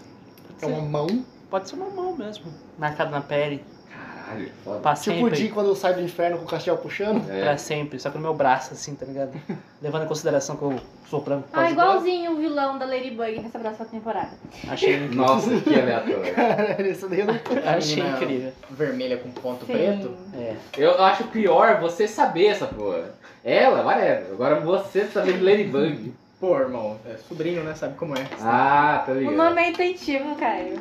Speaker 3: Então
Speaker 4: É uma mão.
Speaker 2: Pode ser uma mão mesmo. Marcada na pele.
Speaker 3: Caralho, foda.
Speaker 2: Pra
Speaker 4: Tipo o
Speaker 2: sempre.
Speaker 4: Jim quando eu saio do inferno com o castelo puxando.
Speaker 2: Pra
Speaker 3: É,
Speaker 2: sempre. Só que no meu braço, assim, tá ligado? Levando em consideração que eu sou branco. por
Speaker 5: Ah,
Speaker 2: causa
Speaker 5: igualzinho o vilão da Ladybug nessa próxima temporada.
Speaker 2: do- Achei,
Speaker 3: nossa, que aleatório.
Speaker 4: Caralho, isso daí eu não.
Speaker 2: achei
Speaker 1: Menina-
Speaker 2: incrível.
Speaker 1: Vermelha com ponto
Speaker 5: Sim.
Speaker 1: preto.
Speaker 2: É.
Speaker 3: Eu acho pior você saber essa porra. Ela, whatever. Agora você saber de Ladybug.
Speaker 1: Pô, irmão, é sobrinho, né? Sabe como é.
Speaker 3: Ah, tá
Speaker 5: O
Speaker 3: ligado.
Speaker 5: nome é intuitivo, Caio.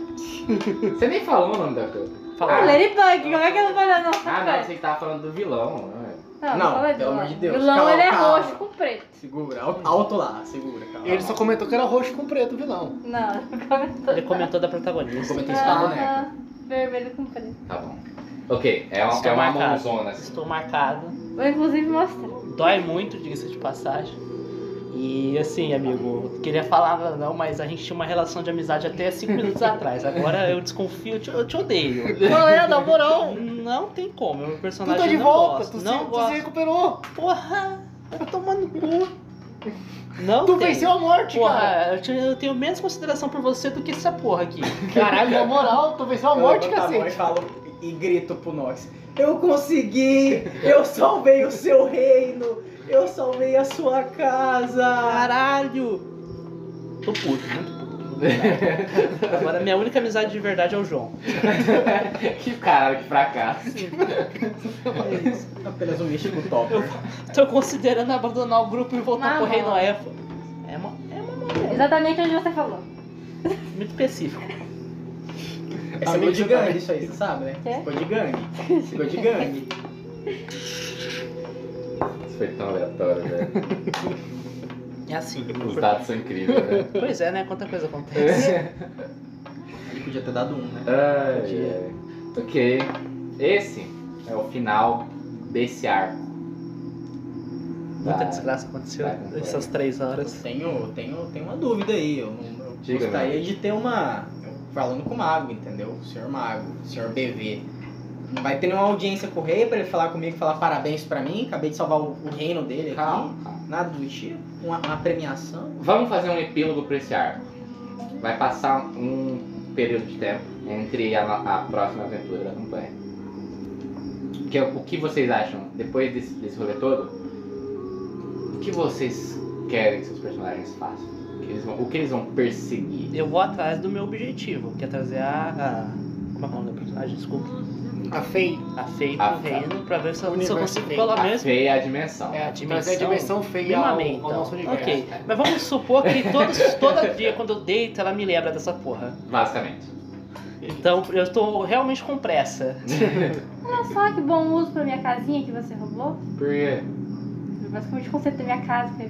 Speaker 3: Você nem falou o nome da coisa.
Speaker 5: Ah,
Speaker 2: Fala.
Speaker 5: Ladybug, como é que eu não falei o nome?
Speaker 3: Ah, não, você que tava falando do vilão. né?
Speaker 1: assim. Não,
Speaker 5: falei do
Speaker 1: pelo
Speaker 5: vilão.
Speaker 1: amor de Deus,
Speaker 5: O vilão
Speaker 1: calma,
Speaker 5: ele é
Speaker 1: calma.
Speaker 5: roxo com preto.
Speaker 1: Segura, alto, alto lá, segura, calma.
Speaker 4: Ele só comentou que era roxo com preto, vilão.
Speaker 5: Não, não comentou.
Speaker 2: Ele comentou da protagonista.
Speaker 1: Comentou
Speaker 5: Ah,
Speaker 1: isso na boneca.
Speaker 5: Aham, vermelho com preto.
Speaker 3: Tá bom. Ok, é uma,
Speaker 2: Estou
Speaker 3: é uma
Speaker 2: marcado.
Speaker 3: mãozona. assim.
Speaker 2: Estou marcado.
Speaker 5: Vou inclusive mostrar.
Speaker 2: Dói muito, diga-se de passagem. E assim, amigo, queria falar não, mas a gente tinha uma relação de amizade até cinco minutos atrás. Agora eu desconfio, eu te, eu te odeio.
Speaker 4: Não é, na moral.
Speaker 2: Não tem como, meu
Speaker 4: Tu
Speaker 2: personagem
Speaker 4: tá de
Speaker 2: não
Speaker 4: volta,
Speaker 2: gosta.
Speaker 4: tu,
Speaker 2: não
Speaker 4: se, tu se
Speaker 2: gosta.
Speaker 4: recuperou.
Speaker 2: Porra, vai tomar no cu. Não
Speaker 4: tu
Speaker 2: tem.
Speaker 4: venceu a morte, cara.
Speaker 2: Porra, eu, te- eu tenho menos consideração por você do que essa porra aqui.
Speaker 4: Caralho, na moral, tu venceu a
Speaker 1: Eu
Speaker 4: morte,
Speaker 1: levanto a mão e
Speaker 4: cacete.
Speaker 1: falo e grito pro Nox. Eu consegui! Eu salvei o seu reino! Eu salvei a sua casa!
Speaker 2: Caralho! Tô puto, muito puto. muito puto. Agora minha única amizade de verdade é o João.
Speaker 3: que caralho, que fracasso.
Speaker 1: Apenas um místico top.
Speaker 2: Tô considerando abandonar o grupo e voltar
Speaker 5: Mamãe.
Speaker 2: pro Reino Efa. É uma, é uma
Speaker 5: Exatamente onde você falou.
Speaker 2: muito específico.
Speaker 1: Esse é
Speaker 4: Amigo
Speaker 1: gol de
Speaker 4: de
Speaker 1: gangue,
Speaker 4: gangue.
Speaker 1: isso aí, você sabe, né?
Speaker 5: Quê?
Speaker 1: Esse gol de gangue. Esse gol de gangue.
Speaker 3: Isso foi tão aleatório, velho.
Speaker 2: É assim.
Speaker 3: Os dados são incríveis, né?
Speaker 2: Pois é, né? Quanta coisa acontece.
Speaker 1: Ele podia ter dado um, né?
Speaker 3: Ai, ai. Ok. Esse é o final desse arco.
Speaker 2: Muita
Speaker 3: Tá.
Speaker 2: desgraça aconteceu
Speaker 3: Vai, vai.
Speaker 2: nessas três horas.
Speaker 1: Tenho, tenho, tenho uma dúvida aí. Eu, não, eu
Speaker 3: Diga, né?
Speaker 1: gostaria de ter uma. eu Falando com o Mago, entendeu? O senhor Mago, o senhor BV. Não vai ter nenhuma audiência com o rei pra ele falar comigo e falar parabéns pra mim? Acabei de salvar o, o reino dele aqui.
Speaker 3: Calma, calma.
Speaker 1: Nada do tipo. Uma, uma premiação.
Speaker 3: Vamos fazer um epílogo para esse arco. Vai passar um período de tempo entre a, no- a próxima aventura da campanha. Que é- o que vocês acham depois desse, desse rolê todo? O que vocês querem que seus personagens façam? O que eles vão, o que eles vão perseguir?
Speaker 2: Eu vou atrás do meu objetivo, que é trazer a. a- como é que é o nome da personagem? Desculpa.
Speaker 4: A Fei.
Speaker 2: A Fei
Speaker 3: A
Speaker 2: pro
Speaker 3: Fei.
Speaker 2: reino pra ver se eu, se eu
Speaker 4: Universo
Speaker 2: consigo
Speaker 4: Fei.
Speaker 2: pelo
Speaker 3: A
Speaker 2: menos.
Speaker 3: fé e a dimensão.
Speaker 4: É,
Speaker 2: dimensão.
Speaker 4: mas é a dimensão feia ao, ao
Speaker 2: Minimamente, então.
Speaker 4: nosso universo.
Speaker 2: ok, mas vamos supor que todos, todo dia quando eu deito ela me lembra dessa porra.
Speaker 3: Basicamente.
Speaker 2: Então eu tô realmente com pressa.
Speaker 5: Olha só que bom uso pra minha casinha que você roubou.
Speaker 3: Porque
Speaker 5: É basicamente o conceito da minha casa, que é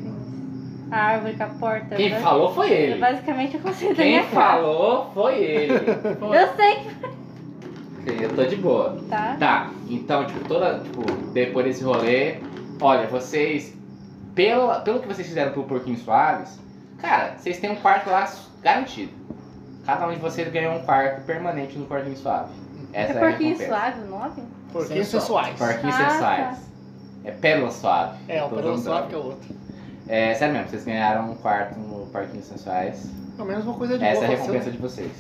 Speaker 5: a árvore com a porta.
Speaker 3: quem
Speaker 5: né?
Speaker 3: falou foi
Speaker 5: É
Speaker 3: ele.
Speaker 5: basicamente o conceito da
Speaker 3: Quem
Speaker 5: minha
Speaker 3: falou foi ele.
Speaker 5: casa. Eu sei
Speaker 3: Eu tô de boa.
Speaker 5: que tá.
Speaker 3: Tá, então, tipo, toda. Tipo, depois desse rolê, olha, vocês. Pela, pelo que vocês fizeram pro Porquinho Soares, cara, vocês têm um quarto lá garantido. Cada um de vocês ganhou um quarto permanente no Porquinho Suave. Essa
Speaker 5: É
Speaker 3: é, a
Speaker 5: porquinho
Speaker 3: recompensa.
Speaker 5: suave o nome?
Speaker 4: Porquinhos
Speaker 3: Sensual.
Speaker 4: sensuais.
Speaker 3: Porquinhos
Speaker 5: Ah,
Speaker 3: sensuais. É pérola suave.
Speaker 4: É, o
Speaker 3: Tô
Speaker 4: Pedro
Speaker 3: usando
Speaker 4: Suave que é o outro.
Speaker 3: É, sério mesmo, vocês ganharam um quarto no Parquinhos Sensuais.
Speaker 4: Pelo menos uma coisa de
Speaker 3: Essa é
Speaker 4: boa
Speaker 3: a
Speaker 4: aconteceu.
Speaker 3: recompensa de vocês.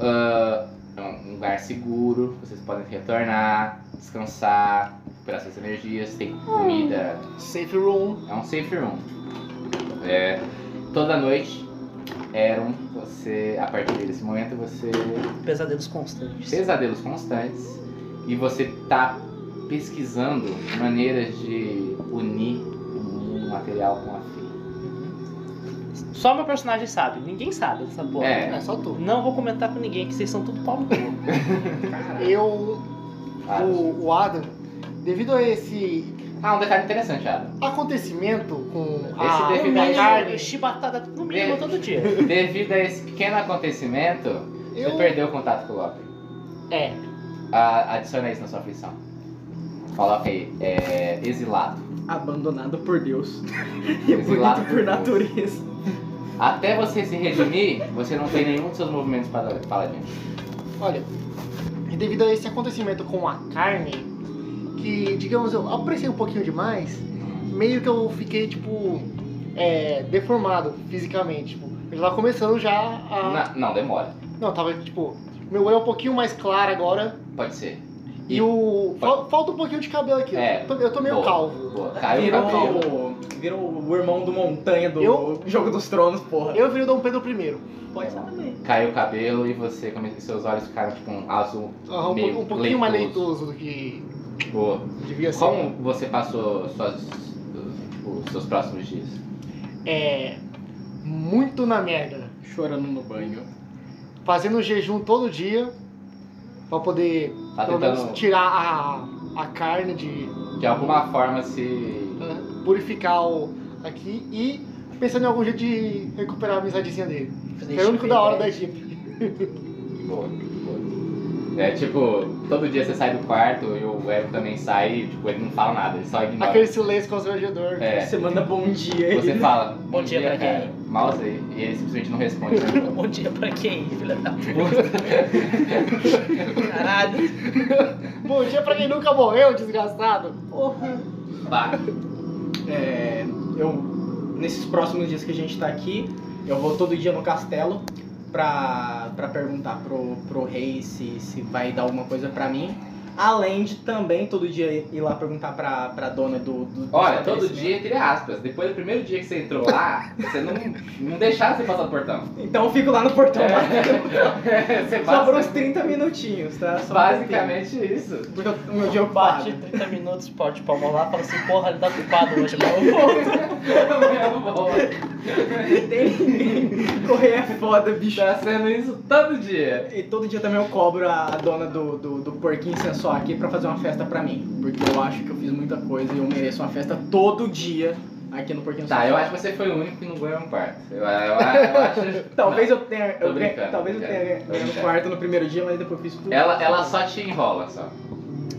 Speaker 3: Ah, é um lugar seguro, vocês podem retornar, descansar, recuperar suas energias, tem comida.
Speaker 4: Safe room.
Speaker 3: É um safe room. É, toda noite, eram você, a partir desse momento, você
Speaker 2: Pesadelos constantes.
Speaker 3: pesadelos constantes e você tá pesquisando maneiras de unir um material com a fim.
Speaker 2: Só meu personagem sabe, ninguém sabe dessa porra.
Speaker 3: É.
Speaker 4: É, só tu.
Speaker 2: Não vou comentar com ninguém, que vocês são tudo pau no cu.
Speaker 4: Eu,
Speaker 3: Ah,
Speaker 4: o, o Adam, devido a esse
Speaker 3: Ah, um detalhe interessante, Adam.
Speaker 4: acontecimento com
Speaker 3: Esse
Speaker 4: a
Speaker 3: definido-
Speaker 4: minha carne,
Speaker 2: Carne, chibatada no mínimo
Speaker 3: Bem.
Speaker 2: todo dia.
Speaker 3: Devido a esse pequeno acontecimento,
Speaker 4: eu,
Speaker 3: você perdeu o contato com o Loki.
Speaker 2: É,
Speaker 3: Ah, adiciona isso na sua aflição. Coloca aí, é, exilado.
Speaker 1: Abandonado por Deus. E
Speaker 3: Exilado
Speaker 1: bonito
Speaker 3: por
Speaker 1: por natureza.
Speaker 3: Até você se redimir, você não tem nenhum dos seus movimentos para paladino.
Speaker 4: olha, e devido a esse acontecimento com a carne, que, digamos, eu apreciei um pouquinho demais, meio que eu fiquei, tipo, é, deformado fisicamente, tipo, eu tava começando já a...
Speaker 3: Não, não, demora.
Speaker 4: Não, tava, tipo, meu olho é um pouquinho mais claro agora,
Speaker 3: Pode ser.
Speaker 4: e,
Speaker 3: E-
Speaker 4: o... fal- Falta um pouquinho de cabelo aqui,
Speaker 3: É,
Speaker 4: eu tô- eu tô meio
Speaker 3: boa.
Speaker 4: calvo.
Speaker 3: Boa. Caiu o
Speaker 4: um
Speaker 3: cabelo.
Speaker 1: virou, virou o irmão do Montanha do
Speaker 4: Eu?
Speaker 1: Jogo dos Tronos, porra.
Speaker 4: Eu virei o Dom Pedro I.
Speaker 1: Pode ser também.
Speaker 3: Caiu o cabelo e você, come- seus olhos ficaram tipo um azul.
Speaker 4: Ah, Um,
Speaker 3: meio
Speaker 4: pouco- um pouquinho mais
Speaker 3: leitoso.
Speaker 4: leitoso do que
Speaker 3: Boa.
Speaker 4: devia ser.
Speaker 3: Como você passou suas, tipo, seus próximos dias?
Speaker 4: É. Muito na merda.
Speaker 1: Chorando no banho.
Speaker 4: Fazendo jejum todo dia. Pra poder,
Speaker 3: Tá
Speaker 4: pelo menos,
Speaker 3: tentando
Speaker 4: tirar a, a carne de.
Speaker 3: de alguma forma se.
Speaker 4: né, purificar o, aqui e pensando em algum jeito de recuperar a amizadizinha dele. Que é o único da hora da equipe.
Speaker 3: Boa, boa. É tipo, todo dia você sai do quarto e o Ero também sai e tipo, ele não fala nada, ele só ignora.
Speaker 4: Aquele silêncio constrangedor.
Speaker 3: É.
Speaker 1: Você manda bom dia.
Speaker 3: Você
Speaker 1: ele-
Speaker 3: fala,
Speaker 2: Bom dia pra
Speaker 3: cara.
Speaker 2: quem?
Speaker 3: Mouse aí. E ele simplesmente não responde. né?
Speaker 2: Bom dia pra quem, filha da puta? Caralho.
Speaker 4: Bom dia pra quem nunca morreu, desgraçado. Porra.
Speaker 3: Bah.
Speaker 1: É, eu, nesses próximos dias que a gente tá aqui, eu vou todo dia no castelo pra, pra perguntar pro, pro rei se, se vai dar alguma coisa pra mim. Além de também todo dia ir lá perguntar pra, pra dona do. do
Speaker 3: Olha,
Speaker 1: do
Speaker 3: todo
Speaker 1: estabelecimento.
Speaker 3: dia, entre aspas, depois do primeiro dia que você entrou lá, você não, não deixava você passar do portão.
Speaker 1: Então eu fico lá no portão.
Speaker 3: É, você
Speaker 1: Só por uns
Speaker 3: basic-
Speaker 1: 30 minutinhos, tá? Só um
Speaker 3: Basicamente isso.
Speaker 1: tempinho. Porque eu- o meu dia eu
Speaker 2: Bate
Speaker 1: bate.
Speaker 2: 30 minutos, pode palmo lá, fala assim, porra, ele tá ocupado hoje, mas eu volto.
Speaker 1: Correr é foda, bicho.
Speaker 3: tá sendo isso todo dia.
Speaker 1: E todo dia também eu cobro a dona do, do, do porquinho sensual aqui pra fazer uma festa pra mim. Porque eu acho que eu fiz muita coisa e eu mereço uma festa todo dia aqui no porquinho
Speaker 3: Tá,
Speaker 1: sensual.
Speaker 3: eu acho que você foi o único que não ganhou um quarto. Eu, eu- eu acho.
Speaker 1: Talvez eu tenha.
Speaker 3: Tô
Speaker 1: Eu ganhe-
Speaker 3: brincando,
Speaker 1: talvez eu
Speaker 3: tô
Speaker 1: tenha
Speaker 3: brincando, tô
Speaker 1: ganhado
Speaker 3: brincando.
Speaker 1: quarto no primeiro dia, mas depois fiz tudo.
Speaker 3: Ela, ela só te enrola só.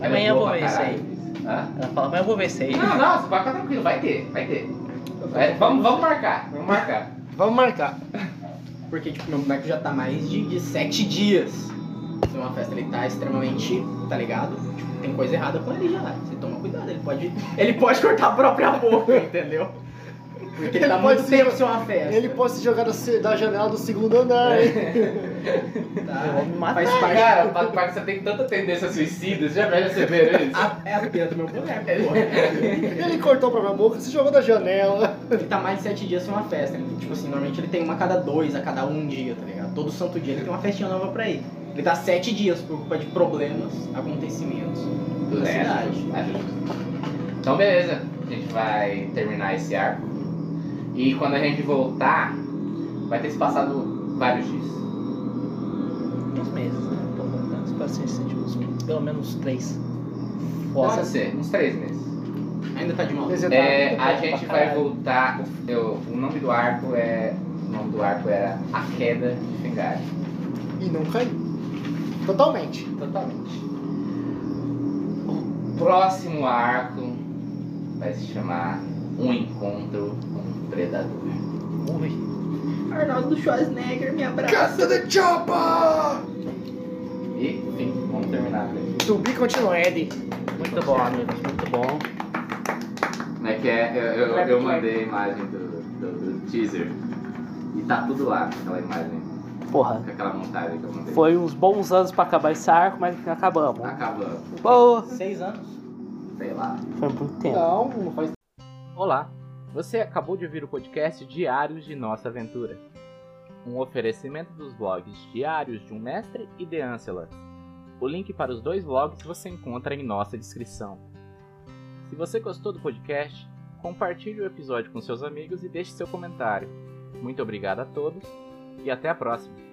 Speaker 3: Ela é
Speaker 2: Amanhã eu
Speaker 3: boa
Speaker 2: vou ver
Speaker 3: pra
Speaker 2: isso
Speaker 3: caralho. Hã?
Speaker 2: Ela fala, mas eu vou ver se é aí.
Speaker 3: Não, não, você pode ficar tranquilo, vai ter, vai ter. É, vamos, vamos marcar, vamos marcar.
Speaker 4: Vamos marcar.
Speaker 1: Porque, tipo, meu boneco já tá mais de, de sete dias. Se uma festa ele tá extremamente, tá ligado? Tipo, tem coisa errada com ele já. Você toma cuidado, ele pode. Ele pode cortar a própria boca, entendeu? Porque ele
Speaker 4: Ele
Speaker 1: dá
Speaker 4: pode
Speaker 1: muito
Speaker 4: se-
Speaker 1: tempo sem uma festa.
Speaker 4: Ele pode se jogar da, se- da janela do segundo andar, hein?
Speaker 3: É.
Speaker 1: Tá.
Speaker 2: Eu vou me matar.
Speaker 1: Faz parte.
Speaker 3: Cara, o Paco Paco, você tem tanta tendência a suicida, você já perceberam isso?
Speaker 1: A- é a pena do meu boneco, porra.
Speaker 4: Ele cortou a própria boca, se jogou da janela.
Speaker 1: Ele tá mais de sete dias sem uma festa. Ele, tipo assim, normalmente ele tem uma a cada dois, a cada um dia, tá ligado? Todo santo dia ele tem uma festinha nova pra ir. Ele tá sete dias por culpa de problemas, acontecimentos.
Speaker 3: Tudo bem,
Speaker 1: Verdade.
Speaker 3: acho justo, acho É, justo. Então, beleza. A gente vai terminar esse arco. E quando a gente voltar, vai ter se passado vários dias.
Speaker 2: Uns meses, né? Pelo menos, pra ser sentidos. Pelo menos três.
Speaker 3: Pode ser, uns três meses.
Speaker 1: Ainda tá de mal.
Speaker 4: Desenhar
Speaker 3: É,
Speaker 4: tudo
Speaker 3: a
Speaker 4: bom
Speaker 3: gente
Speaker 4: pra
Speaker 3: vai
Speaker 4: caralho.
Speaker 3: voltar. O, eu- o nome do arco é. O nome do arco era A Queda de Fengari.
Speaker 4: E não caiu. Totalmente.
Speaker 3: Totalmente. O próximo arco um vai se chamar Um Encontro com o Predador.
Speaker 2: Ui.
Speaker 1: Arnaldo Schwarzenegger me abraça.
Speaker 4: de Chapa!
Speaker 3: E, enfim, vamos terminar por aí.
Speaker 4: To be continued.
Speaker 2: Muito bom, amigos. Muito bom.
Speaker 3: Como é que é? Eu, eu, eu mandei a imagem do, do- do teaser. E tá tudo lá, aquela imagem,
Speaker 2: Porra.
Speaker 3: com aquela montagem que eu mandei.
Speaker 2: Foi uns bons anos pra acabar esse arco, mas acabamos.
Speaker 3: Tá acabando,
Speaker 2: Boa.
Speaker 1: Seis anos?
Speaker 3: sei lá.
Speaker 2: Foi muito tempo.
Speaker 4: Não, não faz
Speaker 3: Olá, você acabou de ouvir o podcast Diários de Nossa Aventura. Um oferecimento dos blogs Diários de um Mestre e The Ancela. O link para os dois blogs você encontra em nossa descrição. Se você gostou do podcast, compartilhe o episódio com seus amigos e deixe seu comentário. Muito obrigado a todos e até a próxima.